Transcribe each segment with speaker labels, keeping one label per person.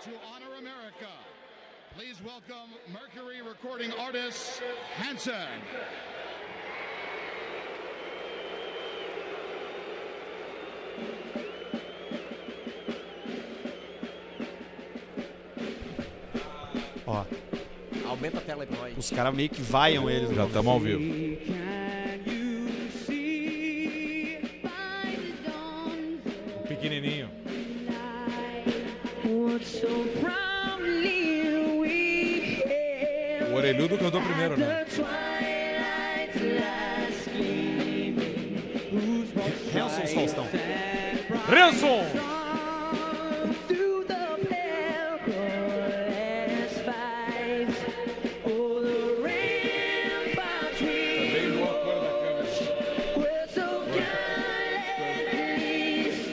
Speaker 1: to honor America. Please welcome Mercury recording artist Hanson.
Speaker 2: Ó,
Speaker 3: Aumenta a tela aí pra nós.
Speaker 2: os caras meio que vaiam eles.
Speaker 4: Já estamos ao vivo. Pequenininho. O orelhudo cantou primeiro, né?
Speaker 2: Nelson Faustão.
Speaker 4: Renson!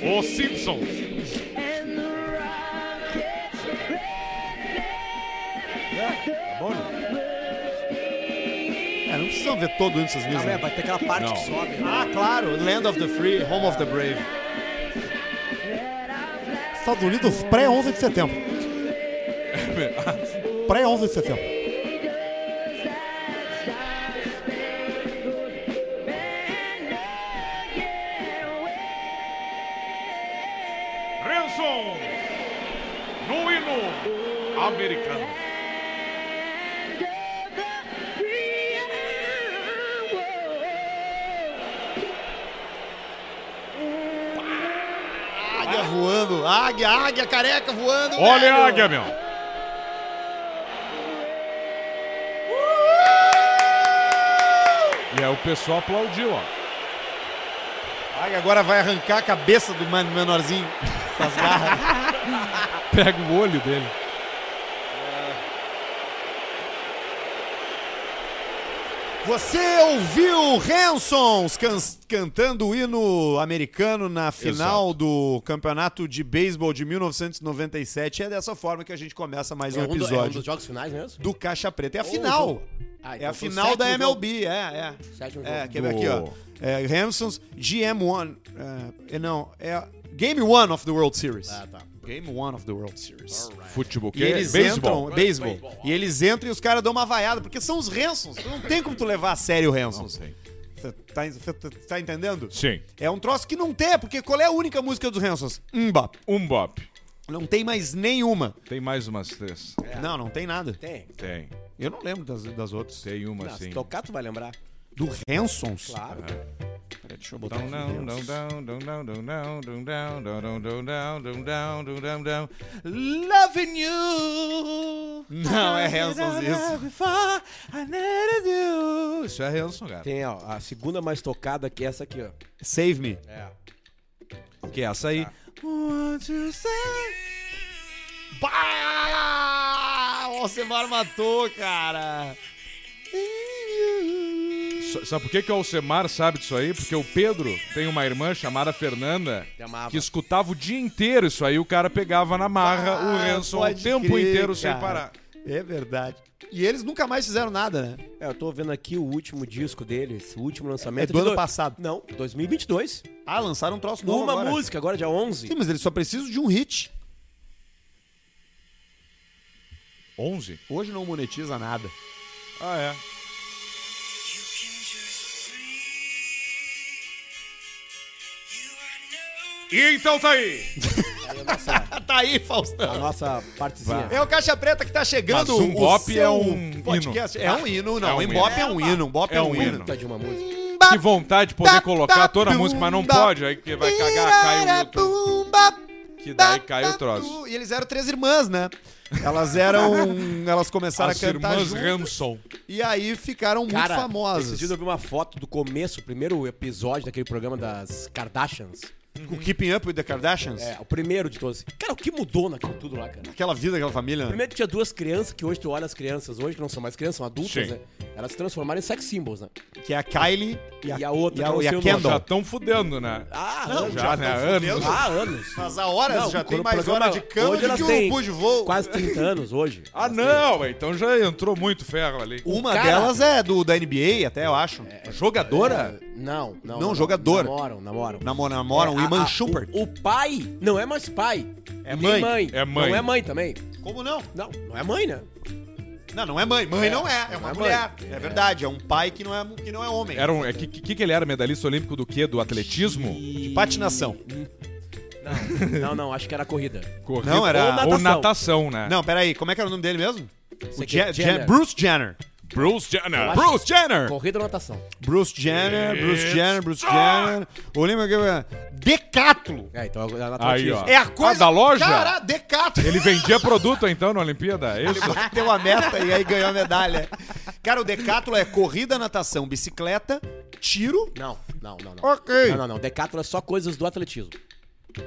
Speaker 4: O Simpsons.
Speaker 2: É, não precisam ver todo isso, essas
Speaker 3: Não,
Speaker 2: músicas.
Speaker 3: é, vai ter aquela parte
Speaker 4: Não.
Speaker 3: que sobe. né?
Speaker 2: né? Ah, claro, Land of the Free, Home of the Brave.
Speaker 5: Estados Unidos pré-11 de setembro. Pré-11 de setembro.
Speaker 4: Renson! No hino americano.
Speaker 2: Águia voando, águia, águia, careca voando.
Speaker 4: Olha
Speaker 2: velho.
Speaker 4: a águia, meu. E aí o pessoal aplaudiu, ó.
Speaker 2: A águia agora vai arrancar a cabeça do mano menorzinho com as garras.
Speaker 4: Pega o olho dele.
Speaker 2: Você ouviu Hansons can- cantando o hino americano na final do campeonato de beisebol de 1997. É dessa forma que a gente começa mais um
Speaker 3: É um, do- é um
Speaker 2: episódio
Speaker 3: dos jogos finais mesmo?
Speaker 2: do Caixa Preta. É a
Speaker 3: Ou
Speaker 2: final.
Speaker 3: jogo. Ah,
Speaker 2: É
Speaker 3: então
Speaker 2: a
Speaker 3: foi o
Speaker 2: final da
Speaker 3: sétimo
Speaker 2: MLB, é, é.
Speaker 3: jogo. Sétimo
Speaker 2: É,
Speaker 3: jogo.
Speaker 2: quer ver aqui, ó. É, Hansons GM1. é, não, é Game 1 of the World Series.
Speaker 3: Ah, tá.
Speaker 2: Game 1 of the World Series.
Speaker 4: Futebol, que
Speaker 2: E
Speaker 4: é
Speaker 2: eles
Speaker 4: beisebol.
Speaker 2: entram, beisebol. E eles entram e os caras dão uma vaiada, porque são os Hansons. Não tem como tu levar a sério o Hansons.
Speaker 4: sei.
Speaker 2: Você tá, cê tá- tá entendendo?
Speaker 4: Sim.
Speaker 2: É um troço que não tem, porque qual é a única música dos Hansons? Umba.
Speaker 4: Um bop.
Speaker 2: Não tem mais nenhuma.
Speaker 4: Tem mais umas três.
Speaker 2: Não, não tem nada.
Speaker 3: Tem.
Speaker 4: Tem.
Speaker 2: Eu não lembro das, das outras.
Speaker 4: Tem uma,
Speaker 3: Não,
Speaker 4: sim.
Speaker 3: se tocar, tu vai lembrar.
Speaker 2: Do Hansons?
Speaker 3: Claro.
Speaker 2: Deixa eu botar
Speaker 4: Down,
Speaker 2: aqui.
Speaker 4: down, down,
Speaker 2: Hansons.
Speaker 4: down, down, down, down, down, down, down, down, down, down, down, down, down, down. Loving you.
Speaker 2: Não, é Hansons isso.
Speaker 4: Before I needed you. Isso é Hanson, cara.
Speaker 3: Tem, ó, a segunda mais tocada que é essa aqui, ó.
Speaker 2: Save Me.
Speaker 3: É.
Speaker 4: Que é essa aí. Want to say-
Speaker 2: Bah! O Alcemar matou, cara.
Speaker 4: S- Sabe por que, que o Alcemar sabe disso aí? Porque o Pedro tem uma irmã chamada Fernanda
Speaker 3: Chamava.
Speaker 4: que escutava o dia inteiro isso aí. O cara pegava na marra o Hanson o
Speaker 2: Ah, pode
Speaker 4: tempo
Speaker 2: crer,
Speaker 4: inteiro sem
Speaker 2: cara.
Speaker 4: parar.
Speaker 2: É verdade. E eles nunca mais fizeram nada, né?
Speaker 3: É, eu tô vendo aqui o último disco deles, o último lançamento.
Speaker 2: É do
Speaker 3: de
Speaker 2: ano passado.
Speaker 3: Não, 2022.
Speaker 2: Ah, lançaram um troço novo
Speaker 3: Uma
Speaker 2: agora.
Speaker 3: música, agora é dia 11.
Speaker 2: Sim, mas eles só precisam de um hit.
Speaker 4: 11?
Speaker 2: Hoje não monetiza nada.
Speaker 4: Ah, é. E então tá aí.
Speaker 2: tá aí, Faustão.
Speaker 3: A nossa partezinha.
Speaker 2: É o Caixa Preta que tá chegando.
Speaker 4: Mas um
Speaker 2: o
Speaker 4: bop
Speaker 2: seu
Speaker 4: é um
Speaker 2: podcast. É um hino, não.
Speaker 4: É um
Speaker 2: um bop é um hino. Um bop é,
Speaker 4: É
Speaker 2: um
Speaker 4: um
Speaker 2: hino.
Speaker 3: Puta de uma música.
Speaker 4: Que vontade de poder colocar toda a música, mas não pode. Aí que vai cagar, cai o. Que daí cai o troço.
Speaker 2: E eles eram três irmãs, né? Elas eram. elas começaram
Speaker 4: As
Speaker 2: a cantar
Speaker 4: irmãs
Speaker 2: junto,
Speaker 4: Ramson.
Speaker 2: e aí ficaram muito
Speaker 3: Cara,
Speaker 2: famosas.
Speaker 3: Preciso ouvir uma foto do começo, o primeiro episódio daquele programa das Kardashians.
Speaker 2: O é Keeping Up with the Kardashians?
Speaker 3: É, o primeiro de todos. Cara, o que mudou naquilo tudo lá, cara?
Speaker 2: Aquela vida, aquela família. né?
Speaker 3: Primeiro que tinha duas crianças, que hoje tu olha as crianças, hoje que não são mais crianças, são adultas,
Speaker 4: Sim.
Speaker 3: né? Elas se transformaram em sex symbols, né?
Speaker 2: Que é a Kylie e a,
Speaker 3: E a outra, que eu não
Speaker 2: e a
Speaker 3: sei o nome.
Speaker 4: Já
Speaker 2: Kendall.
Speaker 4: estão fudendo, né?
Speaker 3: Ah,
Speaker 2: Não,
Speaker 3: anos.
Speaker 4: Já, né? Anos.
Speaker 3: Ah, anos.
Speaker 2: Mas a hora
Speaker 3: Não,
Speaker 2: já tem
Speaker 3: quando o
Speaker 2: mais
Speaker 3: programa-
Speaker 2: hora de cama
Speaker 3: hoje
Speaker 2: do
Speaker 3: elas
Speaker 2: que um
Speaker 3: têm
Speaker 2: bus de voo.
Speaker 3: Quase 30 anos hoje.
Speaker 4: Ah,
Speaker 3: Elas têm-
Speaker 4: não, então já entrou muito ferro ali.
Speaker 2: Uma
Speaker 3: Cara-
Speaker 2: delas é do da NBA, até eu acho.
Speaker 4: Jogadora?
Speaker 3: É, Não, não.
Speaker 2: Não, jogador.
Speaker 3: Namoram, namoram.
Speaker 2: Namo- Namoram
Speaker 3: É, a-
Speaker 2: Iman
Speaker 3: a-
Speaker 2: Schubert.
Speaker 3: O, o pai não é mais pai.
Speaker 2: É
Speaker 3: Nem
Speaker 2: mãe.
Speaker 4: É mãe.
Speaker 3: Não é mãe também.
Speaker 2: Como não?
Speaker 3: Não, não é mãe, né?
Speaker 2: Não, não é mãe. Mãe não é. É
Speaker 3: não
Speaker 2: uma
Speaker 3: é
Speaker 2: mulher. É verdade. É um pai que não é, mu- que não é homem.
Speaker 4: Era um, é, que, que que ele era? Medalhista olímpico do quê? Do atletismo?
Speaker 2: de patinação.
Speaker 3: Não, não, não acho que era corrida.
Speaker 4: Corrida
Speaker 2: Não, era-
Speaker 4: Ou natação,
Speaker 3: Ou
Speaker 4: né?
Speaker 2: Não, peraí. Como é que era o nome dele mesmo?
Speaker 3: Sei
Speaker 2: O
Speaker 3: que é
Speaker 2: Je-
Speaker 3: Jenner.
Speaker 2: Je- Bruce Jenner.
Speaker 4: Bruce Jenner.
Speaker 3: Eu acho-
Speaker 4: Bruce Jenner!
Speaker 3: Corrida ou natação?
Speaker 2: Bruce Jenner, Bruce Jenner, Bruce Jenner. Olímpico. Decátulo.
Speaker 3: É, então é
Speaker 4: Aí, ó.
Speaker 2: É a coisa.
Speaker 4: Ah, da loja?
Speaker 2: Cara, Decátulo.
Speaker 4: Ele vendia produto, então, na Olimpíada? É isso?
Speaker 2: Ele bateu a meta e aí ganhou a medalha. Cara, o decátulo é corrida, natação, bicicleta, tiro.
Speaker 3: Não, não, não, não.
Speaker 2: Ok.
Speaker 3: Não, não, não. Decathlon é só coisas do atletismo.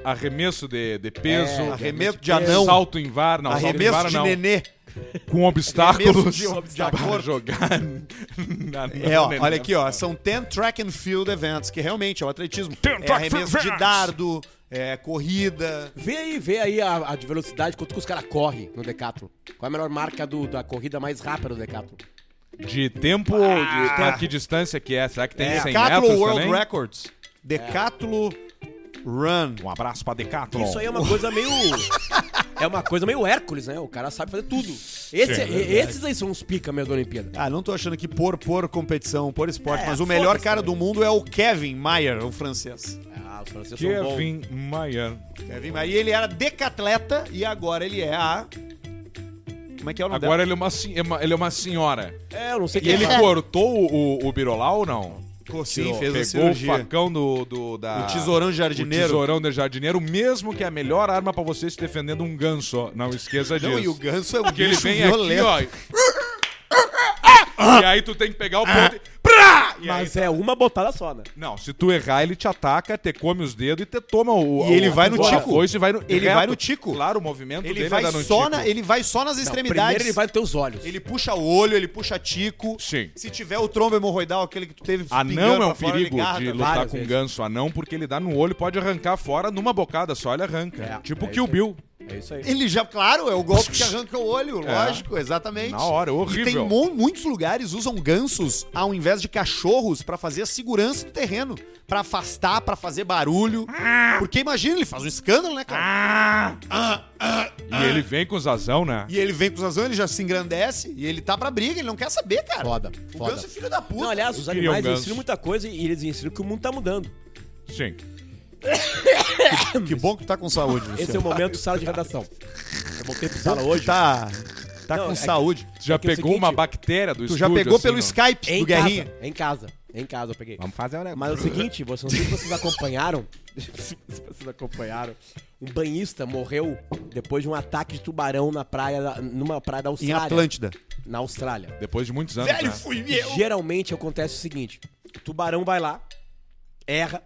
Speaker 4: Arremesso de, de peso.
Speaker 3: É,
Speaker 2: Arremesso de
Speaker 4: peso,
Speaker 2: anão.
Speaker 4: Salto em vara. Não,
Speaker 2: arremesso
Speaker 4: salto em
Speaker 2: de
Speaker 4: vara não.
Speaker 2: nenê.
Speaker 4: Com obstáculos.
Speaker 2: de- de
Speaker 4: para
Speaker 2: acordo.
Speaker 4: jogar. na- na-
Speaker 2: É, ó,
Speaker 4: na-
Speaker 2: olha aqui, ó. São 10 track and field events, que realmente é o atletismo.
Speaker 4: Ten
Speaker 2: É
Speaker 4: track
Speaker 2: arremesso
Speaker 4: field
Speaker 2: de
Speaker 4: events.
Speaker 2: dardo, é corrida.
Speaker 3: Vê aí, vê aí a, a de velocidade, quanto que os caras correm no Decathlon. Qual é a melhor marca do- da corrida mais rápida do Decathlon?
Speaker 4: De tempo, ou de, pra que distância que é? Será que tem 100
Speaker 2: Ah, tá. Decathlon
Speaker 4: metros
Speaker 2: World
Speaker 4: também?
Speaker 2: Records. Decathlon Run.
Speaker 4: Um abraço pra Decathlon.
Speaker 3: Isso aí é uma coisa meio... É uma coisa meio Hércules, né? O cara sabe fazer tudo. Esse-
Speaker 2: É
Speaker 3: e- esses aí são os pica mesmo da Olimpíada.
Speaker 2: Ah, não tô achando que por, por competição, por esporte,
Speaker 3: É,
Speaker 2: mas o melhor
Speaker 3: foda-se
Speaker 2: cara do
Speaker 3: também.
Speaker 2: mundo é o Kevin Mayer, o francês.
Speaker 3: Ah, os franceses são bons.
Speaker 4: Kevin Mayer.
Speaker 2: Kevin Maria, ele era decatleta e agora ele é a. Como é que é o nome
Speaker 4: Agora ele é, uma, sen- é uma- ele é uma senhora.
Speaker 3: É, eu não sei
Speaker 4: E
Speaker 3: quem
Speaker 4: ele
Speaker 3: é.
Speaker 4: cortou o, o Birolau ou não?
Speaker 2: dela? Sim, fez a
Speaker 4: Pegou
Speaker 2: cirurgia.
Speaker 4: o facão do, do- da...
Speaker 2: O tesourão jardineiro.
Speaker 4: O tesourão do jardineiro, mesmo que é a melhor arma pra você se defendendo um ganso. Não esqueça disso.
Speaker 2: Não, e o ganso é um
Speaker 4: Porque ele
Speaker 2: bicho
Speaker 4: vem
Speaker 2: violento.
Speaker 4: aqui, ó. e aí tu tem que pegar o ponto e... Prá! E aí-
Speaker 3: Mas é uma botada só, né?
Speaker 4: Não, se tu errar, ele te ataca, te come os dedos e te toma o...
Speaker 2: E ele
Speaker 4: o-
Speaker 2: vai no
Speaker 4: a
Speaker 2: tico.
Speaker 4: foice e vai no,
Speaker 2: Ele vai no tico.
Speaker 4: Claro, o movimento
Speaker 2: Ele
Speaker 4: dele
Speaker 2: vai,
Speaker 4: é dar no
Speaker 2: só
Speaker 4: tico.
Speaker 2: na, ele vai só nas
Speaker 3: Não,
Speaker 2: extremidades.
Speaker 3: primeiro ele vai nos teus olhos.
Speaker 2: Ele puxa o olho, ele puxa tico.
Speaker 4: Sim.
Speaker 2: Se tiver o trombo hemorroidal, aquele que tu teve
Speaker 4: Anão
Speaker 2: pingando
Speaker 4: é
Speaker 2: pra
Speaker 4: um
Speaker 2: fora, ele
Speaker 4: perigo
Speaker 2: garra
Speaker 4: de
Speaker 2: também.
Speaker 4: lutar
Speaker 3: várias
Speaker 4: com
Speaker 3: vezes.
Speaker 4: ganso anão, porque ele dá no olho e pode arrancar fora numa bocada só, ele arranca.
Speaker 3: É,
Speaker 4: tipo
Speaker 3: é
Speaker 4: o Kill
Speaker 3: isso
Speaker 4: Bill.
Speaker 3: É isso aí.
Speaker 2: Ele já, claro, é o golpe que arranca o olho, lógico, exatamente.
Speaker 4: É. Na hora, é horrível.
Speaker 2: E tem mon- muitos lugares usam gansos ao invés de cachorros pra fazer a segurança do terreno, Pra afastar, pra fazer barulho. Porque imagina, ele faz um escândalo, né, cara?
Speaker 4: E ele vem com os azão, né?
Speaker 2: E ele vem com os razões, ele já se engrandece e ele tá pra briga, ele não quer saber, cara.
Speaker 3: Foda,
Speaker 2: O
Speaker 3: foda.
Speaker 2: ganso é filho da puta.
Speaker 3: Não, aliás, os
Speaker 4: Eu queria um
Speaker 3: animais
Speaker 4: ganso.
Speaker 3: ensinam muita coisa e eles ensinam que o mundo tá mudando.
Speaker 4: Sim.
Speaker 2: que bom que tu tá com saúde, Luciano.
Speaker 3: é um Esse é o momento sala de redação. Eu voltei pro É sala hoje.
Speaker 2: Tá, tá
Speaker 3: Não,
Speaker 2: com
Speaker 3: é que-
Speaker 2: saúde.
Speaker 4: Tu já
Speaker 3: É que é o
Speaker 4: pegou
Speaker 3: seguinte,
Speaker 4: uma bactéria do
Speaker 2: Tu
Speaker 4: estúdio,
Speaker 2: já pegou
Speaker 4: assim,
Speaker 2: pelo
Speaker 4: ó.
Speaker 2: Skype do
Speaker 3: É em
Speaker 2: Guerrinha.
Speaker 3: casa, é em casa. É em casa eu peguei.
Speaker 4: Vamos fazer o negócio.
Speaker 3: Mas é o seguinte, vocês, não sei se vocês acompanharam. se vocês acompanharam. Um banhista morreu depois de um ataque de tubarão na praia, da- numa praia da
Speaker 2: Em
Speaker 3: Austrália.
Speaker 2: Atlântida.
Speaker 3: Na Austrália.
Speaker 4: Depois de muitos anos, né?
Speaker 2: fui
Speaker 3: Geralmente acontece o seguinte: o tubarão vai lá, erra,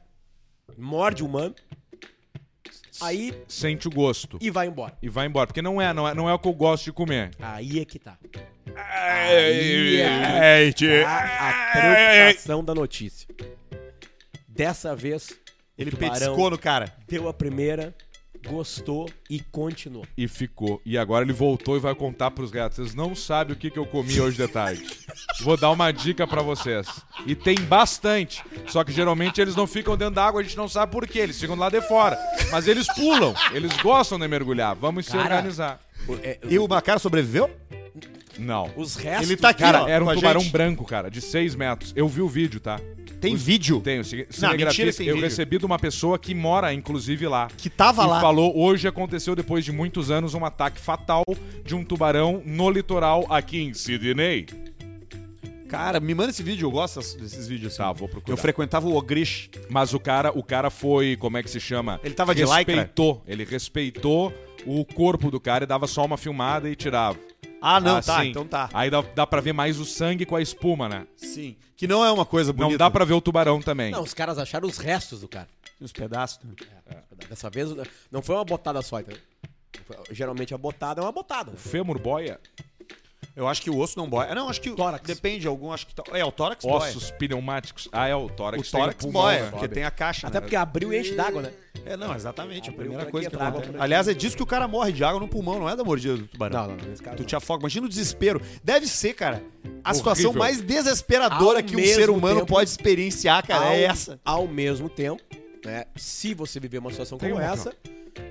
Speaker 3: morde o humano, aí
Speaker 4: Sente o gosto.
Speaker 3: e vai embora.
Speaker 4: E vai embora. Porque não é, não é, não é o que eu gosto de comer.
Speaker 3: Aí é que tá. Aí é que tá a preocupação da notícia. Dessa vez,
Speaker 2: Ele
Speaker 3: o tubarão
Speaker 2: petiscou no cara.
Speaker 3: deu a primeira, gostou e continuou.
Speaker 4: E ficou. E agora ele voltou e vai contar pros gatos. Vocês não sabem o que, que eu comi hoje de tarde. Vou dar uma dica pra vocês. E tem bastante. Só que geralmente eles não ficam dentro da água, a gente não sabe por quê. Eles ficam lá de fora. Mas eles pulam. Eles gostam de mergulhar. Vamos se
Speaker 3: Cara.
Speaker 4: organizar.
Speaker 3: O- é,
Speaker 2: E o cara sobreviveu?
Speaker 4: Não.
Speaker 3: Os restos.
Speaker 2: Ele tá aqui,
Speaker 4: Cara,
Speaker 2: ó,
Speaker 4: era
Speaker 2: com
Speaker 4: um
Speaker 2: a
Speaker 4: tubarão
Speaker 2: gente.
Speaker 4: branco, cara, de 6 metros. Eu vi o vídeo, tá?
Speaker 2: Tem
Speaker 4: Os-
Speaker 2: vídeo
Speaker 4: Tem, o cine-
Speaker 2: Não, mentira,
Speaker 4: cinegrafista.
Speaker 2: tem
Speaker 4: eu
Speaker 2: vídeo.
Speaker 4: recebi de uma pessoa que mora, inclusive, lá.
Speaker 2: que tava
Speaker 4: e
Speaker 2: lá.
Speaker 4: falou, hoje aconteceu, depois de muitos anos, um ataque fatal de um tubarão no litoral aqui em Sydney.
Speaker 2: Cara, me manda esse vídeo, eu gosto das- desses vídeos. assim.
Speaker 4: Tá, vou procurar.
Speaker 2: Eu frequentava o Ogrish.
Speaker 4: Mas o cara, o cara foi, como é que se chama?
Speaker 2: Ele tava de
Speaker 4: Respeitou. Ele respeitou o corpo do cara e dava só uma filmada e tirava.
Speaker 2: Ah, não, tá,
Speaker 4: Assim.
Speaker 2: então tá.
Speaker 4: Aí dá, dá pra ver mais o sangue com a espuma, né?
Speaker 2: Sim. Que não é uma coisa bonita.
Speaker 4: Não dá pra ver o tubarão também.
Speaker 3: Não, os caras acharam os restos do cara.
Speaker 2: Tem uns pedaços. né?
Speaker 3: Dessa vez não foi uma botada só, entendeu? Foi- Geralmente a botada é uma botada. né?
Speaker 4: Fêmur boia.
Speaker 2: Eu acho que o osso não boia. É, Não, acho que. o-
Speaker 3: Tórax.
Speaker 2: Depende, algum. Acho que. tá- É, o tórax boia.
Speaker 4: Ossos pneumáticos. Ah, é o tórax.
Speaker 2: O
Speaker 4: tem
Speaker 2: tórax
Speaker 4: pulmão,
Speaker 2: boia,
Speaker 4: né?
Speaker 2: porque tem a caixa.
Speaker 3: Até
Speaker 2: né?
Speaker 3: porque abriu e enche d'água, né?
Speaker 2: É, não, exatamente. A
Speaker 3: Abriu
Speaker 2: primeira
Speaker 3: pra
Speaker 2: coisa que
Speaker 3: quebrar água
Speaker 2: acontece.
Speaker 3: por aqui.
Speaker 2: Aliás, é disso que o cara morre de água no pulmão, não é da mordida do tubarão.
Speaker 3: Não, não, não, nesse caso
Speaker 2: Tu
Speaker 3: não.
Speaker 2: te afoga. Imagina o desespero. Deve ser, cara, a situação mais desesperadora
Speaker 3: Ao
Speaker 2: que um
Speaker 3: mesmo
Speaker 2: ser humano
Speaker 3: tempo-
Speaker 2: pode experienciar, cara.
Speaker 3: ao,
Speaker 2: É essa.
Speaker 3: Ao mesmo tempo, né? Se você viver uma situação
Speaker 4: Tem
Speaker 3: como
Speaker 4: uma,
Speaker 3: essa,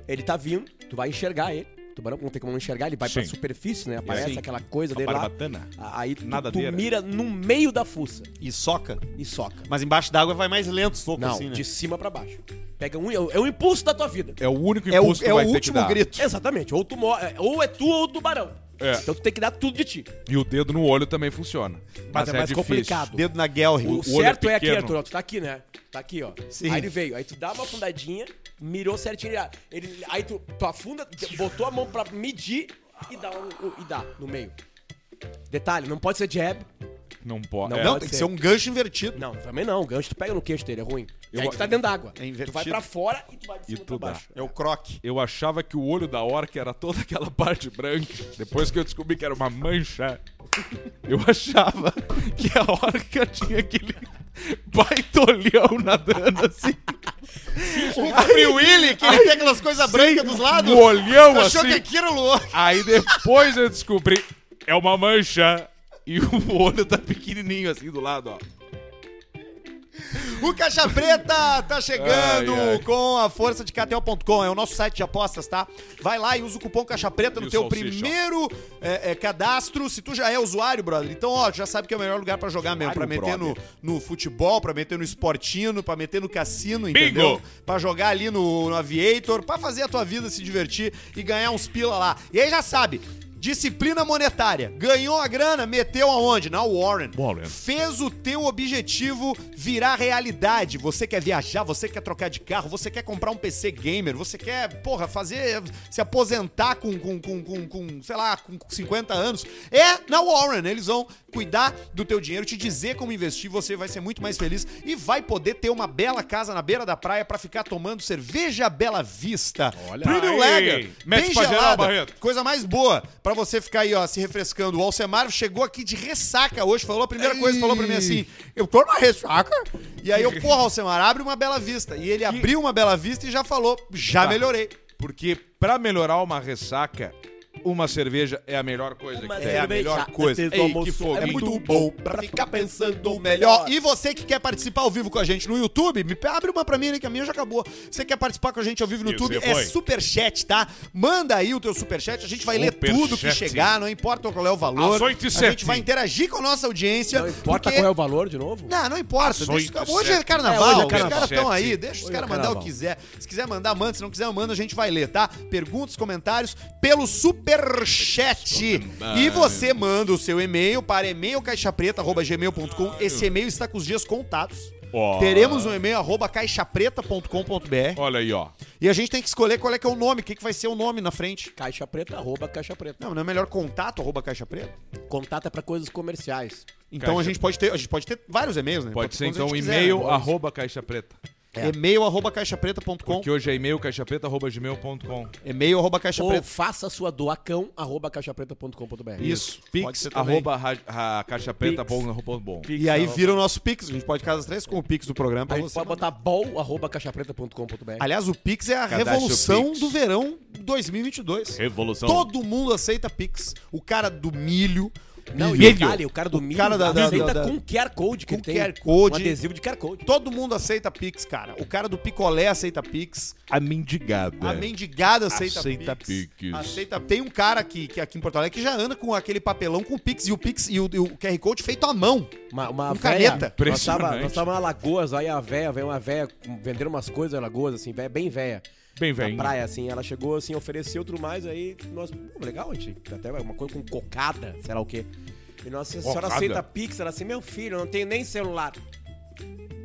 Speaker 3: ele tá vindo, tu vai enxergar ele. O tubarão não tem como não enxergar, ele vai pra
Speaker 4: Sim.
Speaker 3: superfície, né? Aparece
Speaker 4: Sim.
Speaker 3: aquela coisa dele lá.
Speaker 4: barbatana.
Speaker 3: Aí tu, tu
Speaker 4: Nadadeira.
Speaker 3: mira no meio da fuça
Speaker 2: E soca.
Speaker 3: e soca.
Speaker 2: Mas embaixo d'água vai mais lento o soco,
Speaker 3: Não,
Speaker 2: assim, né?
Speaker 3: de cima pra baixo. Pega um, é o- é o impulso da tua vida.
Speaker 4: É o único
Speaker 2: É o,
Speaker 4: impulso
Speaker 2: é
Speaker 4: que vai
Speaker 2: o
Speaker 4: ter que
Speaker 2: último
Speaker 4: dar.
Speaker 2: grito.
Speaker 3: Exatamente. Ou, tu mo- é, ou é tu ou o tubarão.
Speaker 4: É.
Speaker 3: Então tu tem que dar tudo de ti.
Speaker 4: E o dedo no olho também funciona.
Speaker 3: Mas é mais complicado.
Speaker 2: Dedo na guerra.
Speaker 3: O,
Speaker 4: olho
Speaker 3: certo é,
Speaker 4: é
Speaker 3: aqui,
Speaker 4: pequeno.
Speaker 3: Arthur, ó, tu tá aqui, né? Tá aqui, ó.
Speaker 2: Sim.
Speaker 3: Aí ele veio, aí tu dá uma afundadinha, mirou certinho, ele- ele, aí tu, tu afunda, botou a mão pra medir e dá, um, um- e dá no meio. Detalhe, não pode ser jab.
Speaker 4: Não pode.
Speaker 3: Não,
Speaker 4: é.
Speaker 2: Não,
Speaker 3: pode
Speaker 2: tem que ser
Speaker 3: ser.
Speaker 2: um gancho invertido.
Speaker 3: Não, também não, o gancho tu pega no queixo dele, é ruim. E aí
Speaker 4: Eu-
Speaker 3: tu tá dentro d'água.
Speaker 2: É invertido.
Speaker 3: Tu vai pra fora e tu vai de
Speaker 4: E
Speaker 3: cima pra
Speaker 4: tu dá.
Speaker 3: baixo.
Speaker 2: É o croque.
Speaker 4: Eu achava que o olho da orca era toda aquela parte branca. Depois que eu descobri que era uma mancha, eu achava que a orca tinha aquele baitolhão nadando assim.
Speaker 2: O Free Willy, que ele tem aquelas coisas brancas dos lados.
Speaker 4: Um olhão
Speaker 2: Achou
Speaker 4: assim.
Speaker 2: que aquilo era o louco.
Speaker 4: Aí depois eu descobri, é uma mancha. E o olho tá pequenininho assim do lado, ó.
Speaker 2: O Caixa Preta tá chegando
Speaker 4: Ai, ai.
Speaker 2: com a força de KTO.com. É o nosso site de apostas, tá? Vai lá e usa o cupom Caixa Preta
Speaker 4: E
Speaker 2: no
Speaker 4: o
Speaker 2: teu
Speaker 4: salsicha, ó.
Speaker 2: primeiro é, é, cadastro. Se tu já é usuário, brother, então, ó, já sabe que é o melhor lugar pra jogar mesmo. Pra
Speaker 4: Usuário,
Speaker 2: meter no, no futebol, pra meter no esportino, pra meter no cassino,
Speaker 4: Bingo!
Speaker 2: entendeu? Pra jogar ali no, no Aviator, pra fazer a tua vida se divertir e ganhar uns pila lá. E aí já sabe... Disciplina monetária. Ganhou a grana, meteu aonde? Na Warren.
Speaker 4: Warren.
Speaker 2: Fez o teu objetivo virar realidade. Você quer viajar, você quer trocar de carro, você quer comprar um PC gamer, você quer, porra, fazer. se aposentar com, com, com, com, com, sei lá, com 50 anos. É na Warren. Eles vão cuidar do teu dinheiro, te dizer como investir, você vai ser muito mais feliz e vai poder ter uma bela casa na beira da praia pra ficar tomando cerveja Bela Vista.
Speaker 4: Olha
Speaker 2: Premium
Speaker 4: aí.
Speaker 2: Lager,
Speaker 4: Mete
Speaker 2: bem
Speaker 4: pra geral,
Speaker 2: gelada.
Speaker 4: Barreto.
Speaker 2: Coisa mais boa pra você ficar aí, ó, se refrescando. O Alcemar chegou aqui de ressaca hoje, falou a primeira coisa, falou pra mim assim: eu tô na ressaca. E aí eu, porra, Alcemar, abre uma bela vista. E ele abriu uma bela vista e já falou: já
Speaker 4: Tá.
Speaker 2: melhorei.
Speaker 4: Porque pra melhorar uma ressaca, uma cerveja é a melhor coisa
Speaker 3: Uma
Speaker 4: que tem.
Speaker 2: É a
Speaker 3: cerveja
Speaker 2: melhor coisa.
Speaker 4: antes do
Speaker 2: Ei, que
Speaker 4: almoço
Speaker 2: fogo.
Speaker 4: é
Speaker 3: muito
Speaker 2: bom pra ficar
Speaker 3: pensando
Speaker 2: melhor. E você que quer participar ao vivo com a gente no YouTube, me abre uma pra mim, né, que a minha já acabou. Você quer participar com a gente ao vivo no
Speaker 4: Isso,
Speaker 2: YouTube?
Speaker 4: eu
Speaker 2: É
Speaker 4: fui.
Speaker 2: superchat, tá? Manda aí o teu superchat, a gente vai ler
Speaker 4: Superchat.
Speaker 2: tudo que chegar, não importa qual é o valor.
Speaker 4: Às oito e
Speaker 2: A
Speaker 4: sete.
Speaker 2: gente vai interagir com a nossa audiência.
Speaker 3: Não importa
Speaker 2: porque-
Speaker 3: qual é o valor de novo.
Speaker 2: Não, não importa.
Speaker 4: Às
Speaker 2: Deixa os
Speaker 4: oito,
Speaker 2: ca- Hoje é
Speaker 4: sete.
Speaker 2: carnaval,
Speaker 3: É, hoje é
Speaker 2: os
Speaker 3: carnaval.
Speaker 2: caras estão
Speaker 4: Sete.
Speaker 2: aí, deixa os
Speaker 3: Hoje é
Speaker 2: caras mandar o
Speaker 3: carnaval.
Speaker 2: que quiser. Se quiser mandar, manda. Se não quiser, manda, a gente vai ler, tá? Perguntas, comentários pelo superchat. E você manda o seu e-mail para e-mailcaixapreta.gmail.com. Esse e-mail está com os dias contados.
Speaker 4: Ó.
Speaker 2: Teremos um e-mail arroba caixapreta.com.br
Speaker 4: Olha aí, ó.
Speaker 2: e a gente tem que escolher qual é que é o nome, o que, que vai ser o nome na frente.
Speaker 3: Caixa preta, arroba caixa preta.
Speaker 2: Não, não é melhor contato arroba caixa preta?
Speaker 3: Contata pra coisas comerciais.
Speaker 2: Então a
Speaker 4: Caixa-
Speaker 2: gente pode ter, a gente pode ter vários e-mails, né?
Speaker 4: Pode
Speaker 2: ter
Speaker 4: ser
Speaker 2: quantos
Speaker 4: então
Speaker 2: a gente quiser,
Speaker 4: e-mail
Speaker 2: né?
Speaker 4: arroba caixa preta.
Speaker 2: É. E-mail arroba caixapreta.com.
Speaker 4: Que hoje é e-mail caixapreta arroba gmail.com.
Speaker 2: E-mail arroba caixa
Speaker 3: Ou
Speaker 2: preta.
Speaker 3: faça sua doacão, arroba caixapreta.com.br.
Speaker 4: Isso.
Speaker 2: pode
Speaker 4: Pix
Speaker 2: ser também.
Speaker 4: arroba ra- ra- caixapreta.com.
Speaker 2: E aí vira o nosso Pix. A gente pode casar as três com o Pix do programa pra
Speaker 3: Aí
Speaker 2: você.
Speaker 3: pode
Speaker 2: mandar.
Speaker 3: botar bol, arroba caixapreta.com.br.
Speaker 2: Aliás, o Pix é a
Speaker 4: Cadastra o
Speaker 2: revolução
Speaker 4: Pix.
Speaker 2: do verão 2022.
Speaker 4: Revolução.
Speaker 2: Todo mundo aceita Pix. O cara do milho.
Speaker 3: Não, e
Speaker 2: milho.
Speaker 3: detalhe, o cara do milho
Speaker 2: cara da- da-
Speaker 3: aceita
Speaker 2: da- da-
Speaker 3: com QR Code que
Speaker 2: com
Speaker 3: ele tem.
Speaker 2: QR Code.
Speaker 3: Um adesivo de QR Code.
Speaker 2: Todo mundo aceita Pix, cara. O cara do picolé aceita Pix.
Speaker 4: A mendigada.
Speaker 3: É.
Speaker 2: A mendigada aceita,
Speaker 4: Aceita Pix.
Speaker 2: Aceita Tem um cara aqui, que aqui em Porto Alegre que já anda com aquele papelão com Pix e o Pix e o, e o QR Code feito à mão.
Speaker 3: Uma, uma
Speaker 2: Com
Speaker 3: véia-
Speaker 2: caneta.
Speaker 4: Impressionante.
Speaker 3: Nós tava, nós tava em Alagoas, aí a véia, veio uma véia, com- venderam umas coisas em Alagoas, assim, véia, bem véia.
Speaker 4: Bem
Speaker 3: Na
Speaker 4: velhinha.
Speaker 3: praia, assim, ela chegou, assim, ofereceu tudo mais, aí nós, pô, legal, a gente, até uma coisa com cocada, sei lá o quê. E nós, assim, a senhora
Speaker 4: Cocada?
Speaker 3: aceita Pix? Ela assim, meu filho, eu não tenho nem celular.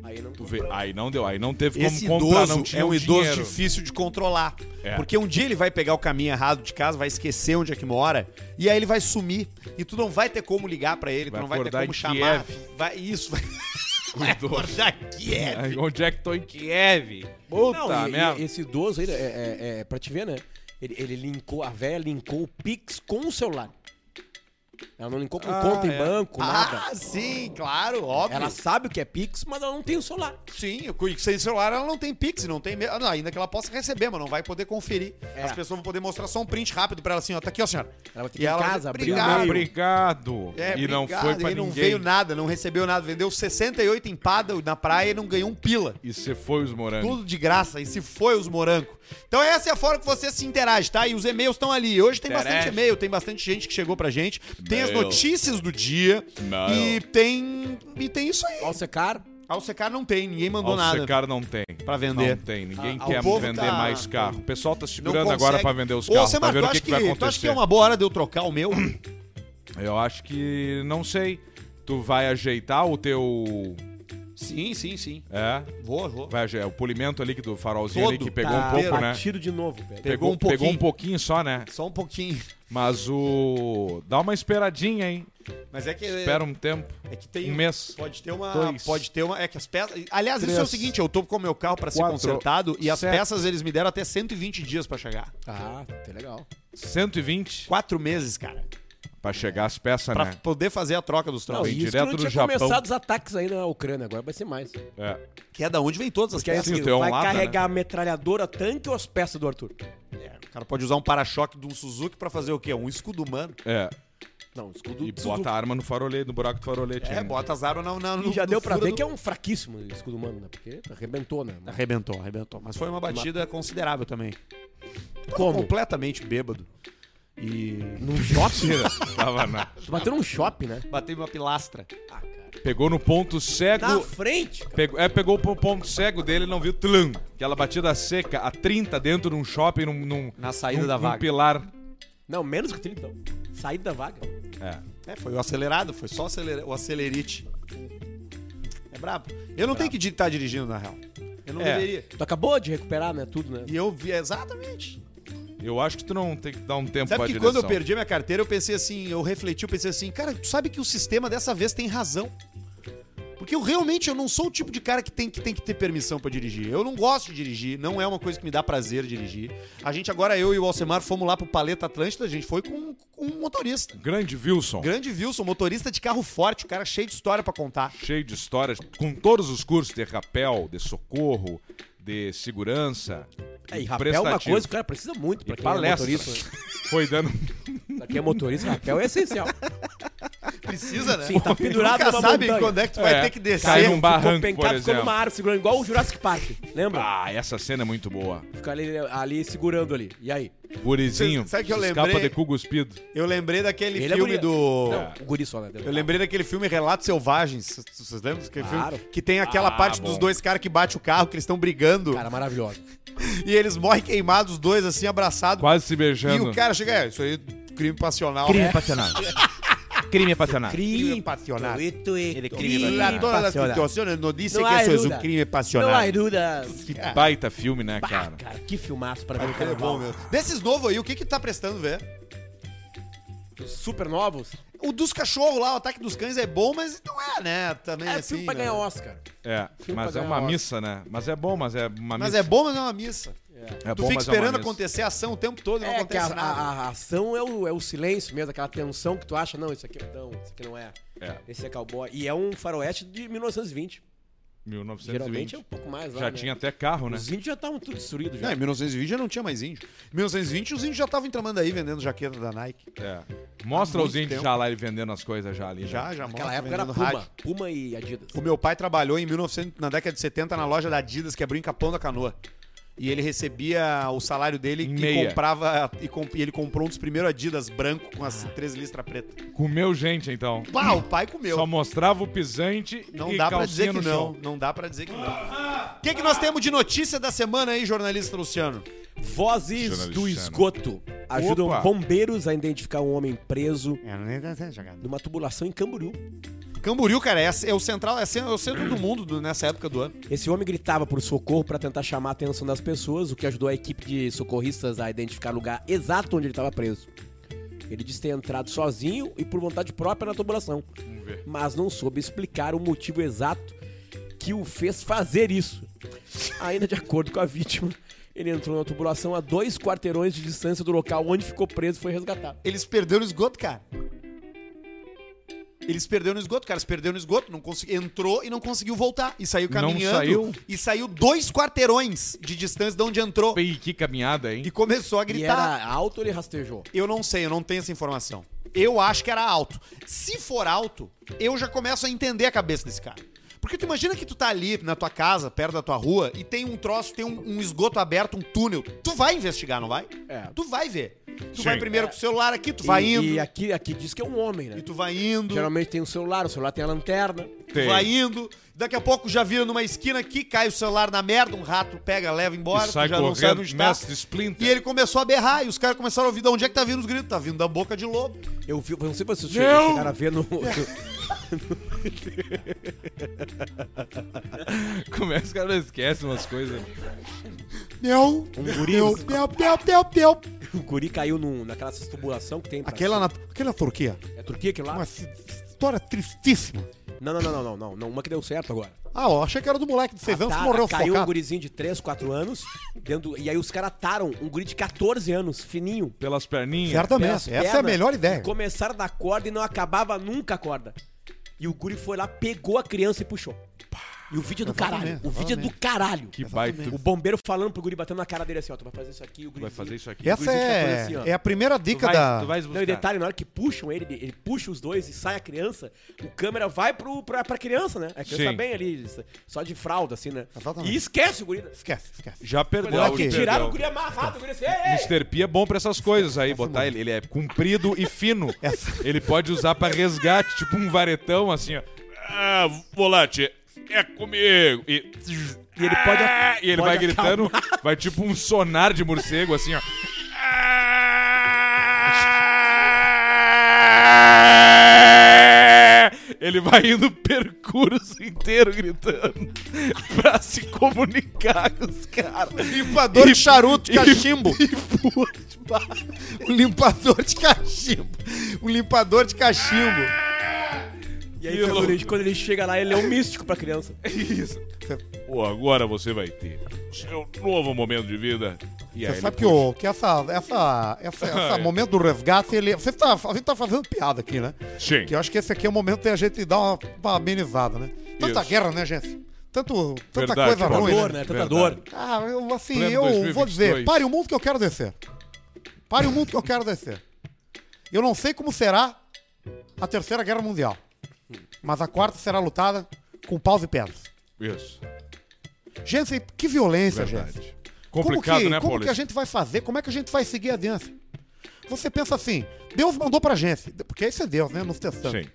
Speaker 3: Aí não
Speaker 4: Tu vê, aí não deu, aí não teve
Speaker 2: Esse
Speaker 4: como comprar,
Speaker 2: idoso
Speaker 4: não tinha
Speaker 2: é um
Speaker 4: o
Speaker 2: idoso
Speaker 4: dinheiro.
Speaker 2: difícil de controlar.
Speaker 4: É.
Speaker 2: Porque um dia ele vai pegar o caminho errado de casa, vai esquecer onde é que mora, e aí ele vai sumir. E tu não vai ter como ligar pra ele,
Speaker 4: Vai
Speaker 2: tu não vai ter
Speaker 4: acordar
Speaker 2: como
Speaker 4: em
Speaker 2: chamar.
Speaker 4: Kiev.
Speaker 2: Vai, isso, vai
Speaker 4: O idoso.
Speaker 2: acordar aqui. É.
Speaker 4: Ai, Onde é que tô em Kiev?
Speaker 3: Não,
Speaker 4: Puta
Speaker 3: e-
Speaker 4: merda.
Speaker 3: e esse idoso aí, é, é, é, pra te ver, né? Ele, ele linkou, a véia linkou o Pix com o celular. Ela não linkou com
Speaker 4: Ah,
Speaker 3: conta em
Speaker 4: é.
Speaker 3: banco, nada.
Speaker 2: Ah, sim, claro, óbvio.
Speaker 3: Ela sabe o que é Pix, mas ela não tem o celular.
Speaker 2: Sim, com o sem celular ela não tem Pix, não tem. me- ah, não, ainda que ela possa receber, mas não vai poder conferir.
Speaker 3: É.
Speaker 2: As pessoas vão poder mostrar só um print rápido pra ela assim, ó, tá aqui, ó, senhora.
Speaker 3: Ela vai
Speaker 2: E
Speaker 3: ter que ir em
Speaker 2: ela-
Speaker 3: casa, abrir o
Speaker 2: Obrigado.
Speaker 3: e-mail.
Speaker 4: Obrigado.
Speaker 2: É,
Speaker 4: e não
Speaker 2: obrigado,
Speaker 4: foi pra
Speaker 2: e não
Speaker 4: ninguém.
Speaker 2: veio nada, não recebeu nada, vendeu 68 empada na praia e não ganhou um pila.
Speaker 4: E você foi os morangos.
Speaker 2: Tudo de graça, e se foi os morangos. Então essa é a forma que você se interage, tá? E os e-mails estão ali. Hoje tem
Speaker 4: Interage.
Speaker 2: bastante e-mail, tem bastante gente que chegou pra gente, tem as
Speaker 4: Mail.
Speaker 2: notícias do dia
Speaker 4: Mail.
Speaker 2: e tem e tem isso aí.
Speaker 3: Ao secar,
Speaker 2: Ao secar não tem, ninguém mandou
Speaker 4: Nossa,
Speaker 2: nada.
Speaker 4: cara não tem.
Speaker 2: Pra vender.
Speaker 4: Não tem. Ninguém
Speaker 2: Ah,
Speaker 4: quer
Speaker 2: o povo
Speaker 4: vender
Speaker 2: tá-
Speaker 4: mais carro. O pessoal tá
Speaker 2: Não
Speaker 4: segurando
Speaker 2: consegue.
Speaker 4: agora pra vender os
Speaker 2: Ô,
Speaker 4: carros.
Speaker 2: Samar,
Speaker 4: Pra ver
Speaker 2: tu
Speaker 4: o que,
Speaker 2: acha
Speaker 4: que vai
Speaker 2: Tu acha que
Speaker 4: acontecer.
Speaker 2: é uma boa hora de eu trocar o meu?
Speaker 4: Eu acho que. Não sei. Tu vai ajeitar o teu.
Speaker 2: sim, sim, sim.
Speaker 4: É?
Speaker 2: Vou, vou.
Speaker 4: Vai ajeitar. O polimento ali, que do farolzinho ali
Speaker 2: Todo.
Speaker 4: que pegou
Speaker 3: tá
Speaker 4: um pouco, né?
Speaker 3: batido de novo, velho.
Speaker 2: Pegou um
Speaker 4: Pegou um
Speaker 2: pouquinho.
Speaker 4: pouquinho só, né?
Speaker 2: Só um pouquinho.
Speaker 4: Mas o. Dá uma esperadinha, hein?
Speaker 2: Mas é que
Speaker 4: Espera um tempo.
Speaker 2: é que tem
Speaker 4: um mês.
Speaker 2: Pode ter uma,
Speaker 4: Dois.
Speaker 2: pode ter uma, é que as peças. Aliás, isso é o
Speaker 4: Três.
Speaker 2: seguinte, eu tô com o meu carro pra ser
Speaker 4: Quatro.
Speaker 2: consertado e as
Speaker 4: Sete.
Speaker 2: peças eles me deram até 120 dias pra chegar.
Speaker 3: Ah, tá legal.
Speaker 4: 120
Speaker 2: Quatro meses, cara,
Speaker 4: pra chegar as peças,
Speaker 2: Pra
Speaker 4: né?
Speaker 2: poder fazer a troca dos
Speaker 3: Não,
Speaker 2: troços.
Speaker 4: Vem
Speaker 3: isso que
Speaker 4: direto
Speaker 3: não
Speaker 4: do
Speaker 3: tinha
Speaker 4: Japão.
Speaker 3: começado os ataques aí na Ucrânia, agora vai ser mais.
Speaker 4: É.
Speaker 2: Que é da onde vem todas as
Speaker 3: Porque aí
Speaker 2: peças.
Speaker 4: Sim,
Speaker 3: assim,
Speaker 4: o teu é um
Speaker 3: vai
Speaker 4: lata,
Speaker 3: carregar a metralhadora, tanque ou as peças do Arthur?
Speaker 2: O cara pode usar um para-choque de um Suzuki pra fazer o quê? Um escudo humano.
Speaker 4: É.
Speaker 3: Não, escudo
Speaker 4: E bota a arma no farolete, no buraco do farolete.
Speaker 2: É,
Speaker 4: ainda.
Speaker 2: bota as armas na, na,
Speaker 3: E já deu pra ver que é um fraquíssimo escudo humano, né? Porque arrebentou, né?
Speaker 2: Arrebentou, arrebentou. Mas foi uma batida considerável também. Tava
Speaker 3: Como?
Speaker 2: Completamente bêbado. E
Speaker 3: Num shopping?
Speaker 4: Tava na-
Speaker 3: tu bateu num shopping, né?
Speaker 2: batei uma pilastra.
Speaker 3: Ah, cara.
Speaker 4: Pegou no ponto cego.
Speaker 3: Na Tá
Speaker 2: Tá.
Speaker 3: frente! cara.
Speaker 4: Pegou, é, pegou o ponto cego dele e não viu tlum. Aquela batida seca a 30 dentro de um shopping, num, num-
Speaker 2: Na saída
Speaker 4: num-
Speaker 2: da
Speaker 4: num
Speaker 2: vaga.
Speaker 4: pilar.
Speaker 3: Não, menos que 30, então. Saída da vaga.
Speaker 4: É.
Speaker 2: É, foi o acelerado, foi só acelera- o acelerite. É brabo. Eu não tenho que estar dirigindo, na real. Eu não
Speaker 4: É.
Speaker 2: deveria.
Speaker 3: Tu acabou de recuperar, né? Tudo, né?
Speaker 2: E eu vi exatamente.
Speaker 4: Eu acho que tu não tem que dar um tempo
Speaker 2: Sabe
Speaker 4: pra
Speaker 2: que
Speaker 4: direção.
Speaker 2: quando eu perdi a minha carteira, eu pensei assim, eu refleti, eu pensei assim, cara, tu sabe que o sistema dessa vez tem razão. Porque eu realmente eu não sou o tipo de cara que tem que, tem que ter permissão pra dirigir. Eu não gosto de dirigir, não é uma coisa que me dá prazer dirigir. A gente agora, eu e o Alcemar, fomos lá pro Paleta Atlântida, a gente foi com, com um motorista.
Speaker 4: Grande Wilson.
Speaker 2: Grande Wilson, motorista de carro forte, o cara cheio de história pra contar.
Speaker 4: Cheio de histórias, com todos os cursos de rapel, de socorro, de segurança.
Speaker 3: É, e rapel é uma
Speaker 4: prestativo.
Speaker 3: coisa que o cara precisa muito pra
Speaker 4: E
Speaker 3: quem
Speaker 4: palestra.
Speaker 3: é motorista. né?
Speaker 4: Foi dando.
Speaker 3: Pra quem é motorista, rapel é essencial.
Speaker 2: Precisa, né?
Speaker 3: Sim, tá pendurado
Speaker 2: tu nunca
Speaker 3: numa
Speaker 2: sabe
Speaker 3: montanha.
Speaker 2: quando é que tu vai
Speaker 4: É,
Speaker 2: ter que descer. um
Speaker 4: cai num ba- Barranco,
Speaker 3: ficou pencado,
Speaker 4: por
Speaker 3: ficou
Speaker 4: exemplo.
Speaker 3: numa árvore segurando, igual o Jurassic Park. Lembra?
Speaker 4: Ah, essa cena é muito boa.
Speaker 3: Ficar ali, ali segurando ali. E aí?
Speaker 4: Gurizinho,
Speaker 2: Sabe que eu
Speaker 4: se escapa
Speaker 2: lembrei?
Speaker 4: de cu cuspido.
Speaker 2: Eu lembrei daquele
Speaker 3: Ele é
Speaker 2: filme
Speaker 3: bonito.
Speaker 2: do...
Speaker 3: Não, o guri só, né?
Speaker 2: Eu lembrei daquele filme Relatos Selvagens. c- c- Vocês lembram daquele
Speaker 3: Claro.
Speaker 2: filme? Que tem aquela
Speaker 4: Ah,
Speaker 2: parte
Speaker 4: bom.
Speaker 2: dos dois caras que bate o carro, que eles estão brigando.
Speaker 3: Cara, maravilhosa.
Speaker 2: E eles morrem queimados, os dois assim, abraçados.
Speaker 4: Quase se
Speaker 2: E
Speaker 4: beijando.
Speaker 2: o cara chega, é, isso aí, crime passional.
Speaker 4: passional. Crime passional.
Speaker 2: Crime
Speaker 3: Crime
Speaker 2: passional.
Speaker 3: Esto es
Speaker 4: Ele crime
Speaker 3: crime
Speaker 2: La todas as
Speaker 3: passional.
Speaker 2: situações não dizem
Speaker 3: Não
Speaker 2: que
Speaker 3: há
Speaker 2: isso é um
Speaker 3: dúvida.
Speaker 2: crime passional.
Speaker 3: Não há dúvidas.
Speaker 4: Que baita filme, né,
Speaker 3: Bah,
Speaker 4: cara?
Speaker 3: cara, que filmaço pra ver o
Speaker 2: Aquele é bom
Speaker 3: carnaval.
Speaker 2: mesmo. Desses novos aí, o que que tá prestando, velho?
Speaker 3: Os super novos.
Speaker 2: O dos cachorros lá, o ataque dos cães é bom, mas não é, né? Também
Speaker 3: É
Speaker 2: assim.
Speaker 3: filme pra
Speaker 2: né?
Speaker 3: ganhar Oscar.
Speaker 4: É,
Speaker 3: Filme
Speaker 4: mas
Speaker 3: pra
Speaker 4: é
Speaker 3: ganhar
Speaker 4: uma
Speaker 3: Oscar.
Speaker 4: missa, né? Mas é bom, mas é uma
Speaker 2: Mas
Speaker 4: missa.
Speaker 2: é bom, mas é uma missa.
Speaker 4: É
Speaker 2: tu
Speaker 4: bom,
Speaker 2: fica
Speaker 4: mas é uma
Speaker 2: esperando
Speaker 4: missa.
Speaker 2: acontecer a ação o tempo todo e não
Speaker 3: É, que a,
Speaker 2: acontece nada.
Speaker 3: a- a ação é o, é o silêncio mesmo, aquela tensão que tu acha, não, isso aqui é não, isso aqui não é.
Speaker 4: É.
Speaker 3: Esse é cowboy. E é um faroeste de 1920.
Speaker 4: 1920.
Speaker 3: Geralmente é um pouco mais lá,
Speaker 4: Já
Speaker 3: né?
Speaker 4: tinha até carro, né?
Speaker 3: Os índios já estavam tudo destruídos
Speaker 2: Não,
Speaker 3: já.
Speaker 2: em 1920 já não tinha mais índio. Em 1920 os índios já estavam entramando aí vendendo jaqueta da Nike.
Speaker 4: É. Mostra
Speaker 2: Há
Speaker 4: os
Speaker 2: muito
Speaker 4: índios
Speaker 2: tempo.
Speaker 4: já lá ele vendendo as coisas já ali. né?
Speaker 2: Já, já
Speaker 3: Naquela
Speaker 2: mostra
Speaker 3: época era
Speaker 2: vendendo
Speaker 3: Puma.
Speaker 2: rádio.
Speaker 3: Puma e Adidas.
Speaker 2: O meu pai trabalhou em 1900, na década de 70 na loja da Adidas, que abriu em Capão da Canoa. E ele recebia o salário dele
Speaker 4: Em
Speaker 2: e
Speaker 4: meia.
Speaker 2: comprava. E, comp- e ele comprou um dos primeiros Adidas branco com as três listras pretas.
Speaker 4: Comeu gente, então.
Speaker 2: Pá, o pai comeu.
Speaker 4: Só mostrava o pisante
Speaker 2: Não
Speaker 4: e
Speaker 2: dá pra
Speaker 4: calcinha
Speaker 2: dizer que
Speaker 4: no
Speaker 2: não.
Speaker 4: chão.
Speaker 2: Não dá pra dizer que não. O que, que nós temos de notícia da semana aí, jornalista Luciano?
Speaker 3: Vozes
Speaker 4: Jornalista,
Speaker 3: do
Speaker 4: né?
Speaker 3: esgoto ajudam
Speaker 4: Opa.
Speaker 3: bombeiros a identificar um homem preso numa tubulação em Camboriú.
Speaker 2: Camboriú, cara, é, é o central, é, cen- é o centro do mundo do- nessa época do ano.
Speaker 3: Esse homem gritava por socorro para tentar chamar a atenção das pessoas, o que ajudou a equipe de socorristas a identificar o lugar exato onde ele estava preso. Ele disse ter entrado sozinho e por vontade própria na tubulação,
Speaker 4: Vamos ver.
Speaker 3: mas não soube explicar o motivo exato que o fez fazer isso. Ainda de acordo com a vítima, ele entrou na tubulação a dois quarteirões de distância do local onde ficou preso e foi resgatado.
Speaker 2: Eles perderam o esgoto, cara.
Speaker 6: Eles perderam no esgoto, cara. Eles perderam no esgoto, não consegui... entrou e não conseguiu voltar. E saiu
Speaker 4: Não
Speaker 6: caminhando.
Speaker 4: saiu?
Speaker 6: E saiu dois quarteirões de distância de onde entrou.
Speaker 4: Ih, que caminhada, hein?
Speaker 6: E começou a
Speaker 3: E
Speaker 6: gritar.
Speaker 3: era alto ou ele rastejou?
Speaker 6: Eu não sei, eu não tenho essa informação. Eu acho que era alto. Se for alto, eu já começo a entender a cabeça desse cara. Porque tu imagina que tu tá ali na tua casa, perto da tua rua, e tem um troço, tem um, um esgoto aberto, um túnel. Tu vai investigar, não vai?
Speaker 3: É.
Speaker 6: Tu vai ver. Tu
Speaker 4: Sim.
Speaker 6: vai primeiro com o celular aqui, tu vai
Speaker 3: e,
Speaker 6: indo.
Speaker 3: E aqui, aqui diz que é um homem, né?
Speaker 6: E tu vai indo,
Speaker 3: Geralmente tem o celular, o celular tem a lanterna.
Speaker 6: tu
Speaker 4: Tem.
Speaker 6: vai indo. Daqui a pouco já vira numa esquina aqui, cai o celular na merda, um rato pega, leva embora,
Speaker 4: E sai
Speaker 6: tu já não sabe
Speaker 4: correndo,
Speaker 6: onde tá.
Speaker 4: mestre Splinter.
Speaker 6: E ele começou a berrar, e os caras começaram a ouvir de onde é que tá vindo os gritos. Tá vindo da boca de lobo.
Speaker 3: Eu vi, eu não sei se vocês chegaram chegaram a ver no. no-
Speaker 4: Começa, os caras esquecem umas coisas.
Speaker 2: Meu, meu, meu, meu, meu, meu.
Speaker 3: o guri caiu num, naquela tubulação que tem. pra-
Speaker 2: Aquela na, aquela na Turquia.
Speaker 3: É Turquia que lá?
Speaker 2: Uma ci- história tristíssima.
Speaker 3: Não, não, não, não, não, não, não. Uma que deu certo agora.
Speaker 2: Ah, ó, achei que era do moleque de 6 anos que
Speaker 3: Atara-
Speaker 2: morreu
Speaker 3: Caiu um
Speaker 2: sufocado.
Speaker 3: gurizinho de 3, 4 anos. Dentro, do- e aí os caras ataram um guri de 14 anos, fininho.
Speaker 4: Pelas perninhas.
Speaker 2: Certamente,
Speaker 3: pelas
Speaker 2: essa é a
Speaker 3: pernas,
Speaker 2: melhor ideia.
Speaker 3: e Começaram da corda e não acabava nunca a corda. E o guri foi lá, pegou a criança e puxou. E o vídeo é do caralho.
Speaker 2: Exatamente,
Speaker 3: O vídeo é do caralho.
Speaker 4: Que baita.
Speaker 3: O bombeiro falando pro guri batendo na cara dele assim, ó, tu vai fazer isso aqui, o
Speaker 4: Tu
Speaker 3: guri
Speaker 4: vai fazer isso aqui.
Speaker 2: Essa é,
Speaker 3: assim, ó.
Speaker 2: é a primeira
Speaker 4: Tu
Speaker 2: dica
Speaker 4: vais,
Speaker 2: da...
Speaker 4: tu vais buscar.
Speaker 3: Não, e detalhe, na hora que puxam ele, ele puxa os dois e sai a criança, o câmera vai pro, pra, pra criança, né? A criança tá
Speaker 4: Sim.
Speaker 3: bem ali, só de fralda, assim, né?
Speaker 2: Exatamente.
Speaker 3: E esquece o guri.
Speaker 2: Esquece, esquece.
Speaker 4: Já perdeu.
Speaker 2: Olha aqui.
Speaker 4: já
Speaker 3: é Tiraram o
Speaker 4: perdeu.
Speaker 3: guri amarrado, o guri assim, ei, ei!
Speaker 4: Mr. P é bom pra essas coisas aí, botar ele. Ele é comprido e fino. Ele pode usar pra resgate, tipo um varetão, assim, ó. Ah, volante, é comigo. E,
Speaker 3: E ele pode-
Speaker 4: Ah, e ele
Speaker 3: pode
Speaker 4: vai gritando, vai tipo um sonar de morcego, assim, ó. Ah! Ele vai indo o percurso inteiro gritando pra se comunicar com os caras.
Speaker 6: Limpador de charuto, de cachimbo. Um limpador de cachimbo. Um limpador de cachimbo.
Speaker 3: E aí, quando ele, quando ele chega lá, ele é um místico pra criança.
Speaker 2: É
Speaker 4: Isso. Pô, agora você vai ter o seu novo momento de vida.
Speaker 2: Você
Speaker 4: E aí É, ele
Speaker 2: sabe que,
Speaker 4: puxa.
Speaker 2: o, que essa, essa, essa, esse momento do resgate, ele, você tá, a gente tá fazendo piada aqui, né?
Speaker 4: Sim.
Speaker 2: Que eu acho que esse aqui é o momento de a gente dar uma, uma amenizada, né? Tanta
Speaker 4: Isso.
Speaker 2: guerra, né, gente? Tanto, tanta
Speaker 4: Verdade,
Speaker 2: coisa
Speaker 4: tipo,
Speaker 2: ruim.
Speaker 3: Dor,
Speaker 2: né?
Speaker 3: né? Tanta
Speaker 4: Verdade.
Speaker 3: dor.
Speaker 2: Ah, eu, assim,
Speaker 4: Pleno
Speaker 2: eu
Speaker 4: 2022.
Speaker 2: vou dizer, pare o mundo que eu quero descer. Pare o mundo que eu quero descer. Eu não sei como será a Terceira Guerra Mundial, mas a quarta será lutada com paus e pedras.
Speaker 4: Isso.
Speaker 2: Gente, que violência, gente.
Speaker 4: Verdade.
Speaker 2: Como
Speaker 4: Complicado,
Speaker 2: que-
Speaker 4: né,
Speaker 2: Como
Speaker 4: Paulo?
Speaker 2: que a gente vai fazer? Como é que a gente vai seguir adiante? Você pensa assim, Deus mandou pra gente, porque isso é Deus, né, nos testando.
Speaker 4: Sim.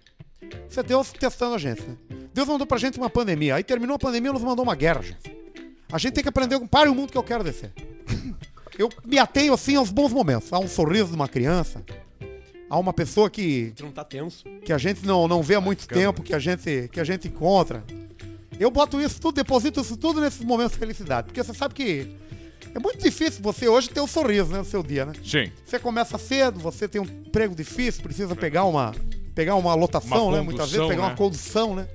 Speaker 2: Isso é Deus testando a gente, né? Deus mandou pra gente uma pandemia, aí terminou a pandemia e nos mandou uma guerra, gente. A gente tem que aprender com pare o mundo que eu quero descer. Eu me atenho, assim, aos bons momentos. A um sorriso de uma criança, a uma pessoa que,
Speaker 3: Tu não tá tenso.
Speaker 2: que a gente não, não
Speaker 4: Tá
Speaker 2: vê há muito tempo, que a, gente, que a gente encontra. Eu boto isso tudo, deposito isso tudo nesses momentos de felicidade. Porque você sabe que é muito difícil você hoje ter um sorriso né, no seu dia, né?
Speaker 4: Sim.
Speaker 2: Você começa cedo, você tem um emprego difícil, precisa pegar uma, pegar uma lotação,
Speaker 4: Uma
Speaker 2: né? Muitas vezes
Speaker 4: condução,
Speaker 2: pegar uma
Speaker 4: né?
Speaker 2: condução, né?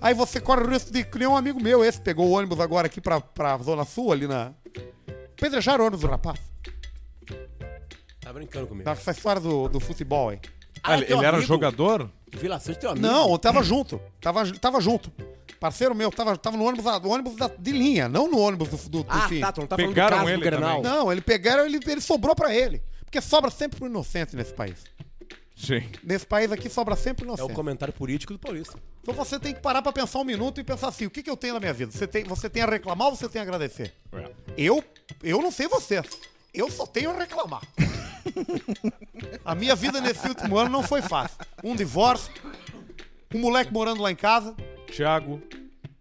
Speaker 2: Aí você corre o risco de criar um amigo meu, esse pegou o ônibus agora aqui pra, pra Zona Sul, ali na. Pedrejaram o ônibus do rapaz.
Speaker 3: Tá brincando comigo.
Speaker 2: Essa história do, do futebol aí.
Speaker 4: Ah, ele
Speaker 3: teu
Speaker 4: ele era
Speaker 3: amigo?
Speaker 4: jogador?
Speaker 3: Vila Santos teu amigo.
Speaker 2: Não, eu tava junto. Tava, tava junto. Parceiro meu, tava, tava no ônibus, no ônibus da- de linha, não no ônibus do, do, do
Speaker 3: Ah,
Speaker 2: time.
Speaker 3: tá, tu não tá
Speaker 4: Pegaram
Speaker 3: falando do caso
Speaker 4: ele
Speaker 3: do Grenal.
Speaker 4: também.
Speaker 2: Não, ele pegaram, ele, ele sobrou pra ele. Porque sobra sempre pro inocente nesse país.
Speaker 4: Sim.
Speaker 2: Nesse país aqui sobra sempre
Speaker 3: É o
Speaker 2: inocente.
Speaker 3: comentário político do Paulista.
Speaker 2: Então você tem que parar pra pensar um minuto e pensar assim, o que, que eu tenho na minha vida? Você tem, você tem a reclamar ou você tem a agradecer? Eu, eu não sei você. Eu só tenho a reclamar. a minha vida nesse último ano não foi fácil. Um divórcio, um moleque morando lá em casa,
Speaker 4: Tiago.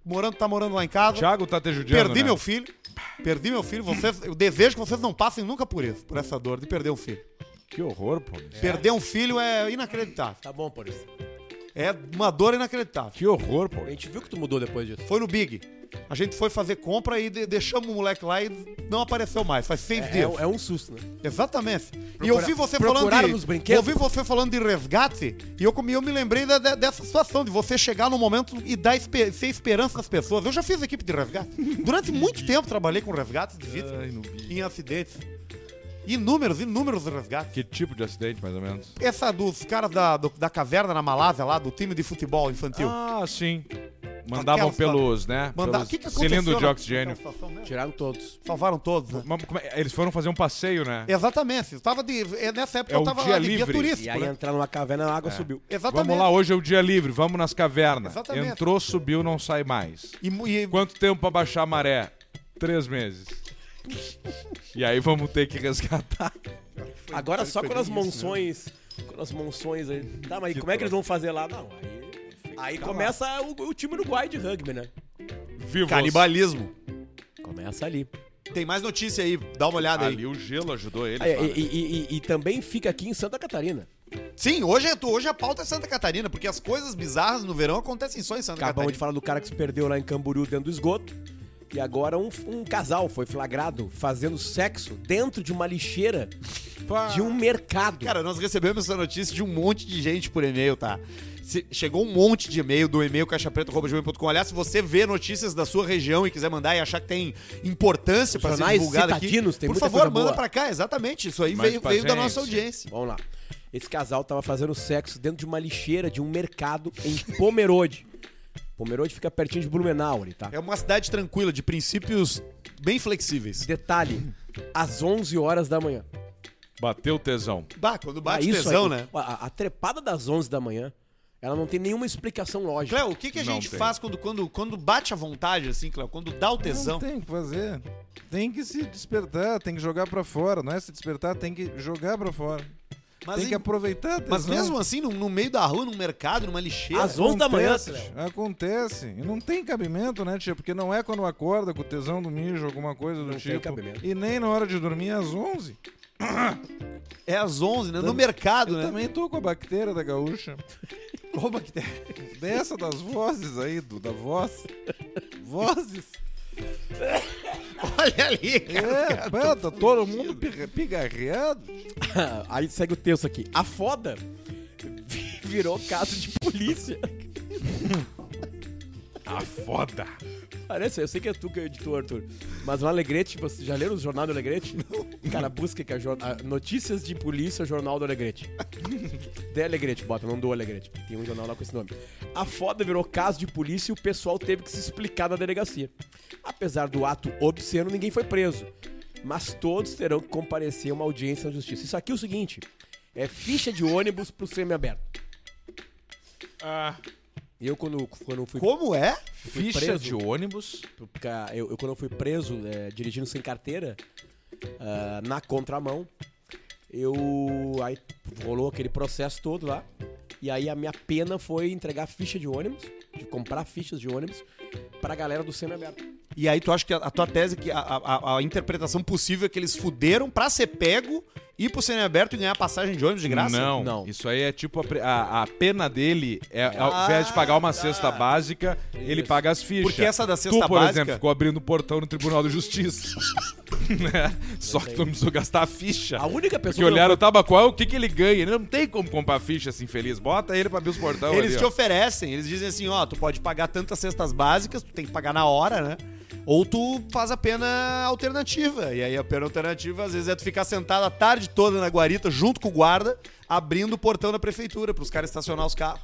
Speaker 2: morando tá morando lá em casa.
Speaker 4: Tiago tá te judiando,
Speaker 2: Perdi
Speaker 4: né?
Speaker 2: meu filho. Perdi meu filho. Vocês, eu desejo que vocês não passem nunca por isso, por essa dor de perder um filho.
Speaker 4: Que horror, pô.
Speaker 2: Perder um filho é inacreditável.
Speaker 3: Tá bom, Paulista.
Speaker 2: É uma dor inacreditável.
Speaker 4: Que horror, pô.
Speaker 3: A gente viu que tu mudou depois disso.
Speaker 2: Foi no Big. A gente foi fazer compra e de- deixamos o moleque lá e não apareceu mais. Faz seis
Speaker 3: É, é,
Speaker 2: dias.
Speaker 3: um- é um susto, né?
Speaker 2: Exatamente. e eu
Speaker 3: Procura-
Speaker 2: vi você
Speaker 3: procuraram
Speaker 2: falando de.
Speaker 3: nos brinquedos?
Speaker 2: Eu vi você falando de resgate e eu, comi- eu me lembrei da- da- dessa situação, de você chegar no momento e dar espe- ser esperança às pessoas. Eu já fiz equipe de resgate. Durante muito tempo trabalhei com resgate de vítimas em acidentes.
Speaker 5: Inúmeros, inúmeros resgates.
Speaker 4: Que tipo de acidente, mais ou menos?
Speaker 5: Essa dos caras da, do- da caverna na Malásia, lá, do time de futebol infantil.
Speaker 4: Ah, sim. Mandavam
Speaker 5: Aquelas-
Speaker 4: pelos, né?
Speaker 5: Mandar-
Speaker 4: pelos cilindro de
Speaker 5: na-
Speaker 4: oxigênio.
Speaker 5: naquela situação mesmo?
Speaker 3: Tiraram todos.
Speaker 5: Salvaram todos, né?
Speaker 4: Mas como é- Eles foram fazer um passeio, né?
Speaker 5: Exatamente. Eu tava de, é, nessa época
Speaker 4: É
Speaker 5: eu
Speaker 4: um
Speaker 5: tava
Speaker 4: dia
Speaker 5: lá de guia
Speaker 4: livre.
Speaker 5: turístico.
Speaker 3: E aí
Speaker 5: né?
Speaker 3: entraram numa caverna, a água
Speaker 4: É.
Speaker 3: subiu.
Speaker 5: Exatamente.
Speaker 4: Vamos lá, hoje é o dia livre, vamos nas cavernas.
Speaker 5: Exatamente.
Speaker 4: Entrou, subiu, não sai mais.
Speaker 5: E, mu- e-
Speaker 4: Quanto tempo pra baixar a maré? Três meses. E aí vamos ter que resgatar.
Speaker 3: Agora só quando as monções. Quando as monções aí. Tá, mas como é que eles vão fazer lá? Não, aí. Aí começa o, o time uruguai de rugby, né?
Speaker 4: Vivo.
Speaker 2: Canibalismo.
Speaker 3: Começa ali.
Speaker 2: Tem mais notícia aí, dá uma olhada aí.
Speaker 4: Ali o gelo ajudou eles.
Speaker 3: Ah, e,
Speaker 4: lá, né?
Speaker 3: e- e- e também fica aqui em Santa Catarina.
Speaker 2: Sim, hoje, é tu- hoje a pauta é Santa Catarina, porque as coisas bizarras no verão acontecem só em Santa
Speaker 3: Acabamos de
Speaker 2: Catarina.
Speaker 3: falar do cara que se perdeu lá em Camboriú dentro do esgoto. E agora um, um casal foi flagrado fazendo sexo dentro de uma lixeira de um mercado.
Speaker 2: Cara, nós recebemos essa notícia de um monte de gente por e-mail, tá? Se- chegou um monte de e-mail do e-mail caixapreta.com. Aliás, se você vê notícias da sua região e quiser mandar e achar que tem importância pra ser
Speaker 3: jornais
Speaker 2: divulgada aqui,
Speaker 3: citadinos, tem
Speaker 2: por
Speaker 3: muita
Speaker 2: favor,
Speaker 3: coisa
Speaker 2: manda
Speaker 3: boa.
Speaker 2: pra cá. Exatamente, isso aí
Speaker 4: Mande
Speaker 2: veio,
Speaker 4: pra
Speaker 2: veio da
Speaker 4: gente.
Speaker 2: nossa audiência.
Speaker 3: Vamos lá. Esse casal tava fazendo sexo dentro de uma lixeira de um mercado em Pomerode. Pomerode fica pertinho de Blumenau ali, tá?
Speaker 2: É uma cidade tranquila, de princípios bem flexíveis.
Speaker 3: Detalhe, às 11 horas da manhã.
Speaker 4: Bateu o tesão.
Speaker 2: Bah, quando
Speaker 3: Ah,
Speaker 2: bate
Speaker 3: isso
Speaker 2: tesão,
Speaker 3: aí,
Speaker 2: né?
Speaker 3: A, a trepada das 11 da manhã, ela não tem nenhuma explicação lógica.
Speaker 2: Cléo, o que, que a
Speaker 4: Não
Speaker 2: gente
Speaker 4: tem.
Speaker 2: faz quando, quando, quando bate a vontade, assim, Cléo? Quando dá o tesão?
Speaker 7: Não tem o que fazer. Tem que se despertar, tem que jogar pra fora. Não é se despertar, tem que jogar pra fora.
Speaker 2: Mas,
Speaker 7: tem
Speaker 2: em-
Speaker 7: que aproveitar. a
Speaker 2: mas
Speaker 7: tesão.
Speaker 2: mesmo assim, no, no meio da rua, num mercado, numa lixeira.
Speaker 3: Às 11 da manhã,
Speaker 7: Acontece,
Speaker 3: Cléo.
Speaker 7: Acontece. E não tem cabimento, né, tia? Porque não é quando acorda com o tesão do mijo, alguma coisa do
Speaker 3: Não tem
Speaker 7: tipo.
Speaker 3: cabimento.
Speaker 7: E nem na hora de dormir é às 11.
Speaker 2: É às 11, né? No mercado,
Speaker 7: Eu
Speaker 2: né?
Speaker 7: também tô com a bactéria da gaúcha.
Speaker 2: Qual bactéria?
Speaker 7: Dessa das vozes aí, do, da voz. Vozes.
Speaker 2: Olha ali, cara.
Speaker 7: É, pá, tá todo mundo piga- pigarreado.
Speaker 3: Aí segue o texto aqui. A foda virou caso de polícia.
Speaker 4: A foda.
Speaker 3: Parece, eu sei que é tu que é o editor, Arthur. Mas no Alegrete, você já leram o jornal do Alegrete? Cara, busca que é jor- ah, Notícias de Polícia, Jornal do Alegrete. De Alegrete, bota, não do Alegrete. Tem um jornal lá com esse nome. A foda virou caso de polícia e o pessoal teve que se explicar na delegacia. Apesar do ato obsceno, ninguém foi preso. Mas todos terão que comparecer a uma audiência na justiça. Isso aqui é o seguinte: é ficha de ônibus pro semiaberto.
Speaker 4: Ah,
Speaker 3: E eu, quando, quando fui
Speaker 2: Como é?
Speaker 4: ficha
Speaker 3: preso.
Speaker 4: de ônibus.
Speaker 3: Porque ah, eu, eu, quando eu fui preso é, dirigindo sem carteira, ah, na contramão, eu. Aí rolou aquele processo todo lá. E aí a minha pena foi entregar ficha de ônibus, de comprar fichas de ônibus, pra galera do semiaberto.
Speaker 2: E aí, tu acha que a, a tua tese, é que a, a- a- a interpretação possível é que eles fuderam pra ser pego, ir pro cinema aberto e ganhar passagem de ônibus de graça?
Speaker 4: Não,
Speaker 3: Não.
Speaker 4: Isso aí é tipo a, pre- a- a pena dele, é,
Speaker 2: Ah,
Speaker 4: ao invés de pagar uma
Speaker 2: tá.
Speaker 7: ah,
Speaker 4: cesta básica, ele
Speaker 3: Isso.
Speaker 4: paga as fichas.
Speaker 2: Porque essa da cesta
Speaker 4: Tu, por
Speaker 2: básica-
Speaker 4: exemplo, ficou abrindo o portão no Tribunal de Justiça. Né? Só que tu não precisou gastar a ficha.
Speaker 7: Ah,
Speaker 3: A única pessoa.
Speaker 4: Porque
Speaker 3: que
Speaker 4: olharam o
Speaker 3: não
Speaker 4: Tabacoal, o que, que ele ganha? Ele não tem como comprar ficha assim feliz. Bota ele pra abrir os portão
Speaker 2: Eles
Speaker 4: Tá ali,
Speaker 2: te
Speaker 4: ó.
Speaker 2: oferecem, eles dizem assim, ó, tu pode pagar tantas cestas básicas, tu tem que pagar na hora, né? Ou tu faz a pena alternativa. E aí a pena alternativa, às vezes, é tu ficar sentado a tarde toda na guarita, junto com o guarda, abrindo o portão da prefeitura pros caras estacionar os carros.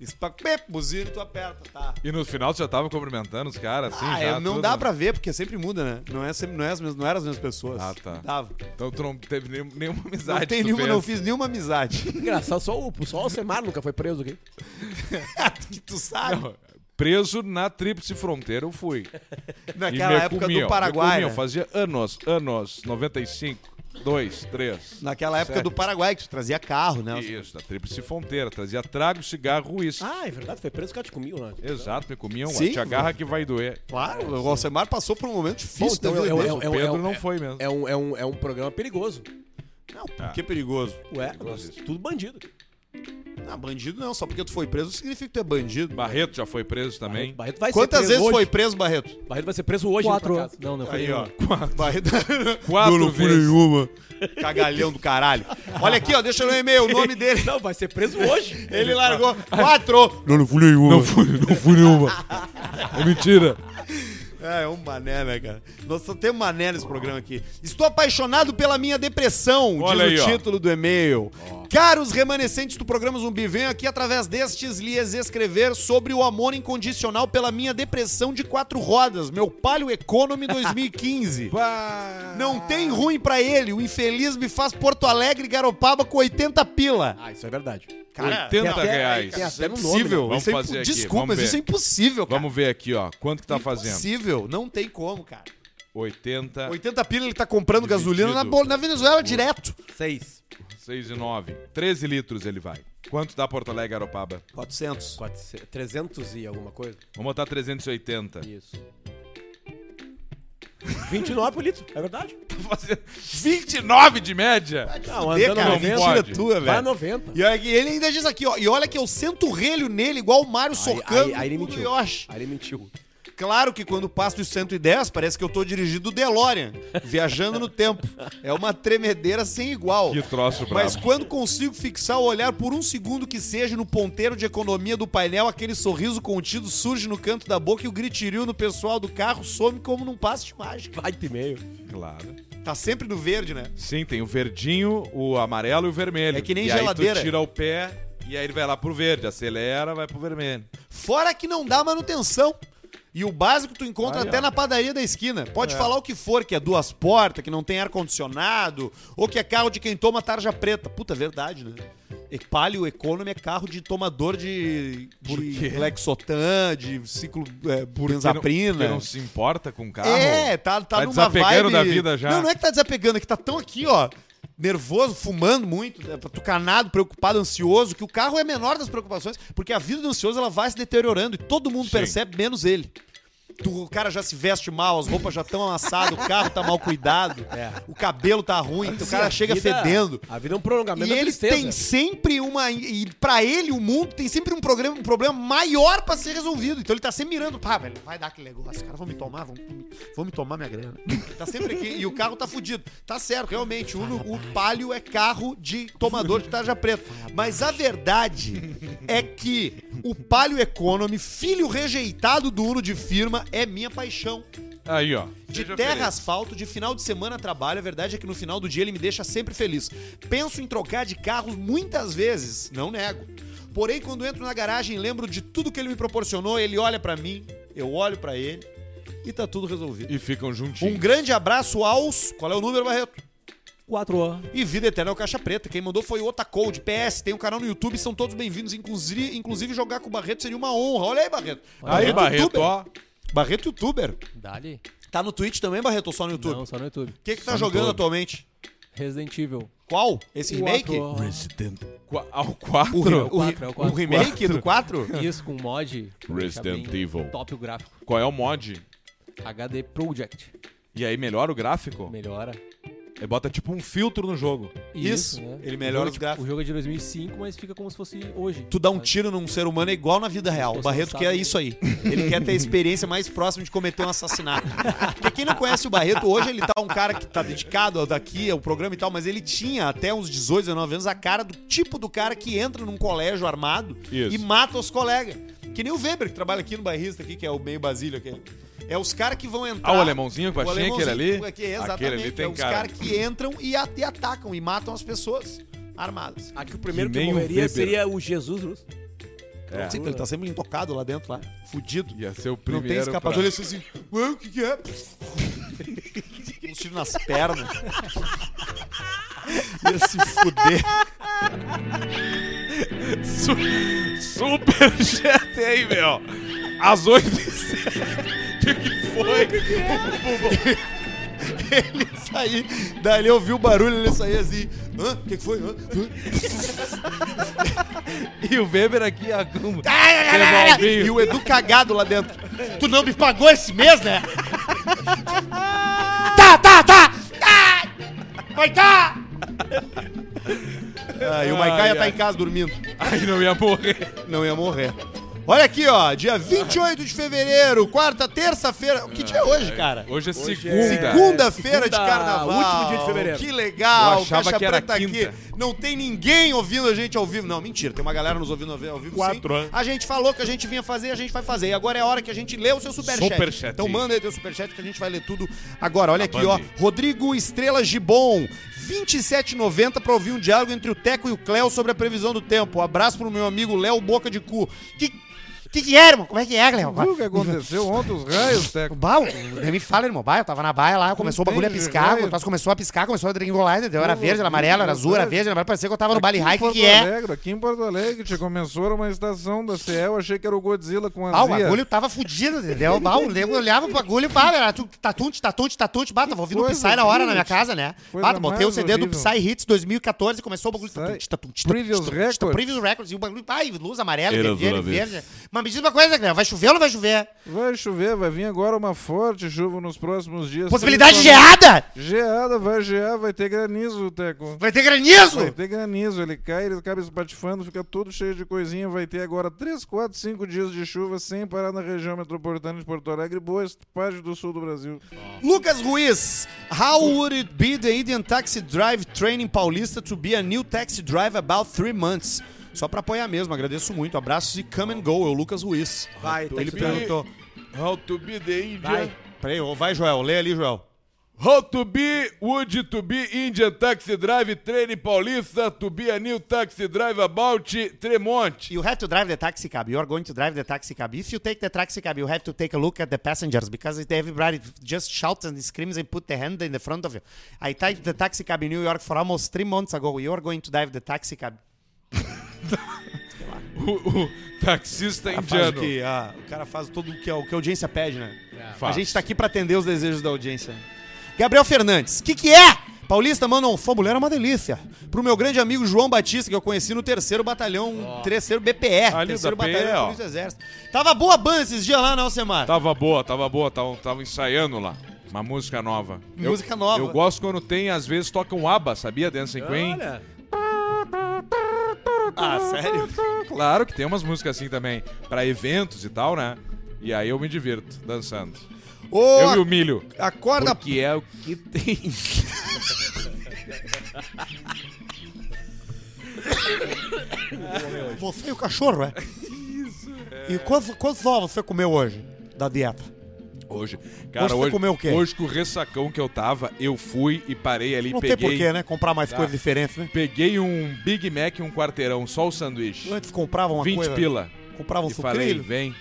Speaker 2: Isso pra pep, buzina e tu aperta, tá?
Speaker 4: E no final tu já tava cumprimentando os caras, assim,
Speaker 2: ah,
Speaker 4: já.
Speaker 2: é, não
Speaker 4: tudo.
Speaker 2: dá pra ver, porque sempre muda, né? Não, é sempre, não, é as mesmas, não eram as mesmas pessoas.
Speaker 4: Ah, tá.
Speaker 2: Dava.
Speaker 4: Então tu não teve nenhum- nenhuma amizade.
Speaker 2: Não, tem
Speaker 4: que tu
Speaker 2: nenhuma,
Speaker 4: fez.
Speaker 2: não fiz nenhuma amizade.
Speaker 3: Engraçado, só o, só o Semar nunca foi preso aqui.
Speaker 2: que tu sabe.
Speaker 4: Não, Preso na Tríplice Fronteira, eu fui.
Speaker 2: Naquela
Speaker 4: me
Speaker 2: época
Speaker 4: comiam,
Speaker 2: do Paraguai.
Speaker 4: me comiam,
Speaker 2: né?
Speaker 4: Fazia anos, anos, 95, 2, 3.
Speaker 2: Naquela época
Speaker 4: Certo.
Speaker 2: do Paraguai, que tu trazia carro, né?
Speaker 4: Isso, da Tríplice Fronteira. Trazia trago, cigarro, uísque.
Speaker 3: Ah, é verdade, foi preso o cara te comigo, né?
Speaker 4: Exato, me comiam.
Speaker 2: Sim, É
Speaker 4: te agarra que vai doer.
Speaker 2: Claro, o Alcemar passou por um momento difícil
Speaker 3: Bom, então
Speaker 2: da vida
Speaker 3: eu-
Speaker 2: dele.
Speaker 3: eu-
Speaker 4: O Pedro não foi mesmo.
Speaker 3: É um, é, um, é um programa perigoso.
Speaker 4: Tá.
Speaker 2: Não, que é perigoso.
Speaker 3: Ué, nós- tudo bandido.
Speaker 2: Ah, bandido não, só porque tu foi preso significa que tu é bandido.
Speaker 4: Barreto já foi preso também.
Speaker 3: Barreto vai
Speaker 2: Quantas
Speaker 3: ser preso
Speaker 2: vezes
Speaker 3: hoje.
Speaker 2: foi preso, Barreto?
Speaker 3: Barreto vai ser preso hoje,
Speaker 8: Quatro.
Speaker 3: na tua casa. É.
Speaker 8: Não, não, foi
Speaker 2: Aí,
Speaker 8: nenhum.
Speaker 2: ó. Barreto.
Speaker 4: Quatro
Speaker 2: Eu não fui
Speaker 4: vezes.
Speaker 2: nenhuma. Cagalhão do caralho. Olha aqui, ó, deixa no e-mail o nome dele.
Speaker 3: Não, vai ser preso hoje.
Speaker 2: Ele largou quatro.
Speaker 4: Não fui, não fui nenhuma. É mentira.
Speaker 2: Ah, é um mané, né, cara? Nós só temos mané nesse programa aqui. Estou apaixonado pela minha depressão,
Speaker 4: Olha aí,
Speaker 2: diz o
Speaker 4: ó.
Speaker 2: título do e-mail. Caros remanescentes do programa Zumbi, venho aqui através destes lhes escrever sobre o amor incondicional pela minha depressão de quatro rodas, meu Palio Economy 2015. Não tem ruim pra ele, o infeliz me faz Porto Alegre e Garopaba com 80 pila.
Speaker 3: Ah, isso é verdade.
Speaker 4: 80 reais.
Speaker 3: Tem até no nome, né?
Speaker 2: Impossível.
Speaker 4: Vamos
Speaker 2: Tá. isso é impo-
Speaker 4: fazer aqui,
Speaker 2: Desculpa,
Speaker 4: vamos
Speaker 2: mas isso é
Speaker 4: ver.
Speaker 2: impossível, cara.
Speaker 4: Vamos ver aqui, ó. Quanto que tá fazendo?
Speaker 2: Impossível, não tem como, cara.
Speaker 4: 80,
Speaker 2: 80 pila ele tá comprando gasolina na,
Speaker 4: Dividido.
Speaker 2: bol- na Venezuela direto.
Speaker 3: né? 6.
Speaker 4: 6 e 9. 13 litros ele vai. Quanto dá Porto Alegre, Garopaba?
Speaker 2: 400.
Speaker 3: 300 e alguma coisa?
Speaker 4: Vamos botar 380.
Speaker 3: Isso. 29 por litro, é verdade.
Speaker 4: Fazer 29 de média?
Speaker 3: Não,
Speaker 2: Dê, cara,
Speaker 4: não
Speaker 2: mentira
Speaker 4: pode.
Speaker 2: tua,
Speaker 3: Vai a
Speaker 2: velho.
Speaker 3: 90.
Speaker 2: E aí, ele ainda diz aqui, ó. E olha que eu sento o relho nele igual o Mário socando
Speaker 3: aí- aí ele
Speaker 2: o
Speaker 3: mentiu.
Speaker 2: Yoshi.
Speaker 3: Aí ele mentiu.
Speaker 2: Claro que quando passo dos 110, parece que eu tô dirigindo o DeLorean, viajando no tempo. É uma tremedeira sem igual.
Speaker 4: Que troço
Speaker 2: Mas
Speaker 4: brabo.
Speaker 2: quando consigo fixar o olhar por um segundo que seja no ponteiro de economia do painel, aquele sorriso contido surge no canto da boca e o gritirio no pessoal do carro some como num passe de mágica.
Speaker 3: Vai e meio.
Speaker 4: Claro.
Speaker 2: Tá sempre no verde, né?
Speaker 4: Sim, tem o verdinho, o amarelo e o vermelho.
Speaker 2: É que nem
Speaker 4: e Aí
Speaker 2: geladeira.
Speaker 4: tu tira o pé e aí ele vai lá pro verde, acelera, vai pro vermelho.
Speaker 2: Fora que não dá manutenção. E o básico tu encontra até na padaria da esquina. Pode falar o que for, que é duas portas, que não tem ar-condicionado, ou que é carro de quem toma tarja preta. Puta, verdade, né? E Palio Economy é carro de tomador de, de Lexotan, de ciclo é,
Speaker 4: Porque não, porque
Speaker 2: benzaprina.
Speaker 4: não se importa com o carro.
Speaker 2: É, tá, tá,
Speaker 4: Tá
Speaker 2: numa vibe...
Speaker 4: desapegando da vida já.
Speaker 2: Não, não é que tá desapegando, é que tá tão aqui, ó, nervoso, fumando muito, né, tucanado, preocupado, ansioso, que o carro é a menor das preocupações, porque a vida do ansioso, ela vai se deteriorando e todo mundo
Speaker 4: Sim.
Speaker 2: percebe, menos ele. Tu- o cara já se veste mal, as roupas já estão amassadas, o carro tá mal cuidado,
Speaker 4: É.
Speaker 2: o cabelo tá ruim, o cara
Speaker 3: A
Speaker 2: chega
Speaker 3: vida-
Speaker 2: fedendo.
Speaker 3: A vida é um
Speaker 2: E
Speaker 3: prolongamento da
Speaker 2: ele
Speaker 3: tristeza.
Speaker 2: tem sempre uma. E pra ele, o mundo tem sempre um, programa, um problema maior pra ser resolvido. Então ele tá sempre mirando. Pá, velho, vai dar aquele negócio. Cara, vão me tomar, vão, vão me tomar minha grana. tá sempre aqui. E o carro tá fudido. Tá certo, realmente. O, Uno- o Palio é carro de tomador de tarja preta. Mas a verdade é que o Palio Economy, filho rejeitado do Uno de firma, é minha paixão.
Speaker 4: Aí, ó.
Speaker 2: De
Speaker 4: Seja
Speaker 2: terra,
Speaker 4: feliz.
Speaker 2: asfalto, de final de semana trabalho, a verdade é que no final do dia ele me deixa sempre feliz. Penso em trocar de carro muitas vezes, não nego. Porém, quando entro na garagem, lembro de tudo que ele me proporcionou, ele olha pra mim, eu olho pra ele e tá tudo resolvido.
Speaker 4: E ficam
Speaker 2: Um
Speaker 4: juntinhos.
Speaker 2: grande abraço aos. Qual é o número, Barreto?
Speaker 3: 4 anos.
Speaker 2: E Vida Eterna é o Caixa Preta. Quem mandou foi o Otacode. PS, tem um canal no YouTube, são todos bem-vindos. Inclusive, inclusive, jogar com o Barreto seria uma honra. Olha aí, Barreto.
Speaker 4: Aí, Barreto,
Speaker 2: Um youtuber.
Speaker 4: ó.
Speaker 2: Barreto youtuber.
Speaker 8: Dali?
Speaker 2: Tá no Twitch também, Barreto, ou só no YouTube?
Speaker 8: Não, só no YouTube.
Speaker 2: O que que tá jogando
Speaker 4: todo.
Speaker 2: atualmente?
Speaker 8: Resident Evil.
Speaker 2: Qual? Esse remake?
Speaker 8: Quatro, ó.
Speaker 4: Qua- Ao quarto.
Speaker 2: O, re-
Speaker 8: É o
Speaker 2: o re-
Speaker 8: quatro, é o
Speaker 2: o
Speaker 8: quatro.
Speaker 2: remake do 4?
Speaker 8: Isso, com mod. pra deixar
Speaker 4: Resident
Speaker 8: bem
Speaker 4: Evil.
Speaker 8: Top o gráfico.
Speaker 4: Qual é o mod?
Speaker 8: HD Project.
Speaker 4: E aí melhora o gráfico?
Speaker 8: Melhora.
Speaker 4: E bota tipo um filtro no jogo.
Speaker 2: Isso,
Speaker 3: né?
Speaker 2: ele
Speaker 8: O jogo é
Speaker 2: melhora
Speaker 3: tipo,
Speaker 2: os
Speaker 8: de-
Speaker 2: gráficos.
Speaker 8: O jogo é de 2005, mas fica como se fosse hoje.
Speaker 2: Tu dá um tiro num ser humano é igual na vida real. O Barreto quer isso aí. Ele quer ter a experiência mais próxima de cometer um assassinato. Porque quem não conhece o Barreto, hoje ele tá um cara que tá dedicado ao daqui, ao programa e tal, mas ele tinha até uns 18, 19 anos a cara do tipo do cara que entra num colégio armado
Speaker 4: Isso.
Speaker 2: e mata os colegas. Que nem o Weber, que trabalha aqui no Barrista, aqui, que é o meio Basílio aquele. É os caras que vão entrar.
Speaker 4: Ah, o alemãozinho, baixinho,
Speaker 2: alemãozinho,
Speaker 4: aquele ali?
Speaker 2: aqui, exatamente.
Speaker 4: Aquele ali tem
Speaker 2: é os
Speaker 4: cara.
Speaker 2: caras que entram e, a- e atacam e matam as pessoas armadas.
Speaker 3: Aqui o primeiro
Speaker 4: Que
Speaker 3: que,
Speaker 4: nem o
Speaker 3: morreria
Speaker 4: Weber.
Speaker 3: seria o Jesus Russo.
Speaker 2: Não sei, ele tá sempre intocado lá dentro, lá. Fudido.
Speaker 4: Ia ser o
Speaker 2: Não
Speaker 4: primeiro.
Speaker 2: tem escapatória,
Speaker 4: pra-
Speaker 2: ele assim, ué, o que que é? Um tiro nas pernas. Ia se fuder.
Speaker 4: Super Jet aí, meu. Às 8 e 7. O que foi?
Speaker 2: Ele sair, daí ele ouviu o barulho, ele saiu assim, hã? O que que foi? Hã? Hã?
Speaker 4: E o Weber aqui, a cama. Revolvinho.
Speaker 2: E o Edu cagado lá dentro. Tu não me pagou esse mês, né? tá, tá, tá! Tá! Vai tá! Ah, e o Maicaia
Speaker 4: Ai,
Speaker 2: tá
Speaker 4: ai.
Speaker 2: em casa dormindo.
Speaker 4: Ai, não ia morrer.
Speaker 2: Não ia morrer. Olha aqui, ó. Dia 28 de fevereiro, quarta, terça-feira. Que dia é hoje, cara?
Speaker 4: Hoje é
Speaker 3: é-
Speaker 4: segunda.
Speaker 2: Segunda-feira de
Speaker 3: Segunda,
Speaker 2: carnaval.
Speaker 3: último dia de fevereiro.
Speaker 2: Que legal.
Speaker 4: Eu achava
Speaker 2: Caixa
Speaker 4: que era
Speaker 2: preta
Speaker 4: quinta.
Speaker 2: aqui. Não tem ninguém ouvindo a gente ao vivo. Não, mentira. Tem uma galera nos ouvindo ao vivo.
Speaker 5: Quatro,
Speaker 2: sim.
Speaker 5: né?
Speaker 2: A gente falou que a gente vinha fazer, a gente vai fazer. E agora é a hora que a gente lê o seu superchat.
Speaker 4: Superchat.
Speaker 2: Então manda aí teu superchat que a gente vai ler tudo agora. Olha aqui,
Speaker 4: Band.
Speaker 2: ó. Rodrigo Estrela Gibon. 27,90 pra ouvir um diálogo entre o Teco e o Cléo sobre a previsão do tempo. abraço pro meu amigo Léo Boca de Cu. Que que, que é, irmão? Como é que é, Cléo?
Speaker 7: Viu o que aconteceu ontem, os raios, né? Teco?
Speaker 2: Bah, o- nem me fala, irmão. Bah, eu tava na baia lá, começou o bagulho a
Speaker 7: tem
Speaker 2: piscar,
Speaker 7: jeito.
Speaker 2: o troço começou a piscar, começou a dringolar, entendeu? Era
Speaker 7: Não,
Speaker 2: verde, era amarelo, era azul, era
Speaker 7: verdade.
Speaker 2: verde, era amarelo, parecia que eu tava no Bali
Speaker 7: Aqui em
Speaker 2: High, que
Speaker 7: Porto
Speaker 2: que é?
Speaker 7: Alegre, aqui em Porto Alegre, te começou era uma estação da CE, eu achei que era o Godzilla com
Speaker 2: Ah, o
Speaker 7: azia.
Speaker 2: bagulho tava fudido, entendeu? Bah, o nego olhava pro bagulho e pá, era tu- tatunte, tatunte, tatunte, bah, tava ouvindo o
Speaker 7: coisa
Speaker 2: Psy na hora na
Speaker 7: horrível.
Speaker 2: minha casa, né?
Speaker 7: Coisa
Speaker 2: Bah, botei o
Speaker 7: mais
Speaker 2: CD do
Speaker 7: horrível.
Speaker 2: Psy Hits 2014, começou o bagulho,
Speaker 7: Psy-
Speaker 2: tatunte, tatunte,
Speaker 7: Previous
Speaker 2: tatunte, tatunte,
Speaker 7: Records.
Speaker 2: Previous Records, e o bagulho, ai, luz amarela,
Speaker 4: Era
Speaker 2: vermelha,
Speaker 4: dura vez.
Speaker 2: verde. Mas me diz uma coisa, cara, vai chover ou não vai chover?
Speaker 7: Vai chover, vai vir agora uma forte chuva nos próximos dias.
Speaker 2: Possibilidade de
Speaker 7: principalmente-
Speaker 2: geada?
Speaker 7: Geada, vai gear, vai ter granizo, Teco.
Speaker 2: Vai ter granizo?
Speaker 7: Vai ter granizo, ele cai, ele acaba espatifando, fica todo cheio de coisinha. Vai ter agora 3, 4, 5 dias de chuva sem parar na região metropolitana de Porto Alegre, boa parte do sul do Brasil.
Speaker 2: Lucas Ruiz, how would it be the Indian taxi drive training paulista to be a new taxi drive about three months? Só pra apoiar mesmo, agradeço muito. Abraços e come and go, é o Lucas Ruiz.
Speaker 5: Vai, tá
Speaker 2: Ele
Speaker 5: aqui.
Speaker 2: perguntou.
Speaker 4: How to be the Indian.
Speaker 2: Peraí, ô, vai, Joel, lê ali, Joel.
Speaker 4: How to be, would you to be Indian taxi drive train paulista to be a new taxi drive about Tremonte?
Speaker 2: You have to drive the taxi cab. You are going to drive the taxi cab. If you take the taxi cab, you have to take a look at the passengers because it- everybody just shouts and screams and put the hand in the front of you. I typed the taxi cab in New York for almost three months ago. You are going to drive the taxi cab.
Speaker 4: O, o taxista
Speaker 2: Faz o
Speaker 4: indiano. É.
Speaker 2: que, ah, o cara faz tudo o que, a- o que a audiência pede, né?
Speaker 4: Faz.
Speaker 2: A gente tá aqui pra atender os desejos da audiência. Gabriel Fernandes, que que é? Paulista, mano, sua mulher é uma delícia. Pro meu grande amigo João Batista, que eu conheci no terceiro batalhão, terceiro BPR,
Speaker 4: Ali
Speaker 2: terceiro
Speaker 4: da
Speaker 2: batalhão
Speaker 4: PE,
Speaker 2: da
Speaker 4: ó. Tá.
Speaker 2: Polícia do Exército. Tava boa a banda esses dias lá, não, Alcemar?
Speaker 4: Tava boa, tava boa, tava, tava ensaiando lá. Uma música nova. Eu-
Speaker 2: Música nova.
Speaker 4: Eu gosto quando tem, às vezes, toca um ABBA, sabia? Dancing Queen.
Speaker 3: Olha,
Speaker 2: Ah, sério?
Speaker 4: Claro que tem umas músicas assim também, pra eventos e tal, né? E aí eu me divirto dançando.
Speaker 2: Ô,
Speaker 4: Eu me humilho.
Speaker 2: a- acorda...
Speaker 4: Porque é o que tem.
Speaker 2: Você e o cachorro, é? E quantos, quantos ovos você comeu hoje da dieta?
Speaker 4: Hoje. Cara,
Speaker 2: Hoje
Speaker 4: hoje,
Speaker 2: você comeu o quê?
Speaker 4: Hoje com o ressacão que eu tava, eu fui e parei ali,
Speaker 2: Não tem
Speaker 4: peguei.
Speaker 2: porquê, né? Comprar mais coisas diferentes, né?
Speaker 4: Peguei um Big Mac e um quarteirão, só o sanduíche.
Speaker 2: Antes comprava uma
Speaker 4: 20
Speaker 2: coisa...
Speaker 4: pila.
Speaker 2: Comprava um
Speaker 4: e falei,
Speaker 2: sucrilho,
Speaker 4: vem.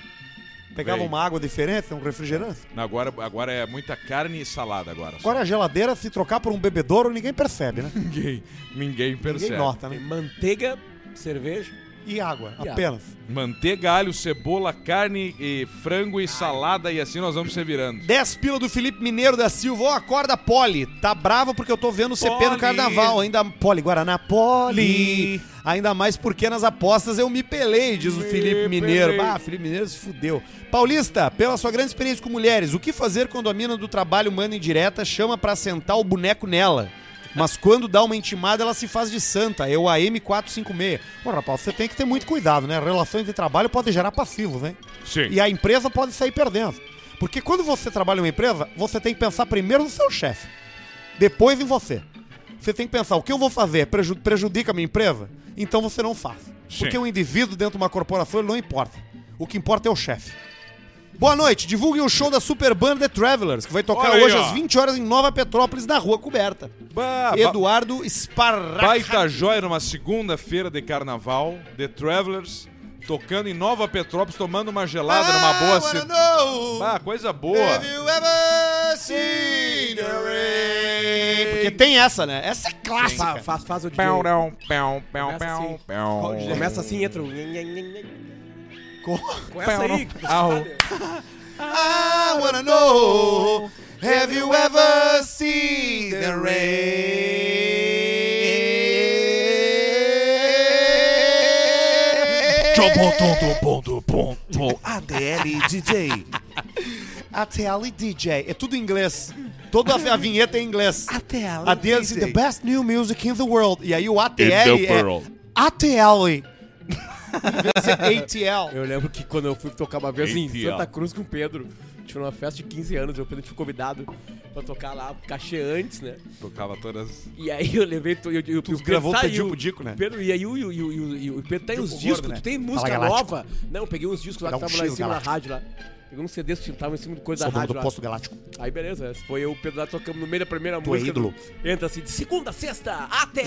Speaker 2: pegava
Speaker 4: vem.
Speaker 2: uma água diferente, um refrigerante.
Speaker 4: Agora, agora é muita carne e salada agora. só.
Speaker 2: Agora a geladeira, se trocar por um bebedouro, ninguém percebe, né?
Speaker 4: Ninguém, ninguém percebe.
Speaker 2: Ninguém nota,
Speaker 3: tem
Speaker 2: né?
Speaker 3: manteiga, cerveja.
Speaker 2: E água,
Speaker 3: água.
Speaker 2: apenas.
Speaker 4: Manteiga, alho, cebola, carne, e frango e salada e assim nós vamos se virando.
Speaker 2: 10 pila do Felipe Mineiro da Silva. Ô, acorda, Poli. Tá bravo porque eu tô vendo o CP no
Speaker 4: Poli.
Speaker 2: carnaval. Ainda. Poli, Guaraná, Poli. Ainda mais porque nas apostas eu me pelei, diz o Felipe Mineiro.
Speaker 4: pelei.
Speaker 2: Ah, Felipe Mineiro se fudeu. Paulista, pela sua grande experiência com mulheres, o que fazer quando a mina do trabalho manda em direta chama pra sentar o boneco nela? Mas quando dá uma intimada, ela se faz de santa. É o AM456. Pô, rapaz, você tem que ter muito cuidado, né? Relações de trabalho podem gerar passivos, né?
Speaker 4: Sim.
Speaker 2: E a empresa pode sair perdendo. Porque quando você trabalha em uma empresa, você tem que pensar primeiro no seu chefe, depois em você. Você tem que pensar, o que eu vou fazer preju- prejudica a minha empresa? Então você não faz. Porque o indivíduo dentro de uma corporação ele não importa. O que importa é o chefe. Boa noite, divulguem o show da Super Band The Travelers, que vai tocar
Speaker 4: Olha aí,
Speaker 2: hoje
Speaker 4: ó.
Speaker 2: às 20 horas em Nova Petrópolis, na Rua Coberta.
Speaker 4: Bah, ba-
Speaker 2: Eduardo Sparra.
Speaker 4: Baita joia numa segunda-feira de carnaval, The Travelers, tocando em Nova Petrópolis, tomando uma gelada numa boa cidade. Ah, coisa boa.
Speaker 2: um Porque tem essa, né? Essa é
Speaker 3: Fa-
Speaker 2: clássica.
Speaker 3: faz, faz o DJ.
Speaker 7: Pão, pão, pão,
Speaker 3: Começa assim. Começa assim, entra um... Com essa aí.
Speaker 2: I wanna know Have you ever seen the rain?
Speaker 5: ADL DJ.
Speaker 2: ATL DJ. É tudo em inglês. Toda a a vinheta é em inglês.
Speaker 5: ATL
Speaker 2: A dance é is the best new music in the world. E aí o ATL
Speaker 4: In the
Speaker 2: é
Speaker 4: world.
Speaker 2: ATL.
Speaker 5: Em vez de ser ATL.
Speaker 3: Eu lembro que quando eu fui tocar uma vez em
Speaker 4: ATL.
Speaker 3: Santa Cruz com o Pedro, tinha uma festa de 15 anos, eu e o Pedro tinha convidado pra tocar lá, cachê antes, né?
Speaker 4: Tocava todas.
Speaker 3: E aí eu levei. to- Eu, eu, tu
Speaker 2: gravou o Pediu Pudico, né?
Speaker 3: Pedro, e aí o, o, o, o, o Pedro tem os
Speaker 2: gordo,
Speaker 3: discos,
Speaker 2: né?
Speaker 3: tu tem música
Speaker 5: Galáctico.
Speaker 3: nova? Não, eu peguei uns discos lá que
Speaker 5: Dá um
Speaker 3: estavam lá em
Speaker 5: X,
Speaker 3: cima da rádio
Speaker 5: Galáctico.
Speaker 3: lá. Peguei uns CDs que estavam em cima de coisa
Speaker 2: é
Speaker 5: Sou
Speaker 3: da
Speaker 5: dono
Speaker 3: rádio
Speaker 5: do
Speaker 3: lá.
Speaker 5: posto galáctico.
Speaker 3: Aí beleza, esse foi eu, o Pedro lá tocamos no meio da primeira
Speaker 5: Tu é
Speaker 3: música.
Speaker 5: ídolo.
Speaker 3: Entra assim, de segunda, a sexta, até.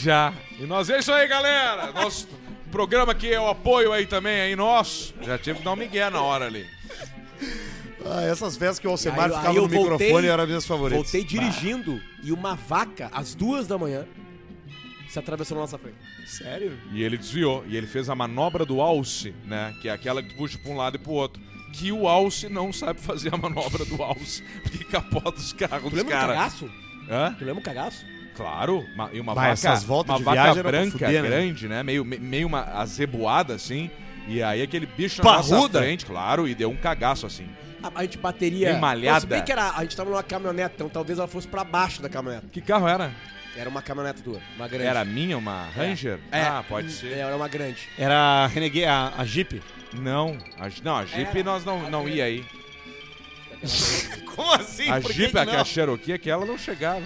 Speaker 4: Já. E nós é isso aí, galera. Nosso programa que eu apoio aí também, aí nosso. Já tive que dar um migué na hora ali.
Speaker 2: Ah, essas festas que o
Speaker 3: Aí
Speaker 2: Alcemar
Speaker 3: eu-
Speaker 2: ficava
Speaker 3: aí eu
Speaker 2: no
Speaker 3: voltei-
Speaker 2: microfone eram minhas favoritas.
Speaker 3: Voltei dirigindo e uma vaca, às duas da manhã, se atravessou na nossa frente. Sério?
Speaker 4: E ele desviou. E ele fez a manobra do alce, né? Que é aquela que puxa pra um lado e pro outro. Que o alce não sabe fazer a manobra do alce. Porque capota os carros
Speaker 3: Tu
Speaker 4: dos
Speaker 3: lembra o
Speaker 4: caras.
Speaker 3: cagaço?
Speaker 4: Hã?
Speaker 3: Tu lembra o cagaço?
Speaker 4: Claro. uma- e uma
Speaker 2: Bah,
Speaker 4: vaca,
Speaker 2: essas voltas
Speaker 4: uma
Speaker 2: de
Speaker 4: vaca
Speaker 2: viagem era pra
Speaker 4: branca,
Speaker 2: fuder, né?
Speaker 4: grande, né? Meio, me- meio uma azeboada, assim. E aí aquele bicho na nossa
Speaker 2: Parruda?
Speaker 4: frente, claro. E deu um cagaço, assim.
Speaker 3: A, a gente bateria.
Speaker 4: Bem malhada.
Speaker 3: Se bem que era, a gente tava numa caminhonete, então talvez ela fosse pra baixo da caminhonete.
Speaker 4: Que carro era?
Speaker 3: Era uma caminhonete tua, uma grande.
Speaker 4: Era minha, uma Ranger?
Speaker 3: É.
Speaker 4: Ah, pode ser.
Speaker 3: Era uma grande.
Speaker 2: Era a Renegade, a, a Jeep.
Speaker 4: Não, a, não, a Jeep
Speaker 3: Era.
Speaker 4: nós não, não ia aí.
Speaker 2: Como assim?
Speaker 4: a
Speaker 2: Por que
Speaker 4: Jeep,
Speaker 2: que
Speaker 4: a, a
Speaker 2: não?
Speaker 4: Cherokee, aquela não chegava.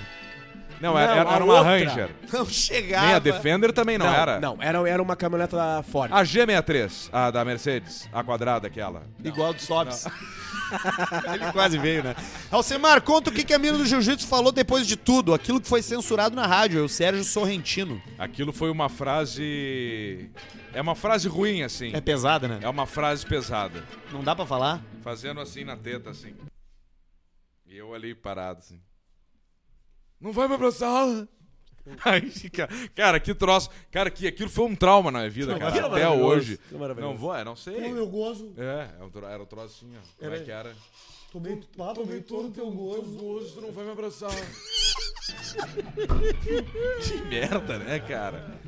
Speaker 4: Não,
Speaker 3: Não,
Speaker 4: era, era-
Speaker 3: a
Speaker 4: era uma
Speaker 3: outra.
Speaker 4: Ranger.
Speaker 2: Não chegava.
Speaker 4: Nem a Defender também não, era.
Speaker 3: Não, era, era uma caminhonete da Ford.
Speaker 4: A G63, a da Mercedes, a quadrada aquela.
Speaker 2: Igual do Sobs. Ele quase veio, né? Alcemar, conta o que, que a mina do Jiu-Jitsu falou depois de tudo. Aquilo que foi censurado na rádio, é o Sérgio Sorrentino.
Speaker 4: Aquilo foi uma frase. É uma frase ruim, assim.
Speaker 2: É pesada, né?
Speaker 4: É uma frase pesada.
Speaker 2: Não dá pra falar?
Speaker 4: Fazendo assim na teta, assim. E eu ali parado, assim. Não vai me abraçar! Aí fica. Cara, que troço. Cara, que aquilo foi um trauma na minha vida,
Speaker 3: Que
Speaker 4: cara. Até
Speaker 3: maravilhoso,
Speaker 4: hoje.
Speaker 3: que maravilhoso.
Speaker 4: Não vou, é, não sei.
Speaker 9: Meu gozo,
Speaker 4: É, é um tro- era um troço assim, ó. Como é que era?
Speaker 9: tomei, lá, tomei todo o teu gozo.
Speaker 4: Hoje tu não vai me abraçar. que merda, né, cara?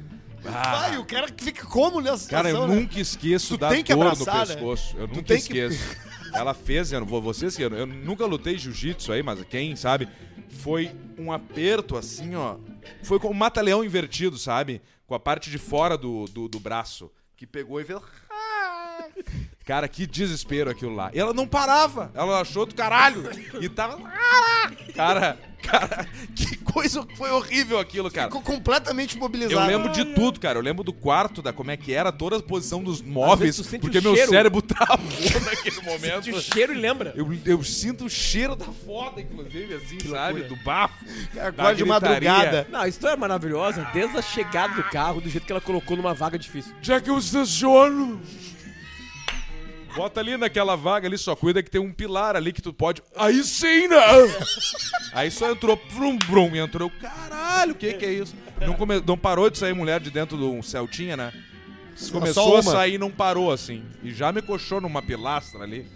Speaker 4: Ah,
Speaker 2: Ai, o cara que fica como nessa
Speaker 4: cara, eu
Speaker 2: situação, né?
Speaker 4: nunca esqueço
Speaker 2: Tu
Speaker 4: da
Speaker 2: tem que
Speaker 4: dor
Speaker 2: abraçar,
Speaker 4: no
Speaker 2: né?
Speaker 4: pescoço. Eu nunca
Speaker 2: tem que-
Speaker 4: esqueço. Ela fez, eu não vou vocês que eu, eu nunca lutei jiu-jitsu aí, mas quem sabe foi um aperto assim, ó. Foi com o mata-leão invertido, sabe? Com a parte de fora do, do, do braço. Que pegou e fez. Cara, que desespero aquilo lá. E ela não parava. Ela achou do caralho. E tava. "Ah!" Cara, cara, que coisa foi horrível aquilo, cara.
Speaker 2: Ficou completamente
Speaker 4: Eu
Speaker 2: mobilizado.
Speaker 4: lembro de tudo, cara. Eu lembro do quarto, da como é que era, toda a posição dos móveis,
Speaker 3: tu sente
Speaker 4: porque
Speaker 3: o
Speaker 4: meu
Speaker 3: cheiro.
Speaker 4: cérebro travou naquele
Speaker 3: De
Speaker 4: momento.
Speaker 3: cheiro e lembra.
Speaker 4: Eu, eu sinto o cheiro da foda, inclusive, assim, sabe? Do bafo.
Speaker 2: Agora
Speaker 4: da
Speaker 2: de
Speaker 4: gritaria.
Speaker 2: madrugada.
Speaker 3: Não, a história é maravilhosa, desde a chegada do carro, do jeito que ela colocou numa vaga difícil.
Speaker 4: Já que eu estaciono. Bota ali naquela vaga ali, só cuida que tem um pilar ali que tu pode. Aí sim, né? Aí só entrou brum brum e entrou. Caralho, o que que é isso? Não, come- não parou de sair mulher de dentro de um Celtinha, né? Começou
Speaker 2: só
Speaker 4: a
Speaker 2: uma.
Speaker 4: sair e não parou assim. E já me coxou numa pilastra ali.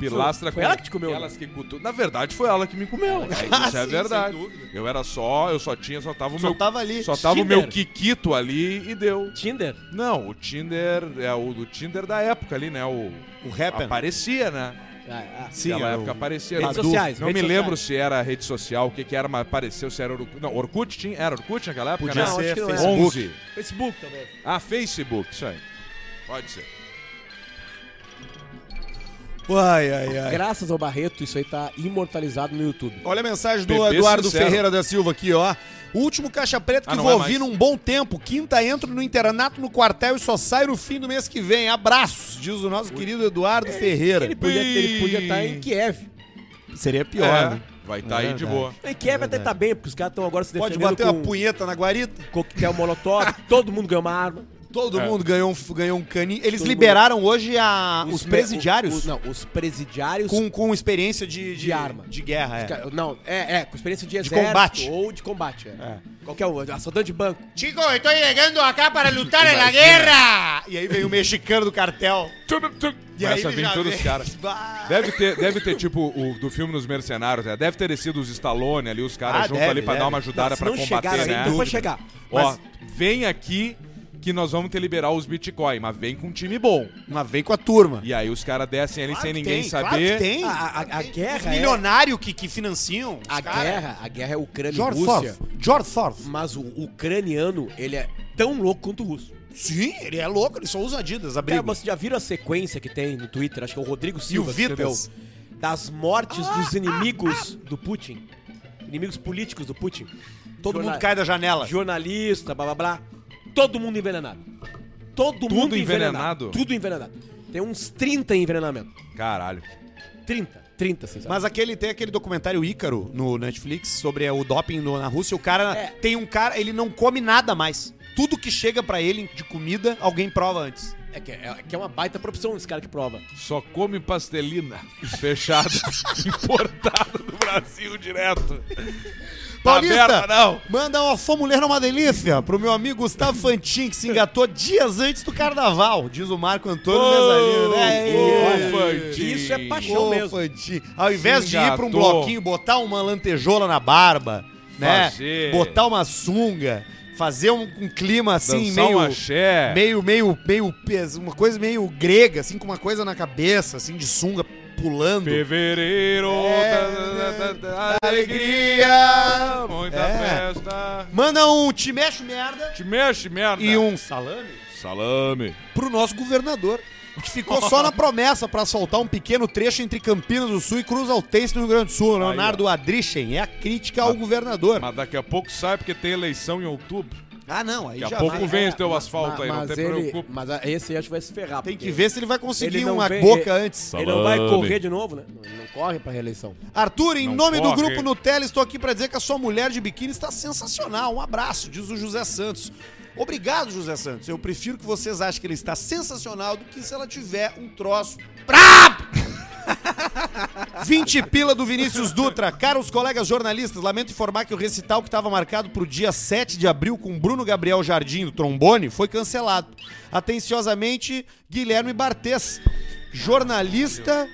Speaker 4: Pilastra
Speaker 3: foi ela que te comeu, né? Ah,
Speaker 4: Elas que cutu... Na verdade, foi ela que me comeu. Isso é verdade. Eu era só, eu só tinha, só tava o
Speaker 2: Só
Speaker 4: meu.
Speaker 2: tava ali.
Speaker 4: Só tava o meu
Speaker 3: Tinder.
Speaker 4: Kikito ali e deu.
Speaker 3: Tinder?
Speaker 4: Não, o Tinder é o do Tinder da época ali, né? O,
Speaker 2: O rapper.
Speaker 4: aparecia, né?
Speaker 3: Ah, ah.
Speaker 2: Sim,
Speaker 4: Naquela
Speaker 2: era
Speaker 4: época
Speaker 2: o-
Speaker 4: aparecia.
Speaker 3: Redes
Speaker 4: Não-
Speaker 3: sociais,
Speaker 4: Não
Speaker 3: redes
Speaker 4: me lembro
Speaker 3: sociais.
Speaker 4: se era rede social, o que que era, mas apareceu se era Orkut. Não, Orkut tinha, era Orkut naquela época,
Speaker 2: Podia
Speaker 4: né?
Speaker 2: ser
Speaker 3: que não era.
Speaker 2: Facebook.
Speaker 4: 11.
Speaker 3: Facebook também.
Speaker 4: Ah, Facebook, isso aí. Pode ser.
Speaker 2: Ai, ai, ai.
Speaker 3: É. Graças ao Barreto, isso aí tá imortalizado no YouTube.
Speaker 2: Olha a mensagem do
Speaker 4: Bebê
Speaker 2: Eduardo
Speaker 4: sincero.
Speaker 2: Ferreira da Silva aqui, ó. O último caixa preto que
Speaker 4: Ah, não
Speaker 2: vou
Speaker 4: é
Speaker 2: ouvir
Speaker 4: mais.
Speaker 2: num bom tempo. Quinta entro no internato no quartel e só saio no fim do mês que vem. Abraços, diz o nosso querido Eduardo Ferreira.
Speaker 3: Ele podia ele podia estar em Kiev.
Speaker 2: Seria pior,
Speaker 4: É,
Speaker 2: né?
Speaker 4: vai estar tá aí de boa.
Speaker 3: Em Kiev até tá bem, porque os caras estão agora se
Speaker 2: Pode
Speaker 3: defendendo
Speaker 2: bater
Speaker 3: com
Speaker 2: uma punheta na guarita.
Speaker 3: coquetel molotov, todo mundo ganhou uma arma.
Speaker 2: Todo mundo ganhou um, ganhou um caninho. Eles
Speaker 3: Todo
Speaker 2: liberaram hoje a- Ah, os,
Speaker 3: pre-
Speaker 2: presidiários
Speaker 3: o- o- não, os presidiários.
Speaker 2: com, com experiência de, de,
Speaker 3: De arma.
Speaker 2: De guerra, é.
Speaker 3: Ca- Não, é, é, com experiência de exército.
Speaker 2: combate.
Speaker 3: Ou de combate, é. Qualquer um, assaltante de banco.
Speaker 2: Chico, estou chegando acá para lutar na guerra! E aí veio o mexicano do cartel. E aí
Speaker 4: Começa a vir
Speaker 2: já
Speaker 4: todos
Speaker 2: vem-
Speaker 4: os caras.
Speaker 2: Bah!
Speaker 4: Deve ter, deve ter tipo, o do filme dos mercenários, né? Deve ter descido os Stallone ali, os caras
Speaker 2: Ah,
Speaker 4: junto
Speaker 2: deve,
Speaker 4: ali pra
Speaker 2: deve.
Speaker 4: dar uma ajudada
Speaker 3: Se
Speaker 4: pra
Speaker 3: não chegaram
Speaker 4: combater,
Speaker 3: aí,
Speaker 4: né?
Speaker 3: então vai chegar.
Speaker 4: Ó, vem aqui que nós vamos te liberar os Bitcoin, mas vem com um time bom.
Speaker 2: Mas vem com a turma.
Speaker 4: E aí os caras descem ali sem
Speaker 2: que
Speaker 4: ninguém
Speaker 2: tem, claro
Speaker 4: saber.
Speaker 2: que tem.
Speaker 3: A, a- a
Speaker 2: Os
Speaker 3: guerra. É,
Speaker 2: milionários que, que financiam. os
Speaker 3: a
Speaker 2: cara.
Speaker 3: guerra, a guerra é Ucrânia e
Speaker 5: George
Speaker 3: Rússia.
Speaker 5: Soros. George Soros.
Speaker 3: Mas o ucraniano, ele é tão louco quanto o russo.
Speaker 2: Sim, ele é louco, ele só usa Adidas,
Speaker 3: Cara,
Speaker 2: abrigo.
Speaker 3: mas já viram a sequência que tem no Twitter? Acho que é o Ah, Rodrigo Silva
Speaker 2: o
Speaker 3: que escreveu.
Speaker 2: Vitas?
Speaker 3: Das mortes dos inimigos do Putin. Inimigos políticos do Putin.
Speaker 2: Todo
Speaker 3: Jorna-
Speaker 2: mundo cai da janela.
Speaker 3: Jornalista, blá blá blá. Todo mundo envenenado. Todo mundo envenenado.
Speaker 4: envenenado?
Speaker 3: Tudo envenenado. Tem uns 30 envenenamentos.
Speaker 4: Caralho.
Speaker 3: 30. 30, assim, sabe?
Speaker 2: Mas aquele tem aquele documentário Ícaro no Netflix sobre é, o doping no- na Rússia. O cara
Speaker 3: É.
Speaker 2: tem um cara, ele não come nada mais. Tudo que chega pra ele de comida, alguém prova antes.
Speaker 3: É que é, é que é uma baita profissão esse cara que prova.
Speaker 4: Só come pastelina fechada, importada do Brasil direto. Tá
Speaker 2: Paulista,
Speaker 4: aberta, não.
Speaker 2: manda uma sua mulher numa delícia pro meu amigo Gustavo Fantin, que se engatou dias antes do carnaval, diz o Marco Antônio Mesalino. É,
Speaker 4: Ô,
Speaker 2: é,
Speaker 4: Fantin.
Speaker 3: Isso é paixão
Speaker 2: Ô,
Speaker 3: mesmo.
Speaker 2: Fantin. Ao invés
Speaker 4: Se
Speaker 2: de ir pra um
Speaker 4: engatou.
Speaker 2: bloquinho, botar uma lantejola na barba, né?
Speaker 4: Fazer.
Speaker 2: Botar uma sunga, fazer um, um clima assim,
Speaker 4: Dançar
Speaker 2: meio.
Speaker 4: um axé.
Speaker 2: Meio, meio, meio peso, uma coisa meio grega, assim, com uma coisa na cabeça, assim, de sunga, pulando.
Speaker 4: Fevereiro,
Speaker 2: É.
Speaker 4: tá, tá, tá, tá, alegria, muita
Speaker 2: É.
Speaker 4: festa.
Speaker 2: Manda um te mexe merda
Speaker 4: Te mexe, merda.
Speaker 2: e um salame
Speaker 4: salame.
Speaker 2: pro nosso governador. Que ficou só na promessa pra soltar um pequeno trecho entre Campinas do Sul e Cruz Altense no Rio Grande do Sul. Leonardo Adrichen é a crítica ao governador.
Speaker 4: Mas daqui a pouco sai porque tem eleição em outubro.
Speaker 2: Ah, não, aí
Speaker 4: Daqui
Speaker 2: já
Speaker 4: a pouco
Speaker 2: vai. É.
Speaker 4: vem esse teu asfalto aí, não
Speaker 3: Ah, mas,
Speaker 4: te
Speaker 3: ele,
Speaker 4: preocupa.
Speaker 3: mas a- esse aí acho que vai se ferrar.
Speaker 2: Tem que
Speaker 3: porque
Speaker 2: ver se ele vai conseguir
Speaker 3: Ele não
Speaker 2: uma
Speaker 3: vem-
Speaker 2: boca antes.
Speaker 3: Ele não vai correr de novo, né? Ele não corre pra reeleição.
Speaker 2: Arthur, em
Speaker 4: Não
Speaker 2: nome do
Speaker 4: corre.
Speaker 2: grupo Nutella, estou aqui para dizer que a sua mulher de biquíni está sensacional. Um abraço, diz o José Santos. Obrigado, José Santos. Eu prefiro que vocês achem que ele está sensacional do que se ela tiver um troço brabo. 20 pila do Vinícius Dutra. Caros colegas jornalistas, lamento informar que o recital que estava marcado para o dia 7 de abril com Bruno Gabriel Jardim do trombone foi cancelado. Atenciosamente, Guilherme Bartes, jornalista,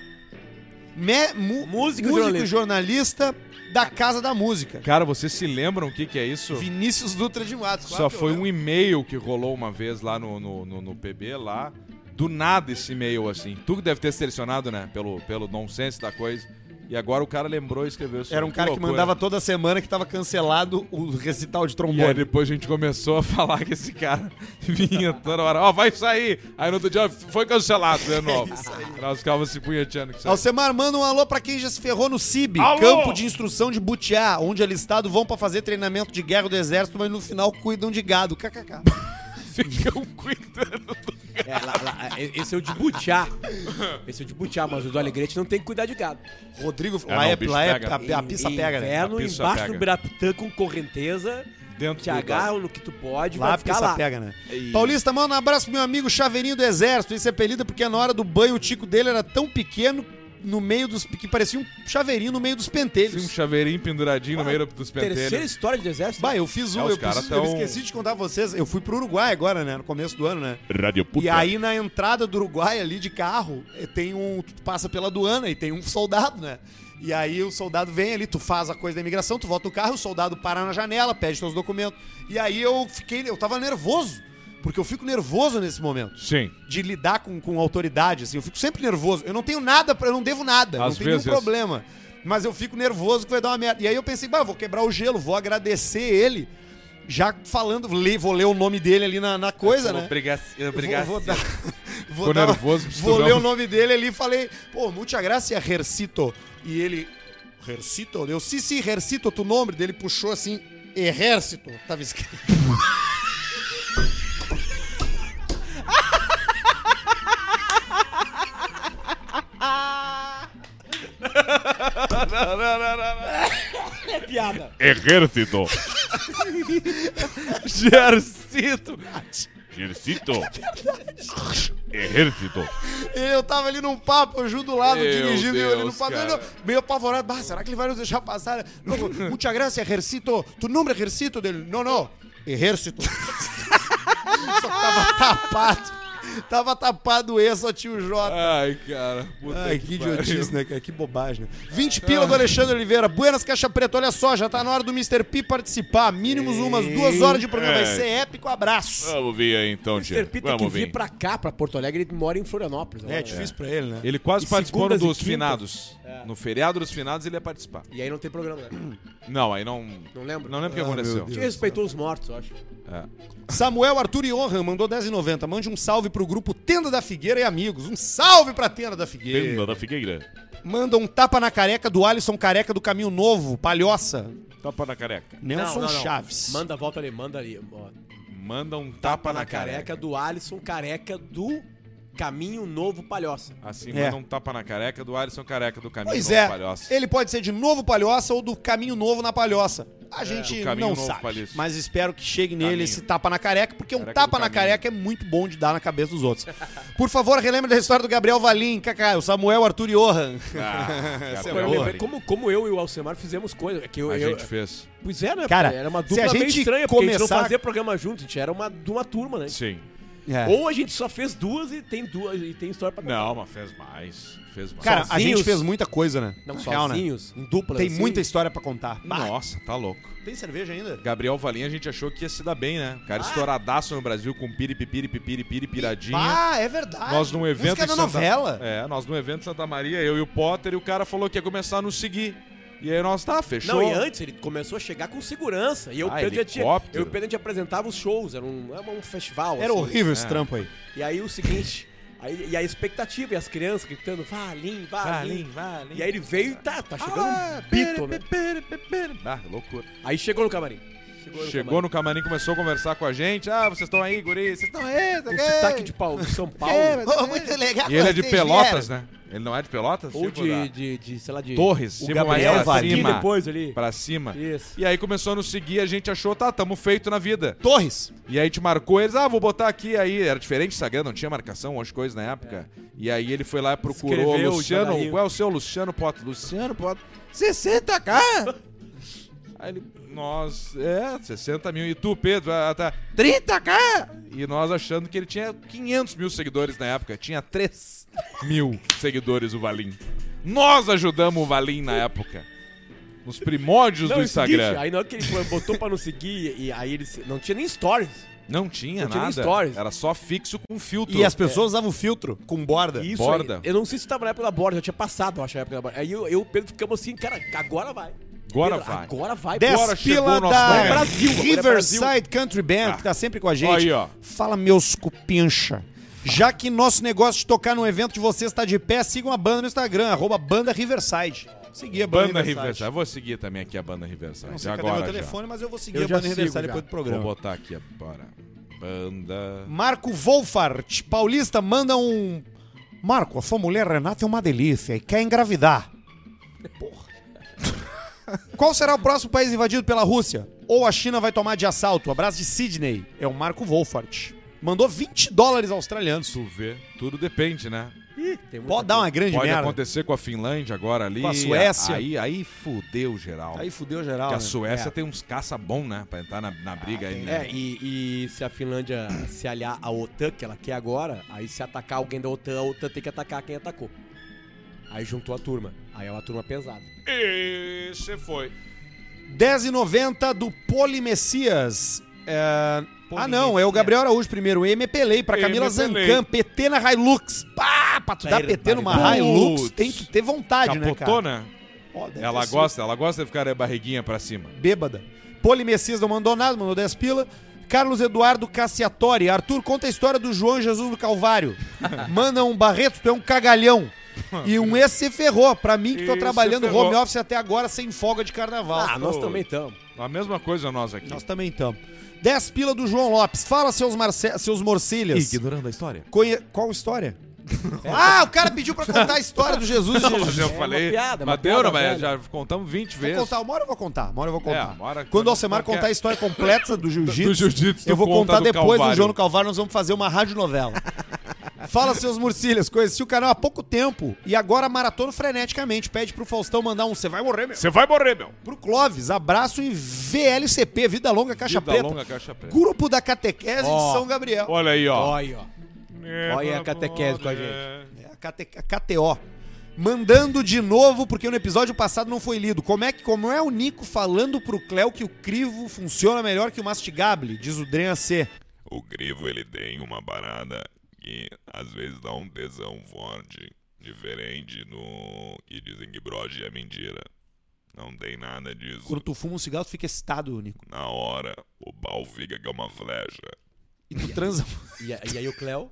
Speaker 2: me- mu- músico,
Speaker 3: Músico e
Speaker 2: e jornalista da Casa da Música.
Speaker 4: Cara, vocês se lembram o que, que é isso?
Speaker 2: Vinícius Dutra de Matos.
Speaker 4: Só foi um e-mail que rolou uma vez lá no, no, no- no PB, lá. Do nada esse e-mail, assim. Tu que deve ter selecionado, né? Pelo, pelo nonsense da coisa. E agora o cara lembrou e escreveu isso.
Speaker 2: Era um cara que
Speaker 4: loucura.
Speaker 2: mandava toda semana que estava cancelado o recital de
Speaker 4: E aí
Speaker 2: trombone.
Speaker 4: depois a gente começou a falar que esse cara vinha toda hora. Ó, vai sair! Aí no outro dia foi cancelado de novo. Nós ficávamos se punheteando com isso aí.
Speaker 2: Alcemar, manda um alô pra quem já se ferrou no CIB,
Speaker 4: Alô!
Speaker 2: Campo de Instrução de Butiá, onde alistado vão pra fazer treinamento de guerra do exército, mas no final cuidam de gado. KKK.
Speaker 4: Ficam cuidando do
Speaker 3: É, lá- lá- é, esse é o de Butiá. Esse é o de Butiá, mas o do Alegrete não tem que cuidar de gado.
Speaker 2: Rodrigo,
Speaker 4: É,
Speaker 2: lá
Speaker 4: não,
Speaker 2: é,
Speaker 4: o bicho
Speaker 2: lá é
Speaker 4: pega.
Speaker 2: a, a pista
Speaker 3: Em
Speaker 2: pega, né?
Speaker 4: A
Speaker 3: Inverno,
Speaker 4: pista
Speaker 3: embaixo
Speaker 4: pega.
Speaker 3: do Birapitã com correnteza,
Speaker 4: Dentro
Speaker 3: te
Speaker 4: do
Speaker 3: agarram no que tu pode,
Speaker 2: Lá a
Speaker 3: vai ficar
Speaker 2: pista
Speaker 3: lá.
Speaker 2: pega, né? Paulista, manda um abraço pro meu amigo Chaveirinho do Exército. Esse é apelido porque na hora do banho o tico dele era tão pequeno no meio dos... que parecia um chaveirinho no meio dos
Speaker 4: Sim, um
Speaker 2: pentelhos.
Speaker 4: chaveirinho penduradinho no meio dos
Speaker 3: Terceira
Speaker 4: pentelhos.
Speaker 3: história de exército. né?
Speaker 2: Bah, eu fiz um,
Speaker 4: É, os
Speaker 2: eu,
Speaker 4: cara
Speaker 2: preciso- eu
Speaker 4: tão-
Speaker 2: esqueci de contar pra vocês. Eu fui pro Uruguai agora, né? No começo do ano, né?
Speaker 4: Rádio
Speaker 2: E aí na entrada do Uruguai ali de carro, eh, tem um. Tu passa pela aduana e tem um soldado, né? E aí o soldado vem ali, tu faz a coisa da imigração, tu volta no carro, o soldado para na janela, pede teus documentos. E aí eu fiquei, eu tava nervoso, porque eu fico nervoso nesse momento.
Speaker 4: Sim.
Speaker 2: De lidar com, com autoridade, assim, eu fico sempre nervoso. Eu não tenho nada, pra, eu não devo nada, eu não
Speaker 4: Às
Speaker 2: tenho
Speaker 4: vezes.
Speaker 2: nenhum problema. Mas eu fico nervoso que vai dar uma merda. E aí eu pensei, bah, eu vou quebrar o gelo, vou agradecer ele, já falando, le- vou ler o nome dele ali na, na coisa, né?
Speaker 4: Obrigado.
Speaker 2: Vou, vou dar, vou,
Speaker 4: Ficou
Speaker 2: dar-
Speaker 4: nervoso,
Speaker 2: vou
Speaker 4: misturamos.
Speaker 2: ler o nome dele ali e falei, pô, muita graça, Hercito. E ele, Hercito? Eu, sim, sim, Hercito, tu nome dele puxou assim, Hercito, tava escrito.
Speaker 10: Ejército.
Speaker 4: Gercito.
Speaker 10: Ejército. Ejército.
Speaker 2: E eu tava ali num papo, eu junto do lado,
Speaker 4: Meu
Speaker 2: dirigindo, e eu ali no
Speaker 4: Deus,
Speaker 2: papo,
Speaker 4: cara.
Speaker 2: eu- meio apavorado. "Bah, será que ele vai nos deixar passar? Logo, muita graça, Hercito, tu nome Hercito dele? Não, não, Hercito. só que tava tapado. Tava tapado o E, só tinha o J.
Speaker 4: Ai, cara. Puta
Speaker 2: Ai, que
Speaker 4: pariu.
Speaker 2: idiotice, né, cara? Que bobagem. né? 20 pila do Alexandre Oliveira. Buenas Caixa Preta. Olha só, já tá na hora do Mr. P participar. Mínimos umas duas horas de programa.
Speaker 4: É.
Speaker 2: Vai ser épico. Abraço.
Speaker 10: Vamos ver aí então,
Speaker 3: Mr.
Speaker 10: Tchê.
Speaker 3: P tem que
Speaker 10: Vamos
Speaker 3: vir
Speaker 10: ver.
Speaker 3: pra cá, pra Porto Alegre, ele mora em Florianópolis.
Speaker 2: É
Speaker 3: né?
Speaker 2: difícil pra ele, né?
Speaker 4: Ele quase
Speaker 3: E
Speaker 4: participou no
Speaker 3: segundas e
Speaker 4: dos
Speaker 3: quintas.
Speaker 4: finados.
Speaker 2: É.
Speaker 4: No feriado dos finados ele ia participar.
Speaker 3: E aí não tem programa, né?
Speaker 4: Não, aí não.
Speaker 3: Não lembro.
Speaker 4: Não lembro o que
Speaker 2: Ah, meu
Speaker 4: aconteceu.
Speaker 2: Deus.
Speaker 3: Ele respeitou os mortos, eu acho.
Speaker 4: É.
Speaker 2: Samuel Arthur Johan mandou 10,90. Mande um salve pro grupo Tenda da Figueira e amigos. Um salve pra Tenda da Figueira.
Speaker 10: Tenda da Figueira.
Speaker 2: Manda um tapa na careca do Alisson Careca do Caminho Novo, Palhoça.
Speaker 10: Tapa na careca.
Speaker 2: Nelson
Speaker 3: não, não.
Speaker 2: Chaves.
Speaker 3: Manda, volta ali, manda ali. ó.
Speaker 10: Manda um tapa na,
Speaker 3: Na careca do Alisson, careca do Caminho Novo Palhoça.
Speaker 4: Assim,
Speaker 2: É.
Speaker 4: manda um tapa na careca do Alisson Careca do Caminho
Speaker 2: Pois
Speaker 4: Novo
Speaker 2: é,
Speaker 4: Palhoça.
Speaker 2: ele pode ser de novo Palhoça ou do Caminho Novo na Palhoça. A gente
Speaker 4: do É, Caminho
Speaker 2: não
Speaker 4: Novo
Speaker 2: sabe,
Speaker 4: Palhoça.
Speaker 2: mas espero que chegue nele
Speaker 4: Caminho.
Speaker 2: esse tapa na careca, porque um
Speaker 4: Careca
Speaker 2: tapa
Speaker 4: do
Speaker 2: na
Speaker 4: caminho.
Speaker 2: careca é muito bom de dar na cabeça dos outros. Por favor, relembre da história do Gabriel Valim, Kaká, o Samuel Arthur Johan. Essa é
Speaker 3: Pô, eu
Speaker 2: boa.
Speaker 3: lembrei como, como eu e o Alcemar fizemos coisas. Que eu,
Speaker 4: A
Speaker 3: eu-
Speaker 4: gente fez.
Speaker 3: Pois é, né?
Speaker 2: Cara,
Speaker 3: era uma
Speaker 2: se
Speaker 3: dupla
Speaker 2: a
Speaker 3: meio
Speaker 2: gente
Speaker 3: estranha, porque a gente
Speaker 2: começar-
Speaker 3: não fazia programa junto, a gente era uma, de uma turma, né?
Speaker 4: Sim.
Speaker 2: É.
Speaker 3: Ou a gente só fez duas e tem duas e tem história pra contar.
Speaker 4: Não, mas fez mais. Fez mais.
Speaker 2: Cara, a
Speaker 3: sozinhos.
Speaker 2: gente fez muita coisa, né?
Speaker 3: Não,
Speaker 2: Na real, né?
Speaker 3: sozinhos, em dupla.
Speaker 2: Tem
Speaker 3: assim.
Speaker 2: muita história pra contar.
Speaker 4: Nossa, tá louco.
Speaker 2: Tem cerveja ainda?
Speaker 4: Gabriel Valim a gente achou que ia se dar bem, né?
Speaker 3: Ah, é?
Speaker 4: Cara estouradaço no Brasil com piripipiri, piripiri, piradinha.
Speaker 2: Ah, é verdade.
Speaker 4: Nós num evento
Speaker 2: Música
Speaker 4: em
Speaker 2: da
Speaker 4: Santa-
Speaker 2: novela.
Speaker 4: É, nós num evento em Santa Maria, eu e o Potter, e o cara falou que ia começar a nos seguir. E aí nós, tá, fechou.
Speaker 3: Não, e antes ele começou a chegar com segurança. E eu,
Speaker 4: Ah,
Speaker 3: Pedro, já tinha,
Speaker 4: helicóptero.
Speaker 3: eu e o Pedro a gente apresentava os shows, era um, era um festival.
Speaker 4: É.
Speaker 2: Era
Speaker 3: assim.
Speaker 2: horrível esse trampo aí.
Speaker 3: E aí o seguinte, aí, e a expectativa, e as crianças gritando, Valim, Valim.
Speaker 4: Valim.
Speaker 3: E aí ele veio e tá, tá chegando
Speaker 4: Ah,
Speaker 3: um pito, né?
Speaker 4: Ah, loucura.
Speaker 3: Aí chegou no camarim. Chegou
Speaker 4: Chegou no camarim, começou a convear com a gente. Ah, vocês estão aí, guri, vocês estão aí. tá
Speaker 3: camarim.
Speaker 4: aqui.
Speaker 3: Um sotaque de pau, de São Paulo.
Speaker 2: muito legal.
Speaker 4: E ele é de
Speaker 2: vocês
Speaker 4: Pelotas, né? Ele não é de Pelotas?
Speaker 3: Ou
Speaker 4: Tipo,
Speaker 3: de,
Speaker 4: da-
Speaker 3: de, de, sei lá, de...
Speaker 4: Torres,
Speaker 3: O
Speaker 4: cima, mas
Speaker 3: Gabriel
Speaker 4: pra
Speaker 3: Valim
Speaker 4: cima.
Speaker 3: depois ali.
Speaker 4: Pra cima.
Speaker 3: Isso.
Speaker 4: E aí começou a nos seguir, a gente achou, tá, tamo feito na vida.
Speaker 2: Torres.
Speaker 4: E aí te marcou eles, ah, vou botar aqui, aí era diferente o Instagram, não tinha marcação, um umas coisas na época. E aí ele foi lá e procurou
Speaker 3: É. Escreveu,
Speaker 4: Luciano,
Speaker 3: Janaína.
Speaker 4: qual é o seu Luciano Potter? Luciano Potter, 60k! aí ele, nós, é, 60 mil, e tu, Pedro, ah, tá, 30k! E nós achando que ele tinha 500 mil seguidores na época, tinha 3 mil seguidores o Valim. Nós ajudamos o Valim na época. Nos primórdios
Speaker 3: Não,
Speaker 4: do
Speaker 3: é o seguinte,
Speaker 4: Instagram.
Speaker 3: aí na hora que ele foi- botou pra não seguir, e aí ele... se- Não tinha nem stories.
Speaker 4: Não tinha
Speaker 3: Não tinha nem
Speaker 4: nada.
Speaker 3: stories.
Speaker 4: Era só fixo com filtro.
Speaker 2: E as pessoas usavam filtro com borda.
Speaker 3: Isso
Speaker 4: Borda.
Speaker 3: aí, eu não sei se tava na época da borda, já tinha passado, eu acho, a época da borda. Aí eu eu e o Pedro ficamos assim, cara, agora vai.
Speaker 4: Agora
Speaker 3: Pedro,
Speaker 4: vai.
Speaker 3: Agora vai,
Speaker 2: Dez
Speaker 4: Agora chegou
Speaker 2: pila
Speaker 4: o nosso
Speaker 2: da
Speaker 4: momento.
Speaker 3: Brasil, agora é Brasil.
Speaker 2: Riverside Country Band, que tá sempre com a gente.
Speaker 4: Ah. Aí, ó.
Speaker 2: Fala, meus cupincha. Já que nosso negócio de tocar num evento de vocês tá de pé, sigam a banda no Instagram, arroba Banda Riverside. Seguir a Banda,
Speaker 4: Banda Riverside.
Speaker 2: Riverside.
Speaker 4: Eu vou seguir também aqui a Banda Riverside.
Speaker 2: Não sei cadê
Speaker 4: agora
Speaker 2: meu
Speaker 4: já.
Speaker 2: telefone, mas eu vou seguir
Speaker 3: Eu
Speaker 2: a
Speaker 3: já
Speaker 2: Banda
Speaker 3: sigo
Speaker 2: Riverside
Speaker 3: já.
Speaker 2: depois do
Speaker 4: Vou
Speaker 2: programa.
Speaker 4: botar aqui agora. Banda.
Speaker 2: Marco Wolfart, paulista, manda um... Marco, a sua mulher Renata é uma delícia e quer engravidar. Porra. Qual será o próximo país invadido pela Rússia? Ou a China vai tomar de assalto? Abraço de Sydney. É o Marco Wolfart. Mandou 20 dólares australianos.
Speaker 4: Tu vê. Tudo depende, né?
Speaker 3: Tem muita
Speaker 2: Pode dar uma grande
Speaker 4: Pode
Speaker 2: merda.
Speaker 4: acontecer com a Finlândia agora ali.
Speaker 2: Com a Suécia.
Speaker 4: Aí, aí fudeu geral.
Speaker 2: Aí fudeu geral.
Speaker 4: Porque a
Speaker 2: né?
Speaker 4: Suécia
Speaker 2: É. Ah,
Speaker 4: tem uns caça bom, né? Pra entrar na, na briga aí.
Speaker 3: É,
Speaker 4: Né?
Speaker 3: e, e se a Finlândia se aliar à OTAN, que ela quer agora, aí se atacar alguém da OTAN, a OTAN tem que atacar quem atacou. Aí juntou a turma. Aí é uma turma pesada.
Speaker 2: é.
Speaker 4: E você foi.
Speaker 2: 10,90 do Polimessias. É... Ah, não, é o Gabriel Araújo primeiro. MPLei pra Camila
Speaker 4: MPLei.
Speaker 2: Zancan, PT na Hilux. Pá, pra tu dar
Speaker 3: Vai,
Speaker 2: PT
Speaker 3: vai,
Speaker 2: numa
Speaker 4: vai.
Speaker 2: Hilux,
Speaker 4: Putz.
Speaker 2: tem que ter vontade, né,
Speaker 4: Capotou,
Speaker 2: cara?
Speaker 4: né?
Speaker 2: Ó, deve
Speaker 4: Ela
Speaker 2: ter sido
Speaker 4: gosta, ela gosta de ficar a barriguinha pra cima.
Speaker 2: Bêbada. Polimessias não mandou nada, mandou 10 pila. Carlos Eduardo Cassiatori. Arthur, conta a história do João Jesus do Calvário. Manda um Barreto, tu é um cagalhão. E um esse se ferrou. Pra mim que tô
Speaker 4: Esse
Speaker 2: trabalhando
Speaker 4: ferrou.
Speaker 2: home office até agora sem folga de carnaval.
Speaker 3: Ah, nós também estamos.
Speaker 4: A mesma coisa nós aqui.
Speaker 2: Nós também estamos. 10 pila do João Lopes. Fala, seus, marce... seus morcilhas.
Speaker 4: Ignorando a história.
Speaker 2: Conhe- Qual história? ah, o cara pediu pra contar a história do Jesus.
Speaker 4: Não,
Speaker 2: Jesus.
Speaker 4: mas eu
Speaker 3: uma
Speaker 4: falei.
Speaker 2: é
Speaker 3: piada, uma
Speaker 4: mas deu,
Speaker 3: piada
Speaker 4: não, mas
Speaker 3: velha.
Speaker 4: já contamos 20
Speaker 2: Vou
Speaker 4: vezes.
Speaker 2: contar, um- uma hora eu vou contar. Uma hora eu vou
Speaker 4: É,
Speaker 2: contar.
Speaker 4: uma hora-
Speaker 2: quando o Alcemar
Speaker 4: qualquer-
Speaker 2: contar a história completa do jiu-jitsu,
Speaker 4: Do jiu-jitsu,
Speaker 2: eu
Speaker 4: tu
Speaker 2: vou
Speaker 4: conta
Speaker 2: contar
Speaker 4: do
Speaker 2: depois do
Speaker 4: Calvário.
Speaker 2: João no Calvário, nós vamos fazer uma radionovela. Fala, seus murcilhas. Conheci o canal há pouco tempo e agora maratono freneticamente. Pede pro Faustão mandar um. Você vai morrer, meu.
Speaker 10: Você vai morrer, meu.
Speaker 2: Pro Clóvis, abraço e VLCP, Vida Longa Caixa
Speaker 4: Vida
Speaker 2: Preta.
Speaker 4: longa, caixa preta.
Speaker 2: Grupo da Catequese
Speaker 3: Ó.
Speaker 2: de São Gabriel.
Speaker 10: Olha aí, ó.
Speaker 3: Olha aí, ó. Olha aí a catequese com a gente.
Speaker 2: É a KT a KTO. Mandando de novo, porque no episódio passado não foi lido. Como é que como é o Nico falando pro Cléo que o crivo funciona melhor que o mastigable? Diz o Dren AC.
Speaker 10: O grivo, ele tem uma parada que às vezes dá um tesão forte. Diferente do que dizem que broche é mentira. Não tem nada disso.
Speaker 2: Quando tu fuma um cigarro, tu fica excitado, Nico.
Speaker 10: Na hora, o pau fica que é uma flecha.
Speaker 2: E tu transa.
Speaker 3: E, a- e aí o Cleo?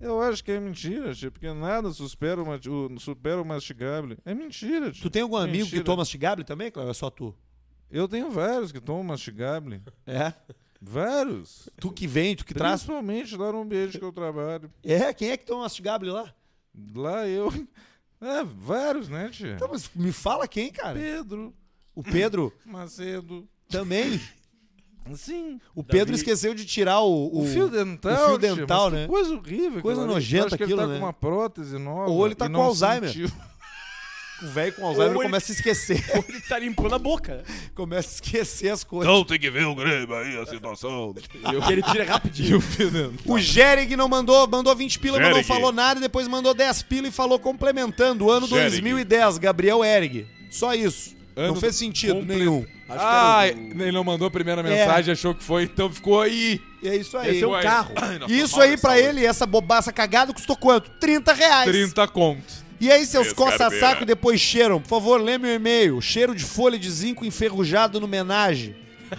Speaker 7: Eu acho que é mentira, tia, porque nada supera o, mati- o- supera o mastigável. É mentira, tia.
Speaker 2: Tu tem algum amigo que
Speaker 7: Mentira.
Speaker 2: toma mastigable também, Cléo? É só tu?
Speaker 7: Eu tenho vários que tomam mastigável.
Speaker 2: É?
Speaker 7: Vários.
Speaker 2: Tu que vem, tu que traz.
Speaker 7: Principalmente lá no ambiente que eu trabalho.
Speaker 2: É, quem é que toma mastigable lá?
Speaker 7: Lá eu. É, vários, né, tia?
Speaker 2: Tá, mas me fala quem, cara.
Speaker 7: Pedro,
Speaker 2: O Pedro
Speaker 7: Macedo.
Speaker 2: também.
Speaker 7: Sim.
Speaker 2: O Pedro esqueceu de tirar o, o,
Speaker 7: O fio dental.
Speaker 2: o fio
Speaker 7: tia,
Speaker 2: dental,
Speaker 7: mas que
Speaker 2: né?
Speaker 7: Coisa horrível.
Speaker 2: Coisa
Speaker 7: aquilo ali. Eu
Speaker 2: nojenta
Speaker 7: acho que
Speaker 2: aquilo,
Speaker 7: ele tá
Speaker 2: né?
Speaker 7: com uma prótese nova.
Speaker 2: Ou ele tá
Speaker 7: e
Speaker 2: com
Speaker 7: não
Speaker 2: Alzheimer.
Speaker 7: sentiu.
Speaker 2: O velho com Alzheimer
Speaker 3: Ou ele-
Speaker 2: começa a esquecer.
Speaker 3: Ele tá limpando a boca.
Speaker 2: começa a esquecer as coisas.
Speaker 10: Então tem que ver o Grêmio aí, a situação.
Speaker 3: E ele tira rapidinho.
Speaker 2: O Jerig não mandou, mandou 20 pila, mas não
Speaker 10: Jerig.
Speaker 2: falou nada, e depois mandou 10 pila e falou complementando. Ano
Speaker 10: Jerig.
Speaker 2: 2010, Gabriel Erig. Só isso. não
Speaker 4: Ano
Speaker 2: fez sentido
Speaker 4: comple-
Speaker 2: nenhum.
Speaker 3: é
Speaker 4: Ah, ele não mandou a
Speaker 2: É.
Speaker 4: primeira mensagem, achou que foi, então ficou aí.
Speaker 2: E é isso aí.
Speaker 4: Esse é um carro.
Speaker 2: Isso aí pra ele, essa bobaça cagada, custou quanto? 30 reais.
Speaker 4: 30 conto.
Speaker 2: E aí, seus
Speaker 10: Esse
Speaker 2: coça-saco
Speaker 10: carteira.
Speaker 2: depois cheiram. Por favor, lê meu e-mail. Cheiro de folha de zinco enferrujado no menage.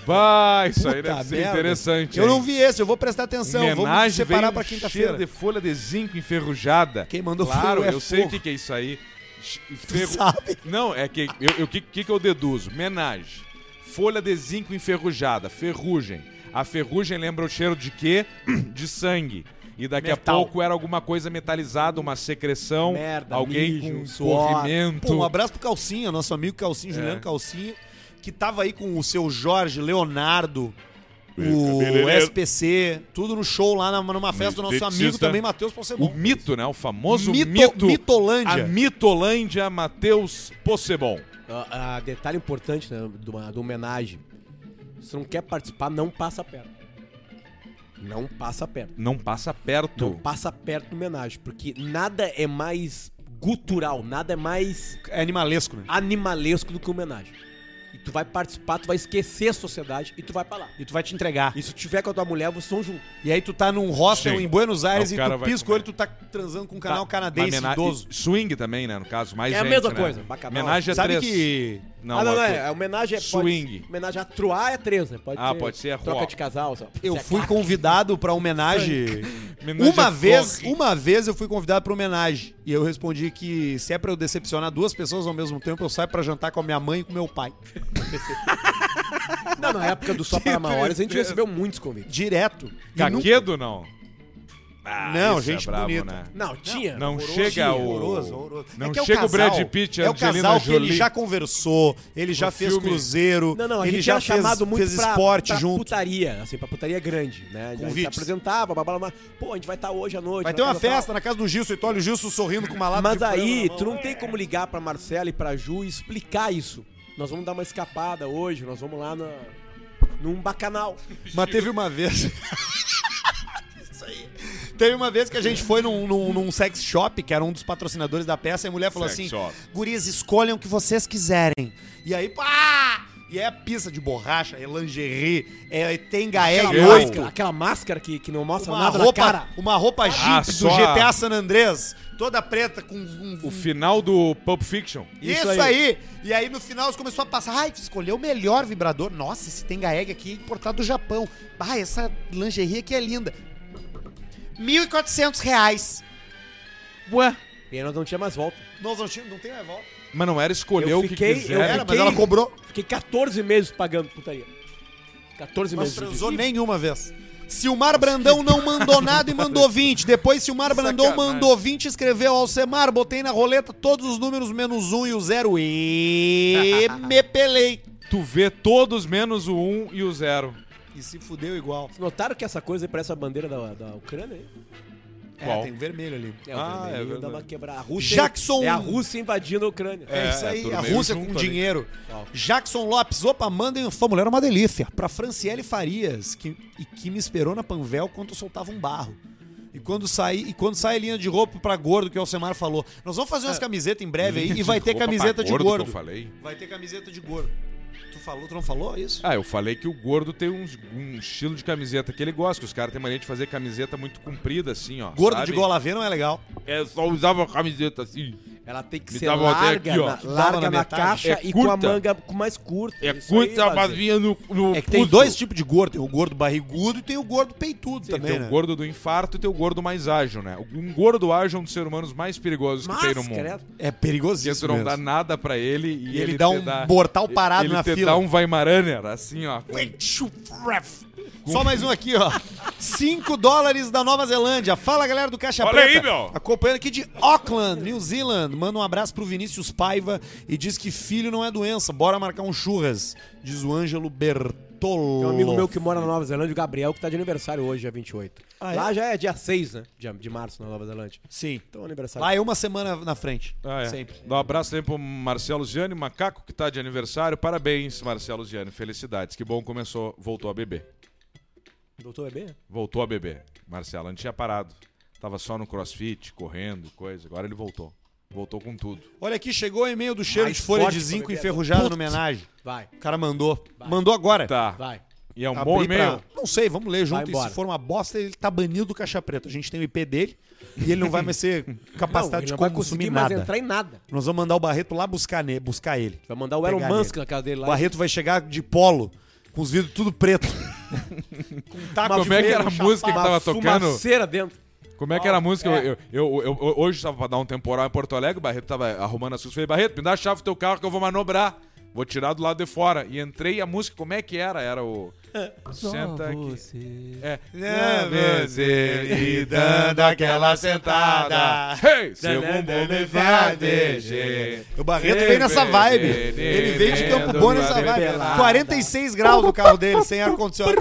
Speaker 4: Vai, isso aí
Speaker 2: Puta
Speaker 4: deve ser
Speaker 2: merda.
Speaker 4: interessante.
Speaker 2: Eu
Speaker 4: hein?
Speaker 2: não vi esse, eu vou prestar atenção. Vamos
Speaker 4: Homenagem
Speaker 2: separar
Speaker 4: veio
Speaker 2: pra
Speaker 4: um cheiro
Speaker 2: quinta-feira.
Speaker 4: de folha de zinco enferrujada.
Speaker 2: Quem mandou
Speaker 4: Claro,
Speaker 2: foi o
Speaker 4: eu
Speaker 2: F.
Speaker 4: sei o
Speaker 2: Porra.
Speaker 4: que, que é isso aí. Ch-
Speaker 2: Tu
Speaker 4: ferru-
Speaker 2: sabe?
Speaker 4: Não, é que eu, o que, que, que eu deduzo? Menage. Folha de zinco enferrujada, ferrugem. A ferrugem lembra o cheiro de quê? De sangue. E daqui a pouco era alguma coisa metalizada, uma secreção,
Speaker 8: Merda,
Speaker 4: alguém
Speaker 8: mijo,
Speaker 4: com É.
Speaker 8: suor.
Speaker 4: corrimento.
Speaker 2: Pô, um abraço pro Calcinha, nosso amigo Calcinha, Juliano Calcinha, que tava aí com o seu Jorge Leonardo, o
Speaker 4: é
Speaker 10: cabeleireiro.
Speaker 2: SPC, tudo no show lá na- numa festa do nosso amigo
Speaker 4: esteticista.
Speaker 2: também, Matheus
Speaker 4: O
Speaker 2: Possebon.
Speaker 4: mito, né? O famoso
Speaker 2: Mito-
Speaker 4: mito.
Speaker 2: Mitolândia.
Speaker 4: A Mitolândia Matheus Possebon.
Speaker 3: Ah, ah, detalhe importante, né? De uma, de uma homenagem. Se tu não quer participar, não passa perto. Não passa perto.
Speaker 4: Não passa perto.
Speaker 3: Não passa perto do homenagem. Porque nada é mais gutural, nada é mais
Speaker 2: É animalesco, né?
Speaker 3: animalesco do que homenagem. E tu vai participar, tu vai esquecer a sociedade e tu vai pra lá.
Speaker 2: E tu vai te entregar.
Speaker 3: E se tu tiver com a tua mulher, vocês vão juntos.
Speaker 2: E aí tu tá num hostel
Speaker 4: Sim.
Speaker 2: em Buenos Aires
Speaker 4: Aí o
Speaker 2: e
Speaker 4: cara
Speaker 2: tu
Speaker 4: vai
Speaker 2: pisca o
Speaker 4: comer.
Speaker 2: olho, tu tá transando com um canal
Speaker 4: Tá,
Speaker 2: canadense
Speaker 4: uma mena-
Speaker 2: idoso.
Speaker 4: e Swing também, né? No caso, mais
Speaker 3: É a
Speaker 4: gente,
Speaker 3: mesma
Speaker 4: né?
Speaker 3: coisa, bacanal.
Speaker 4: Homenagem a
Speaker 2: Sabe
Speaker 4: três.
Speaker 2: que...
Speaker 4: Não,
Speaker 3: ah, não, não,
Speaker 4: a-
Speaker 3: é. A homenagem é.
Speaker 4: Swing.
Speaker 3: Pode, homenagem a troar é três, né? Pode
Speaker 4: Ah, pode ser a
Speaker 3: Troca
Speaker 4: roa.
Speaker 3: de casal, só.
Speaker 2: Eu
Speaker 3: Se é
Speaker 2: fui
Speaker 3: claro.
Speaker 2: convidado pra homenagem.
Speaker 4: Homenagem
Speaker 2: Uma
Speaker 4: a
Speaker 2: vez,
Speaker 4: Florrie.
Speaker 2: uma vez eu fui convidado pra homenagem. E eu respondi que se é pra eu decepcionar duas pessoas ao mesmo tempo, eu saio pra jantar com a minha mãe e com meu pai.
Speaker 3: Não, na época do Só para Maiores, a gente
Speaker 4: tristeza.
Speaker 3: recebeu muitos convites.
Speaker 2: Direto. E nunca-
Speaker 4: Caquedo, não? Ah,
Speaker 2: Não,
Speaker 4: isso
Speaker 2: gente bonita.
Speaker 4: né?
Speaker 3: Não, tinha.
Speaker 4: Não chega o...
Speaker 2: Horroroso, horroroso.
Speaker 4: Não
Speaker 2: que é
Speaker 4: chega o,
Speaker 2: casal-
Speaker 4: Brad Pitt e
Speaker 2: É o
Speaker 4: Angelina
Speaker 2: casal que
Speaker 4: Jolie.
Speaker 2: ele já conversou, ele já
Speaker 4: No
Speaker 2: fez
Speaker 4: filme.
Speaker 2: cruzeiro,
Speaker 3: Não, não, a
Speaker 2: ele
Speaker 3: gente
Speaker 2: já
Speaker 3: era
Speaker 2: fez,
Speaker 3: chamado muito
Speaker 2: fez
Speaker 3: pra,
Speaker 2: esporte
Speaker 3: pra
Speaker 2: junto.
Speaker 3: putaria, assim, pra putaria grande, né? a gente se
Speaker 2: Convites.
Speaker 3: apresentava, blá, blá, blá, pô, a gente vai estar hoje à noite.
Speaker 2: Vai
Speaker 3: na
Speaker 2: ter uma
Speaker 3: casa tal.
Speaker 2: festa na casa do Gilson e tu olha o Gilson sorrindo com uma lata
Speaker 3: Mas
Speaker 2: de frango
Speaker 3: aí,
Speaker 2: na mão.
Speaker 3: tu não tem como ligar pra Marcela e pra Ju e explicar isso. Nós vamos dar uma escapada hoje, nós vamos lá na, num bacanal.
Speaker 2: Mas teve uma vez. Isso aí. Teve uma vez que a gente foi num, num- num sex shop, que era um dos patrocinadores da peça, e a mulher falou
Speaker 4: Sex
Speaker 2: assim:
Speaker 4: shop.
Speaker 2: Gurias, escolham o que vocês quiserem. E aí, pá! E é pizza de borracha, é lingerie, é tenga egg
Speaker 4: Gel.
Speaker 3: máscara,
Speaker 2: 8,
Speaker 3: aquela máscara que, que não mostra
Speaker 2: uma
Speaker 3: nada na
Speaker 2: roupa,
Speaker 3: cara.
Speaker 2: uma roupa jeep
Speaker 4: Ah,
Speaker 2: do
Speaker 4: só
Speaker 2: GTA
Speaker 4: a-
Speaker 2: San Andrés, toda preta com um,
Speaker 4: O
Speaker 2: um
Speaker 4: final do Pulp Fiction.
Speaker 2: isso, aí. E aí no final eles começou a passar. Ai, escolheu o melhor vibrador. Nossa, esse Tenga Egg aqui é importado do Japão. Ah, essa lingerie aqui é linda. R$ 1.400 reais.
Speaker 4: Ué.
Speaker 3: E aí nós não tinha mais volta.
Speaker 2: Nós não tínhamos, não tem mais volta.
Speaker 4: Mas não era escolher
Speaker 3: Eu
Speaker 4: o que
Speaker 3: fiquei-
Speaker 4: quiser. né?
Speaker 3: eu
Speaker 2: Era, mas
Speaker 3: fiquei-
Speaker 2: ela cobrou.
Speaker 3: Fiquei 14 meses pagando putaria. 14
Speaker 2: Mas
Speaker 3: meses. de
Speaker 2: transou
Speaker 3: vida.
Speaker 2: nenhuma vez. Silmar Brandão não mandou nada e mandou 20. Depois Silmar Brandão
Speaker 4: Sacanagem.
Speaker 2: mandou 20 e escreveu Alcemar. Botei na roleta todos os números menos um e o zero E me pelei.
Speaker 4: Tu vê todos menos o 1 um e o 0.
Speaker 2: E se fudeu igual.
Speaker 3: Vocês Notaram que essa coisa aí parece a bandeira da, da Ucrânia aí?
Speaker 4: Qual?
Speaker 2: É, tem um vermelho ali.
Speaker 3: É, o
Speaker 4: Ah,
Speaker 3: vermelhinho
Speaker 4: é verdade.
Speaker 3: dá uma quebra. A Rússia.
Speaker 2: Jackson um.
Speaker 3: É a Rússia invadindo a Ucrânia.
Speaker 2: É,
Speaker 4: É,
Speaker 2: isso aí,
Speaker 4: tudo
Speaker 2: a
Speaker 4: meio
Speaker 2: Rússia
Speaker 4: junto
Speaker 2: com
Speaker 4: ali.
Speaker 2: dinheiro.
Speaker 3: Ó.
Speaker 2: Jackson Lopes, opa, mandem sua mulher é uma delícia. Pra Franciele Farias, que, e que me esperou na Panvel quando eu soltava um barro. E quando saí, e quando sai a linha de roupa pra gordo, que o Alcemar falou. Nós vamos fazer umas camisetas em breve aí e vai ter
Speaker 4: É. Roupa pra
Speaker 2: camiseta de
Speaker 4: gordo, que
Speaker 2: gordo.
Speaker 4: Eu falei.
Speaker 2: Vai ter camiseta de gordo. Tu falou, tu não falou É isso?
Speaker 4: Ah, eu falei que o gordo tem uns- um estilo de camiseta que ele gosta, que os caras têm mania de fazer camiseta muito comprida, assim, ó.
Speaker 2: Gordo
Speaker 4: sabe?
Speaker 2: de gola V não é legal.
Speaker 4: É, só usava camiseta assim.
Speaker 3: Ela tem que
Speaker 4: Me
Speaker 3: ser
Speaker 4: dá uma volta
Speaker 3: larga,
Speaker 4: aqui, ó.
Speaker 3: na,
Speaker 4: Dava
Speaker 3: larga
Speaker 2: na
Speaker 3: na,
Speaker 2: metade.
Speaker 3: caixa
Speaker 4: É
Speaker 3: e com a
Speaker 4: curta.
Speaker 3: manga mais curta.
Speaker 4: É
Speaker 3: Isso aí,
Speaker 4: curta, mas
Speaker 3: Vazer.
Speaker 4: vinha no, no
Speaker 2: É que tem
Speaker 4: puto.
Speaker 2: dois tipos de gordo. Tem o gordo barrigudo e tem o gordo peitudo também,
Speaker 4: Tem
Speaker 2: né?
Speaker 4: o gordo do infarto e tem o gordo mais ágil, né? Um gordo ágil é um dos seres humanos mais perigosos que tem no
Speaker 3: Mas,
Speaker 4: mundo.
Speaker 3: credo.
Speaker 2: É
Speaker 4: Porque tu
Speaker 2: perigosíssimo
Speaker 4: não
Speaker 2: mesmo.
Speaker 4: dá nada pra ele e
Speaker 2: E
Speaker 4: ele,
Speaker 2: ele dá
Speaker 4: te
Speaker 2: um mortal parado
Speaker 4: ele
Speaker 2: na
Speaker 4: te
Speaker 2: fila.
Speaker 4: dá um Weimaraner, assim, ó.
Speaker 2: Só mais um aqui, ó. 5 dólares da Nova Zelândia. Fala, galera do Caixa
Speaker 4: Olha
Speaker 2: Preta.
Speaker 4: aí, meu.
Speaker 2: Acompanhando aqui de Auckland, New Zealand. Manda um abraço pro Vinícius Paiva e diz que filho não é doença. Bora marcar um churras. Diz o Ângelo Bertolo.
Speaker 3: Tem um amigo meu que mora na Nova Zelândia, o Gabriel, que tá de aniversário hoje, dia 28.
Speaker 2: Ah, é?
Speaker 3: Lá já é dia 6, né? De, de março na Nova Zelândia.
Speaker 2: Sim.
Speaker 3: Então aniversário.
Speaker 2: Lá é uma semana na frente.
Speaker 4: Ah, é.
Speaker 2: Sempre.
Speaker 4: Dá um abraço também pro Marcelo Ziani, macaco que tá de aniversário. Parabéns, Marcelo Ziani. Felicidades. Que bom começou, voltou a beber.
Speaker 3: Doutor é bebê?
Speaker 4: Voltou a beber. Marcelo, antes tinha parado. Tava só no crossfit, correndo, coisa. Agora ele voltou. Voltou com tudo.
Speaker 2: Olha aqui, chegou o e-mail do cheiro
Speaker 3: Mais
Speaker 2: de folha
Speaker 3: forte
Speaker 2: de
Speaker 3: pra
Speaker 2: zinco
Speaker 3: beber
Speaker 2: enferrujado no
Speaker 3: agora.
Speaker 2: homenagem.
Speaker 3: Vai,
Speaker 2: O cara mandou. Mandou agora.
Speaker 4: Tá.
Speaker 3: vai.
Speaker 4: E é um bom
Speaker 2: Abri pra-
Speaker 4: e-mail.
Speaker 2: Não sei, vamos ler junto. E se
Speaker 3: embora.
Speaker 2: for uma bosta, ele tá banido do Caixa Preta. A gente tem o IP dele e ele não vai mais ser
Speaker 3: Não,
Speaker 2: capacitado tá
Speaker 3: ele
Speaker 2: de
Speaker 3: não vai
Speaker 2: consumir
Speaker 3: conseguir mais
Speaker 2: nada.
Speaker 3: entrar em nada.
Speaker 2: Nós vamos mandar o Barreto lá buscar, ne... buscar ele.
Speaker 3: Vai mandar o Elon
Speaker 2: Pegar
Speaker 3: Musk
Speaker 2: nele.
Speaker 3: na casa dele
Speaker 2: O
Speaker 3: lá.
Speaker 2: Barreto vai chegar de polo, com os vidros tudo preto. com um taco
Speaker 4: Como é que era a música que tava tocando?
Speaker 3: Fumaceira dentro.
Speaker 4: Como é que era a música? Eu, eu, eu- eu- hoje tava pra dar um temporal em Porto Alegre, o Barreto tava arrumando as coisas. Falei, Barreto, me dá a chave do teu carro que eu vou manobrar. Vou tirar do lado de fora. E entrei e a música, como é que era? Era o. Senta aqui. É.
Speaker 2: e né? tá dando aquela sentada.
Speaker 4: Hey, seu
Speaker 3: Né?
Speaker 2: É,
Speaker 4: bumbum me faz de
Speaker 7: É.
Speaker 4: jeito.
Speaker 2: O Barreto veio nessa vibe. Ele veio de Campo Bom nessa vibe. 46 graus do carro dele, sem ar-condicionado.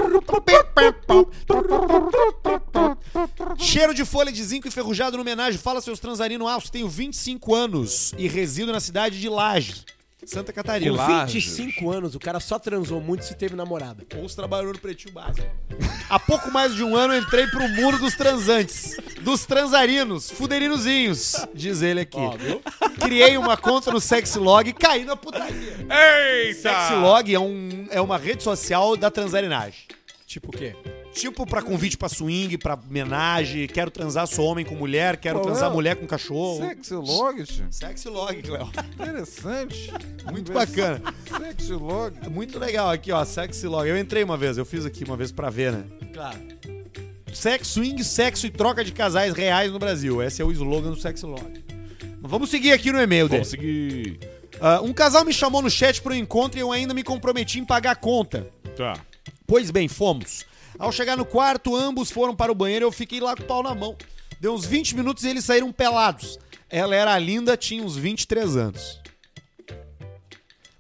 Speaker 2: Cheiro de folha de zinco enferrujado no homenagem. Fala, seus transarino altos. Tenho 25 anos e resido na cidade de Laje, Santa Catarina.
Speaker 4: Olá. Ah,
Speaker 3: 25 anos, o cara só transou muito se teve namorada.
Speaker 2: Ou os trabalhou no Pretinho Básico. Há pouco mais de um ano eu entrei pro muro dos transantes, dos transarinos, fuderinozinhos, diz ele aqui. Criei uma conta no Sexlog e caí na putaria.
Speaker 4: Eita!
Speaker 2: Sexlog é, um, é uma rede social da transarinagem.
Speaker 3: Tipo o quê?
Speaker 2: Tipo pra convite pra swing, pra homenagem, quero transar sou homem com mulher, quero
Speaker 7: Qual
Speaker 2: transar
Speaker 7: é?
Speaker 2: mulher com cachorro.
Speaker 7: Sexy log, tio.
Speaker 2: Sexlog, Cléo.
Speaker 7: Interessante.
Speaker 2: Muito bacana.
Speaker 7: Sexy log.
Speaker 2: Muito legal aqui, ó, Sexlog. Eu entrei uma vez, eu fiz aqui uma vez pra ver, né?
Speaker 3: Claro.
Speaker 2: Sexo, swing, sexo e troca de casais reais no Brasil. Esse é o slogan do Sexlog. Mas Vamos seguir aqui no e-mail dele.
Speaker 4: Consegui.
Speaker 2: Ah, um casal me chamou no chat pro encontro e eu ainda me comprometi em pagar a conta.
Speaker 4: Tá.
Speaker 2: Pois bem, fomos. Ao chegar no quarto, ambos foram para o banheiro e eu fiquei lá com o pau na mão. Deu uns 20 minutos e eles saíram pelados. Ela era linda, tinha uns 23 anos.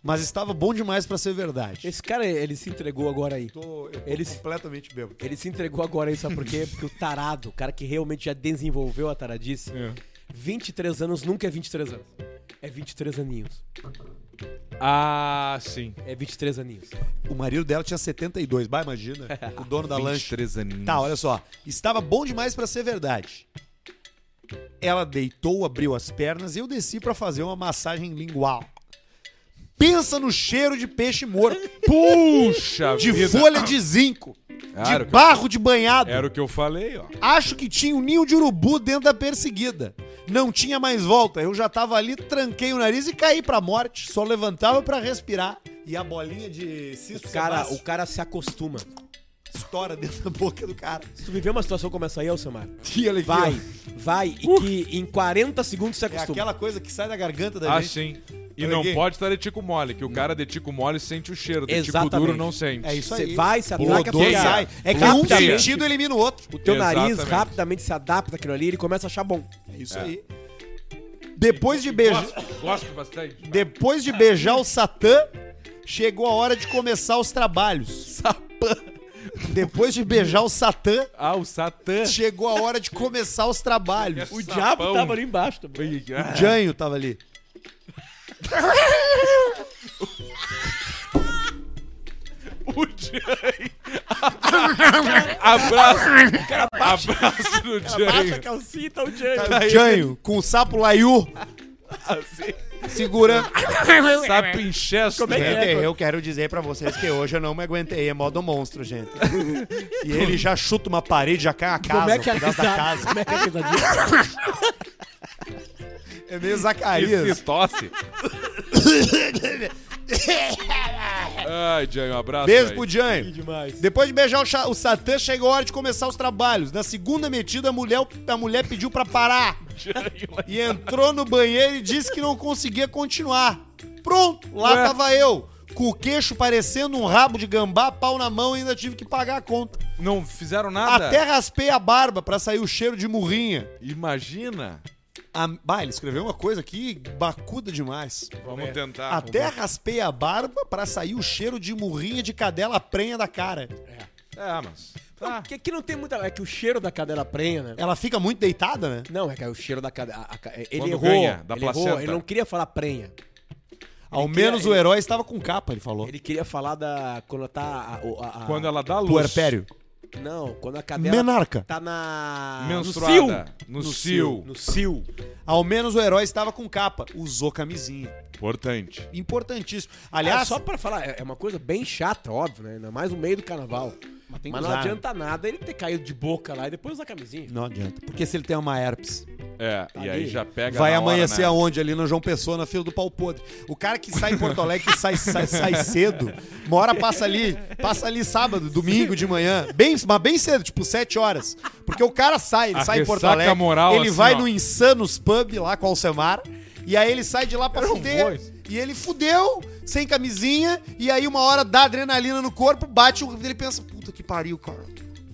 Speaker 2: Mas estava bom demais pra ser verdade.
Speaker 3: Esse cara, ele se entregou agora aí. ele, se-
Speaker 2: completamente bêbado.
Speaker 3: ele se entregou agora aí, sabe por quê? Porque o tarado, o cara que realmente já desenvolveu a taradice,
Speaker 2: É.
Speaker 3: 23 anos nunca é 23 anos. É 23 aninhos.
Speaker 4: Ah, sim.
Speaker 3: É 23 aninhos.
Speaker 2: O marido dela tinha 72, bah, imagina. O dono da lanche.
Speaker 4: 23 aninhos.
Speaker 2: Tá, olha só. Estava bom demais pra ser verdade. Ela deitou, abriu as pernas e eu desci pra fazer uma massagem lingual. Pensa no cheiro de peixe morto.
Speaker 4: Puxa
Speaker 2: de
Speaker 4: vida.
Speaker 2: folha de zinco,
Speaker 4: Claro
Speaker 2: de
Speaker 4: que-
Speaker 2: barro de banhado.
Speaker 4: Era o que eu falei, ó.
Speaker 2: Acho que tinha um ninho de urubu dentro da perseguida. Não tinha mais volta. Eu já tava ali, tranquei o nariz e caí pra morte. Só levantava pra respirar. E a bolinha de cisto
Speaker 3: O cara,
Speaker 2: sebáceo
Speaker 3: o cara se acostuma.
Speaker 2: estoura dentro da boca do cara.
Speaker 3: Se tu viver uma situação como essa aí, Alcemar,
Speaker 2: E ele aqui, ó.
Speaker 3: vai, vai, e que em 40 segundos se
Speaker 2: É
Speaker 3: acostuma.
Speaker 2: aquela coisa que sai da garganta da
Speaker 4: Ah,
Speaker 2: gente.
Speaker 4: sim. E
Speaker 2: Olha
Speaker 4: não
Speaker 2: aqui.
Speaker 4: pode estar de tico mole, que o cara de tico mole sente o cheiro, de tico
Speaker 3: Exatamente.
Speaker 4: duro não sente.
Speaker 2: É isso
Speaker 3: Você
Speaker 2: aí.
Speaker 3: vai, se
Speaker 2: O
Speaker 3: ataca,
Speaker 2: odor
Speaker 4: fica-
Speaker 2: sai. É que um
Speaker 4: Rapidamente.
Speaker 2: sentido elimina o outro.
Speaker 3: O teu nariz
Speaker 4: Exatamente.
Speaker 3: rapidamente se adapta àquilo ali e ele começa a achar bom.
Speaker 2: É isso aí. Depois de beijar...
Speaker 4: Gosto, gosto bastante.
Speaker 2: Depois de beijar o Satã, chegou a hora de começar os trabalhos. Depois de beijar o Satã,
Speaker 4: Ah, o Satã.
Speaker 2: chegou a hora de começar os trabalhos.
Speaker 4: O
Speaker 3: diabo tava ali embaixo também.
Speaker 2: O Janho tava ali.
Speaker 4: O Jay. Abraço. Abraço do
Speaker 3: Baixa a
Speaker 4: Jay.
Speaker 3: calcinha, tá assim. o Jay.
Speaker 2: O Janho, com o sapo Laiu. Segurando.
Speaker 4: Sapo em chest,
Speaker 3: Como é que
Speaker 4: né?
Speaker 2: Gente, eu quero dizer pra vocês que hoje eu não me aguentei, é modo monstro, gente. E ele já chuta uma parede, já cai a casa,
Speaker 3: Como é que
Speaker 2: um
Speaker 3: era
Speaker 2: pedaço da casa.
Speaker 3: Como é que era a risadinha?
Speaker 2: É meio
Speaker 4: E
Speaker 2: Zacarias.
Speaker 4: se tosse. Ai, Jânio, um abraço.
Speaker 2: Beijo
Speaker 4: velho.
Speaker 2: pro Jânio.
Speaker 8: Demais.
Speaker 2: Depois de beijar o, cha- o Satã, chegou a hora de começar os trabalhos. Na segunda metida, a mulher, a mulher pediu pra parar. e entrou no banheiro e disse que não conseguia continuar. Pronto, lá
Speaker 4: Ué.
Speaker 2: tava eu. Com o queixo parecendo um rabo de gambá, pau na mão e ainda tive que pagar a conta.
Speaker 4: Não fizeram nada?
Speaker 2: Até raspei a barba pra sair o cheiro de murrinha.
Speaker 4: Imagina.
Speaker 2: A... Bah, ele escreveu uma coisa aqui bacuda demais.
Speaker 4: Vamos tentar.
Speaker 2: Até raspei a barba pra sair o cheiro de murrinha de cadela prenha da cara.
Speaker 4: Ah, mas... Tá.
Speaker 3: Que, que não tem muita. É que o cheiro da cadela prenha, né?
Speaker 2: Ela fica muito deitada, né?
Speaker 3: Não, é que é o cheiro da cadela. a- a- Ele
Speaker 4: Quando
Speaker 3: errou.
Speaker 4: ganha, da
Speaker 3: ele errou,
Speaker 4: placenta.
Speaker 3: ele não queria falar prenha.
Speaker 2: Ao
Speaker 3: queria-
Speaker 2: menos o
Speaker 3: ele-
Speaker 2: herói estava com capa, ele falou.
Speaker 3: Ele queria falar da. Quando tá. A, a- a-
Speaker 4: Quando ela dá luz.
Speaker 2: é Puerpério.
Speaker 3: Não, quando a cadela.
Speaker 2: Menarca.
Speaker 3: Tá
Speaker 2: Ah,
Speaker 3: na.
Speaker 4: Menstruada. No
Speaker 3: No
Speaker 4: cio.
Speaker 3: cio. No cio.
Speaker 2: Ao menos o herói estava com capa. Usou camisinha.
Speaker 4: Importante.
Speaker 2: Importantíssimo.
Speaker 3: Aliás,
Speaker 2: Aliás,
Speaker 3: só pra falar, é é uma coisa bem chata, óbvio, né? Ainda mais no meio do carnaval. Mas,
Speaker 2: tem que
Speaker 3: não
Speaker 2: usar,
Speaker 3: adianta nada ele ter caído de boca lá e depois usar camisinha.
Speaker 2: não adianta. Porque se ele tem uma herpes,
Speaker 4: É, e aí
Speaker 3: ali.
Speaker 4: já pega
Speaker 2: vai
Speaker 4: na hora,
Speaker 2: amanhecer um
Speaker 4: né?
Speaker 2: aonde? Ali no João Pessoa, na fila do pau podre. O cara que sai em Porto Alegre, que sai, sai, sai cedo, uma hora passa ali, passa ali sábado, domingo de manhã, bem, mas bem cedo, tipo 7 horas. Porque o cara sai, ele
Speaker 4: A
Speaker 2: sai em Porto
Speaker 4: ressaca
Speaker 2: Alegre,
Speaker 4: moral,
Speaker 2: ele
Speaker 4: assim,
Speaker 2: vai
Speaker 4: ó.
Speaker 2: no Insanos Pub lá com o Alcemar, e aí ele sai de lá pra fuder. E ele fudeu, sem camisinha, e aí uma hora dá adrenalina no corpo, bate, o- ele pensa, puta que pariu, cara.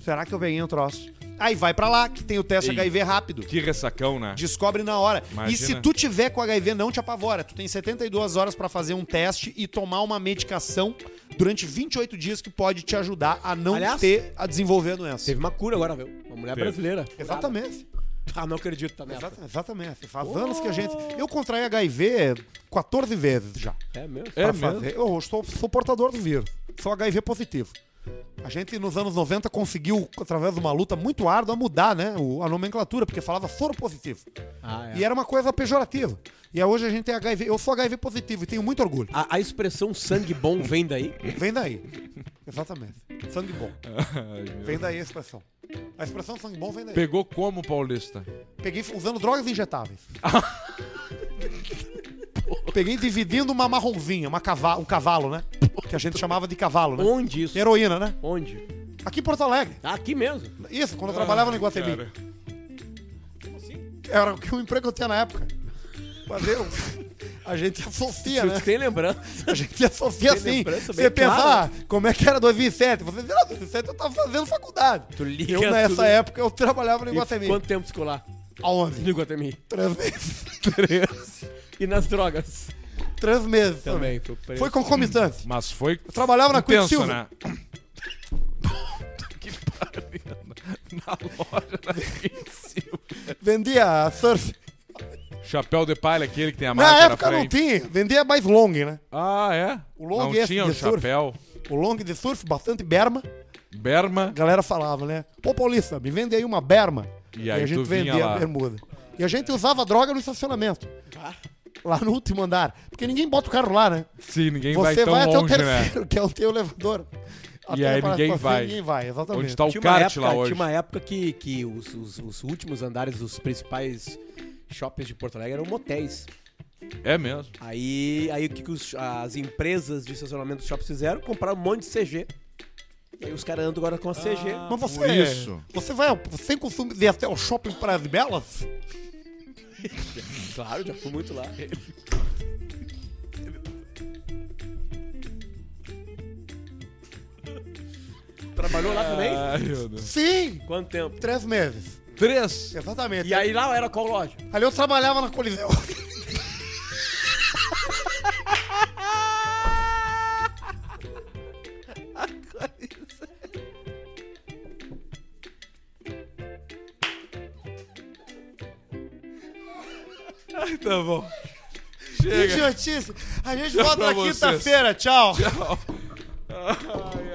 Speaker 2: Será que eu ganhei um troço? Aí vai pra lá, que tem o teste
Speaker 4: Ei.
Speaker 2: HIV rápido.
Speaker 4: Que ressacão, né?
Speaker 2: Descobre na hora.
Speaker 4: Imagina.
Speaker 2: E se tu tiver com HIV, não te apavora. Tu tem 72 horas pra fazer um teste e tomar uma medicação durante 28 dias que pode te ajudar a não
Speaker 3: Aliás,
Speaker 2: ter, a desenvolver a doença.
Speaker 3: Teve uma cura agora, viu? Uma mulher
Speaker 4: Teve.
Speaker 3: brasileira.
Speaker 2: Exatamente.
Speaker 3: Ah, não acredito, tá nessa.
Speaker 2: Exata- Exatamente. Faz anos que a gente. Eu contraí HIV 14 vezes já.
Speaker 3: É mesmo?
Speaker 4: É
Speaker 2: pra
Speaker 4: mesmo?
Speaker 2: fazer. Eu sou, sou portador do vírus. Sou HIV positivo. A gente, nos anos 90, conseguiu, através de uma luta muito árdua, mudar né, o- a nomenclatura, porque falava soro positivo.
Speaker 3: Ah, é.
Speaker 2: E era uma coisa pejorativa. E hoje a gente é HIV. Eu sou HIV positivo e tenho muito orgulho.
Speaker 3: A, a expressão sangue bom vem daí.
Speaker 2: Vem daí. Exatamente. Sangue bom. Vem daí a expressão. A expressão sangue bom vem daí.
Speaker 4: Pegou como, Paulista?
Speaker 2: Peguei usando drogas injetáveis. Peguei dividindo uma marronzinha, uma cava um cavalo, né? Que a gente chamava de cavalo, né?
Speaker 3: Onde isso?
Speaker 2: Heroína, né?
Speaker 3: Onde?
Speaker 2: Aqui em Porto Alegre.
Speaker 3: Ah, Aqui mesmo.
Speaker 2: Isso, quando eu
Speaker 4: Ah,
Speaker 2: trabalhava no Iguatemi. Era o que o emprego que eu tinha na época. Mas eu... A gente associa, né?
Speaker 3: Tu tem lembrança.
Speaker 2: A gente associa
Speaker 3: Tem
Speaker 2: assim.
Speaker 3: lembrança
Speaker 2: Você
Speaker 3: bem
Speaker 2: pensar
Speaker 3: clara.
Speaker 2: como é que era 2007. Você diz, ah, 2007 eu tava fazendo faculdade.
Speaker 3: Tu liga
Speaker 2: Eu, nessa
Speaker 3: é tudo.
Speaker 2: época, eu trabalhava no
Speaker 3: E
Speaker 2: Iguatemi.
Speaker 3: Quanto tempo escolar?
Speaker 2: Aonde?
Speaker 3: No Iguatemi.
Speaker 2: Três meses.
Speaker 3: E nas drogas?
Speaker 2: Três meses também.
Speaker 3: Também. Foi preso.
Speaker 2: Foi concomitante.
Speaker 4: Mas foi
Speaker 2: Eu trabalhava na Quick
Speaker 4: tenso,
Speaker 2: Silva.
Speaker 4: né? Puta que pariu. Na loja da Quick Silva.
Speaker 2: Vendia surf.
Speaker 4: Chapéu de palha, aquele que tem a marca
Speaker 2: Na
Speaker 4: na
Speaker 2: época não
Speaker 4: frente.
Speaker 2: tinha. Vendia mais long, né?
Speaker 4: Ah, é?
Speaker 2: O long
Speaker 4: não
Speaker 2: é
Speaker 4: tinha o
Speaker 2: de surf.
Speaker 4: chapéu.
Speaker 2: O long de surf, bastante berma.
Speaker 4: Berma.
Speaker 2: A galera falava, né? Pô, Paulista, me vende aí uma berma.
Speaker 4: E aí
Speaker 2: a
Speaker 4: tu
Speaker 2: gente
Speaker 4: vinha
Speaker 2: vendia
Speaker 4: lá.
Speaker 2: a bermuda. E a gente usava droga no estacionamento. Lá no último andar. Porque ninguém bota o carro lá, né?
Speaker 4: Sim, ninguém vai
Speaker 2: Você
Speaker 4: tão
Speaker 2: vai, até o
Speaker 4: longe, né?
Speaker 2: terceiro, que é o teu elevador.
Speaker 4: E aí
Speaker 2: pra-
Speaker 4: ninguém
Speaker 2: pra-
Speaker 4: vai.
Speaker 2: Ninguém vai, exatamente.
Speaker 4: Onde tá o
Speaker 3: Tinha uma,
Speaker 4: kart
Speaker 3: época,
Speaker 4: lá hoje?
Speaker 3: tinha uma época que, que os, os- os últimos andares dos principais shoppings de Porto Alegre eram motéis.
Speaker 4: É mesmo.
Speaker 3: Aí, aí o que, que os- as empresas de estacionamento dos shoppings fizeram? Compraram um monte de CG. E aí os caras andam agora com a CG.
Speaker 2: Mas
Speaker 4: Por
Speaker 2: você,
Speaker 4: isso.
Speaker 2: você vai ao- sem costume de ir até o shopping para as belas?
Speaker 3: Claro, já fui muito lá. Trabalhou lá também?
Speaker 4: Ai, meu Deus.
Speaker 2: Sim,
Speaker 3: Quanto tempo?
Speaker 2: três meses.
Speaker 4: Três.
Speaker 2: Exatamente.
Speaker 3: E aí lá era qual loja?
Speaker 2: Ali eu trabalhava na Coliseu.
Speaker 4: Tá bom.
Speaker 2: Que idiotice. A gente volta
Speaker 4: pra
Speaker 2: na
Speaker 4: vocês.
Speaker 2: quinta-feira. Tchau.
Speaker 4: Ai,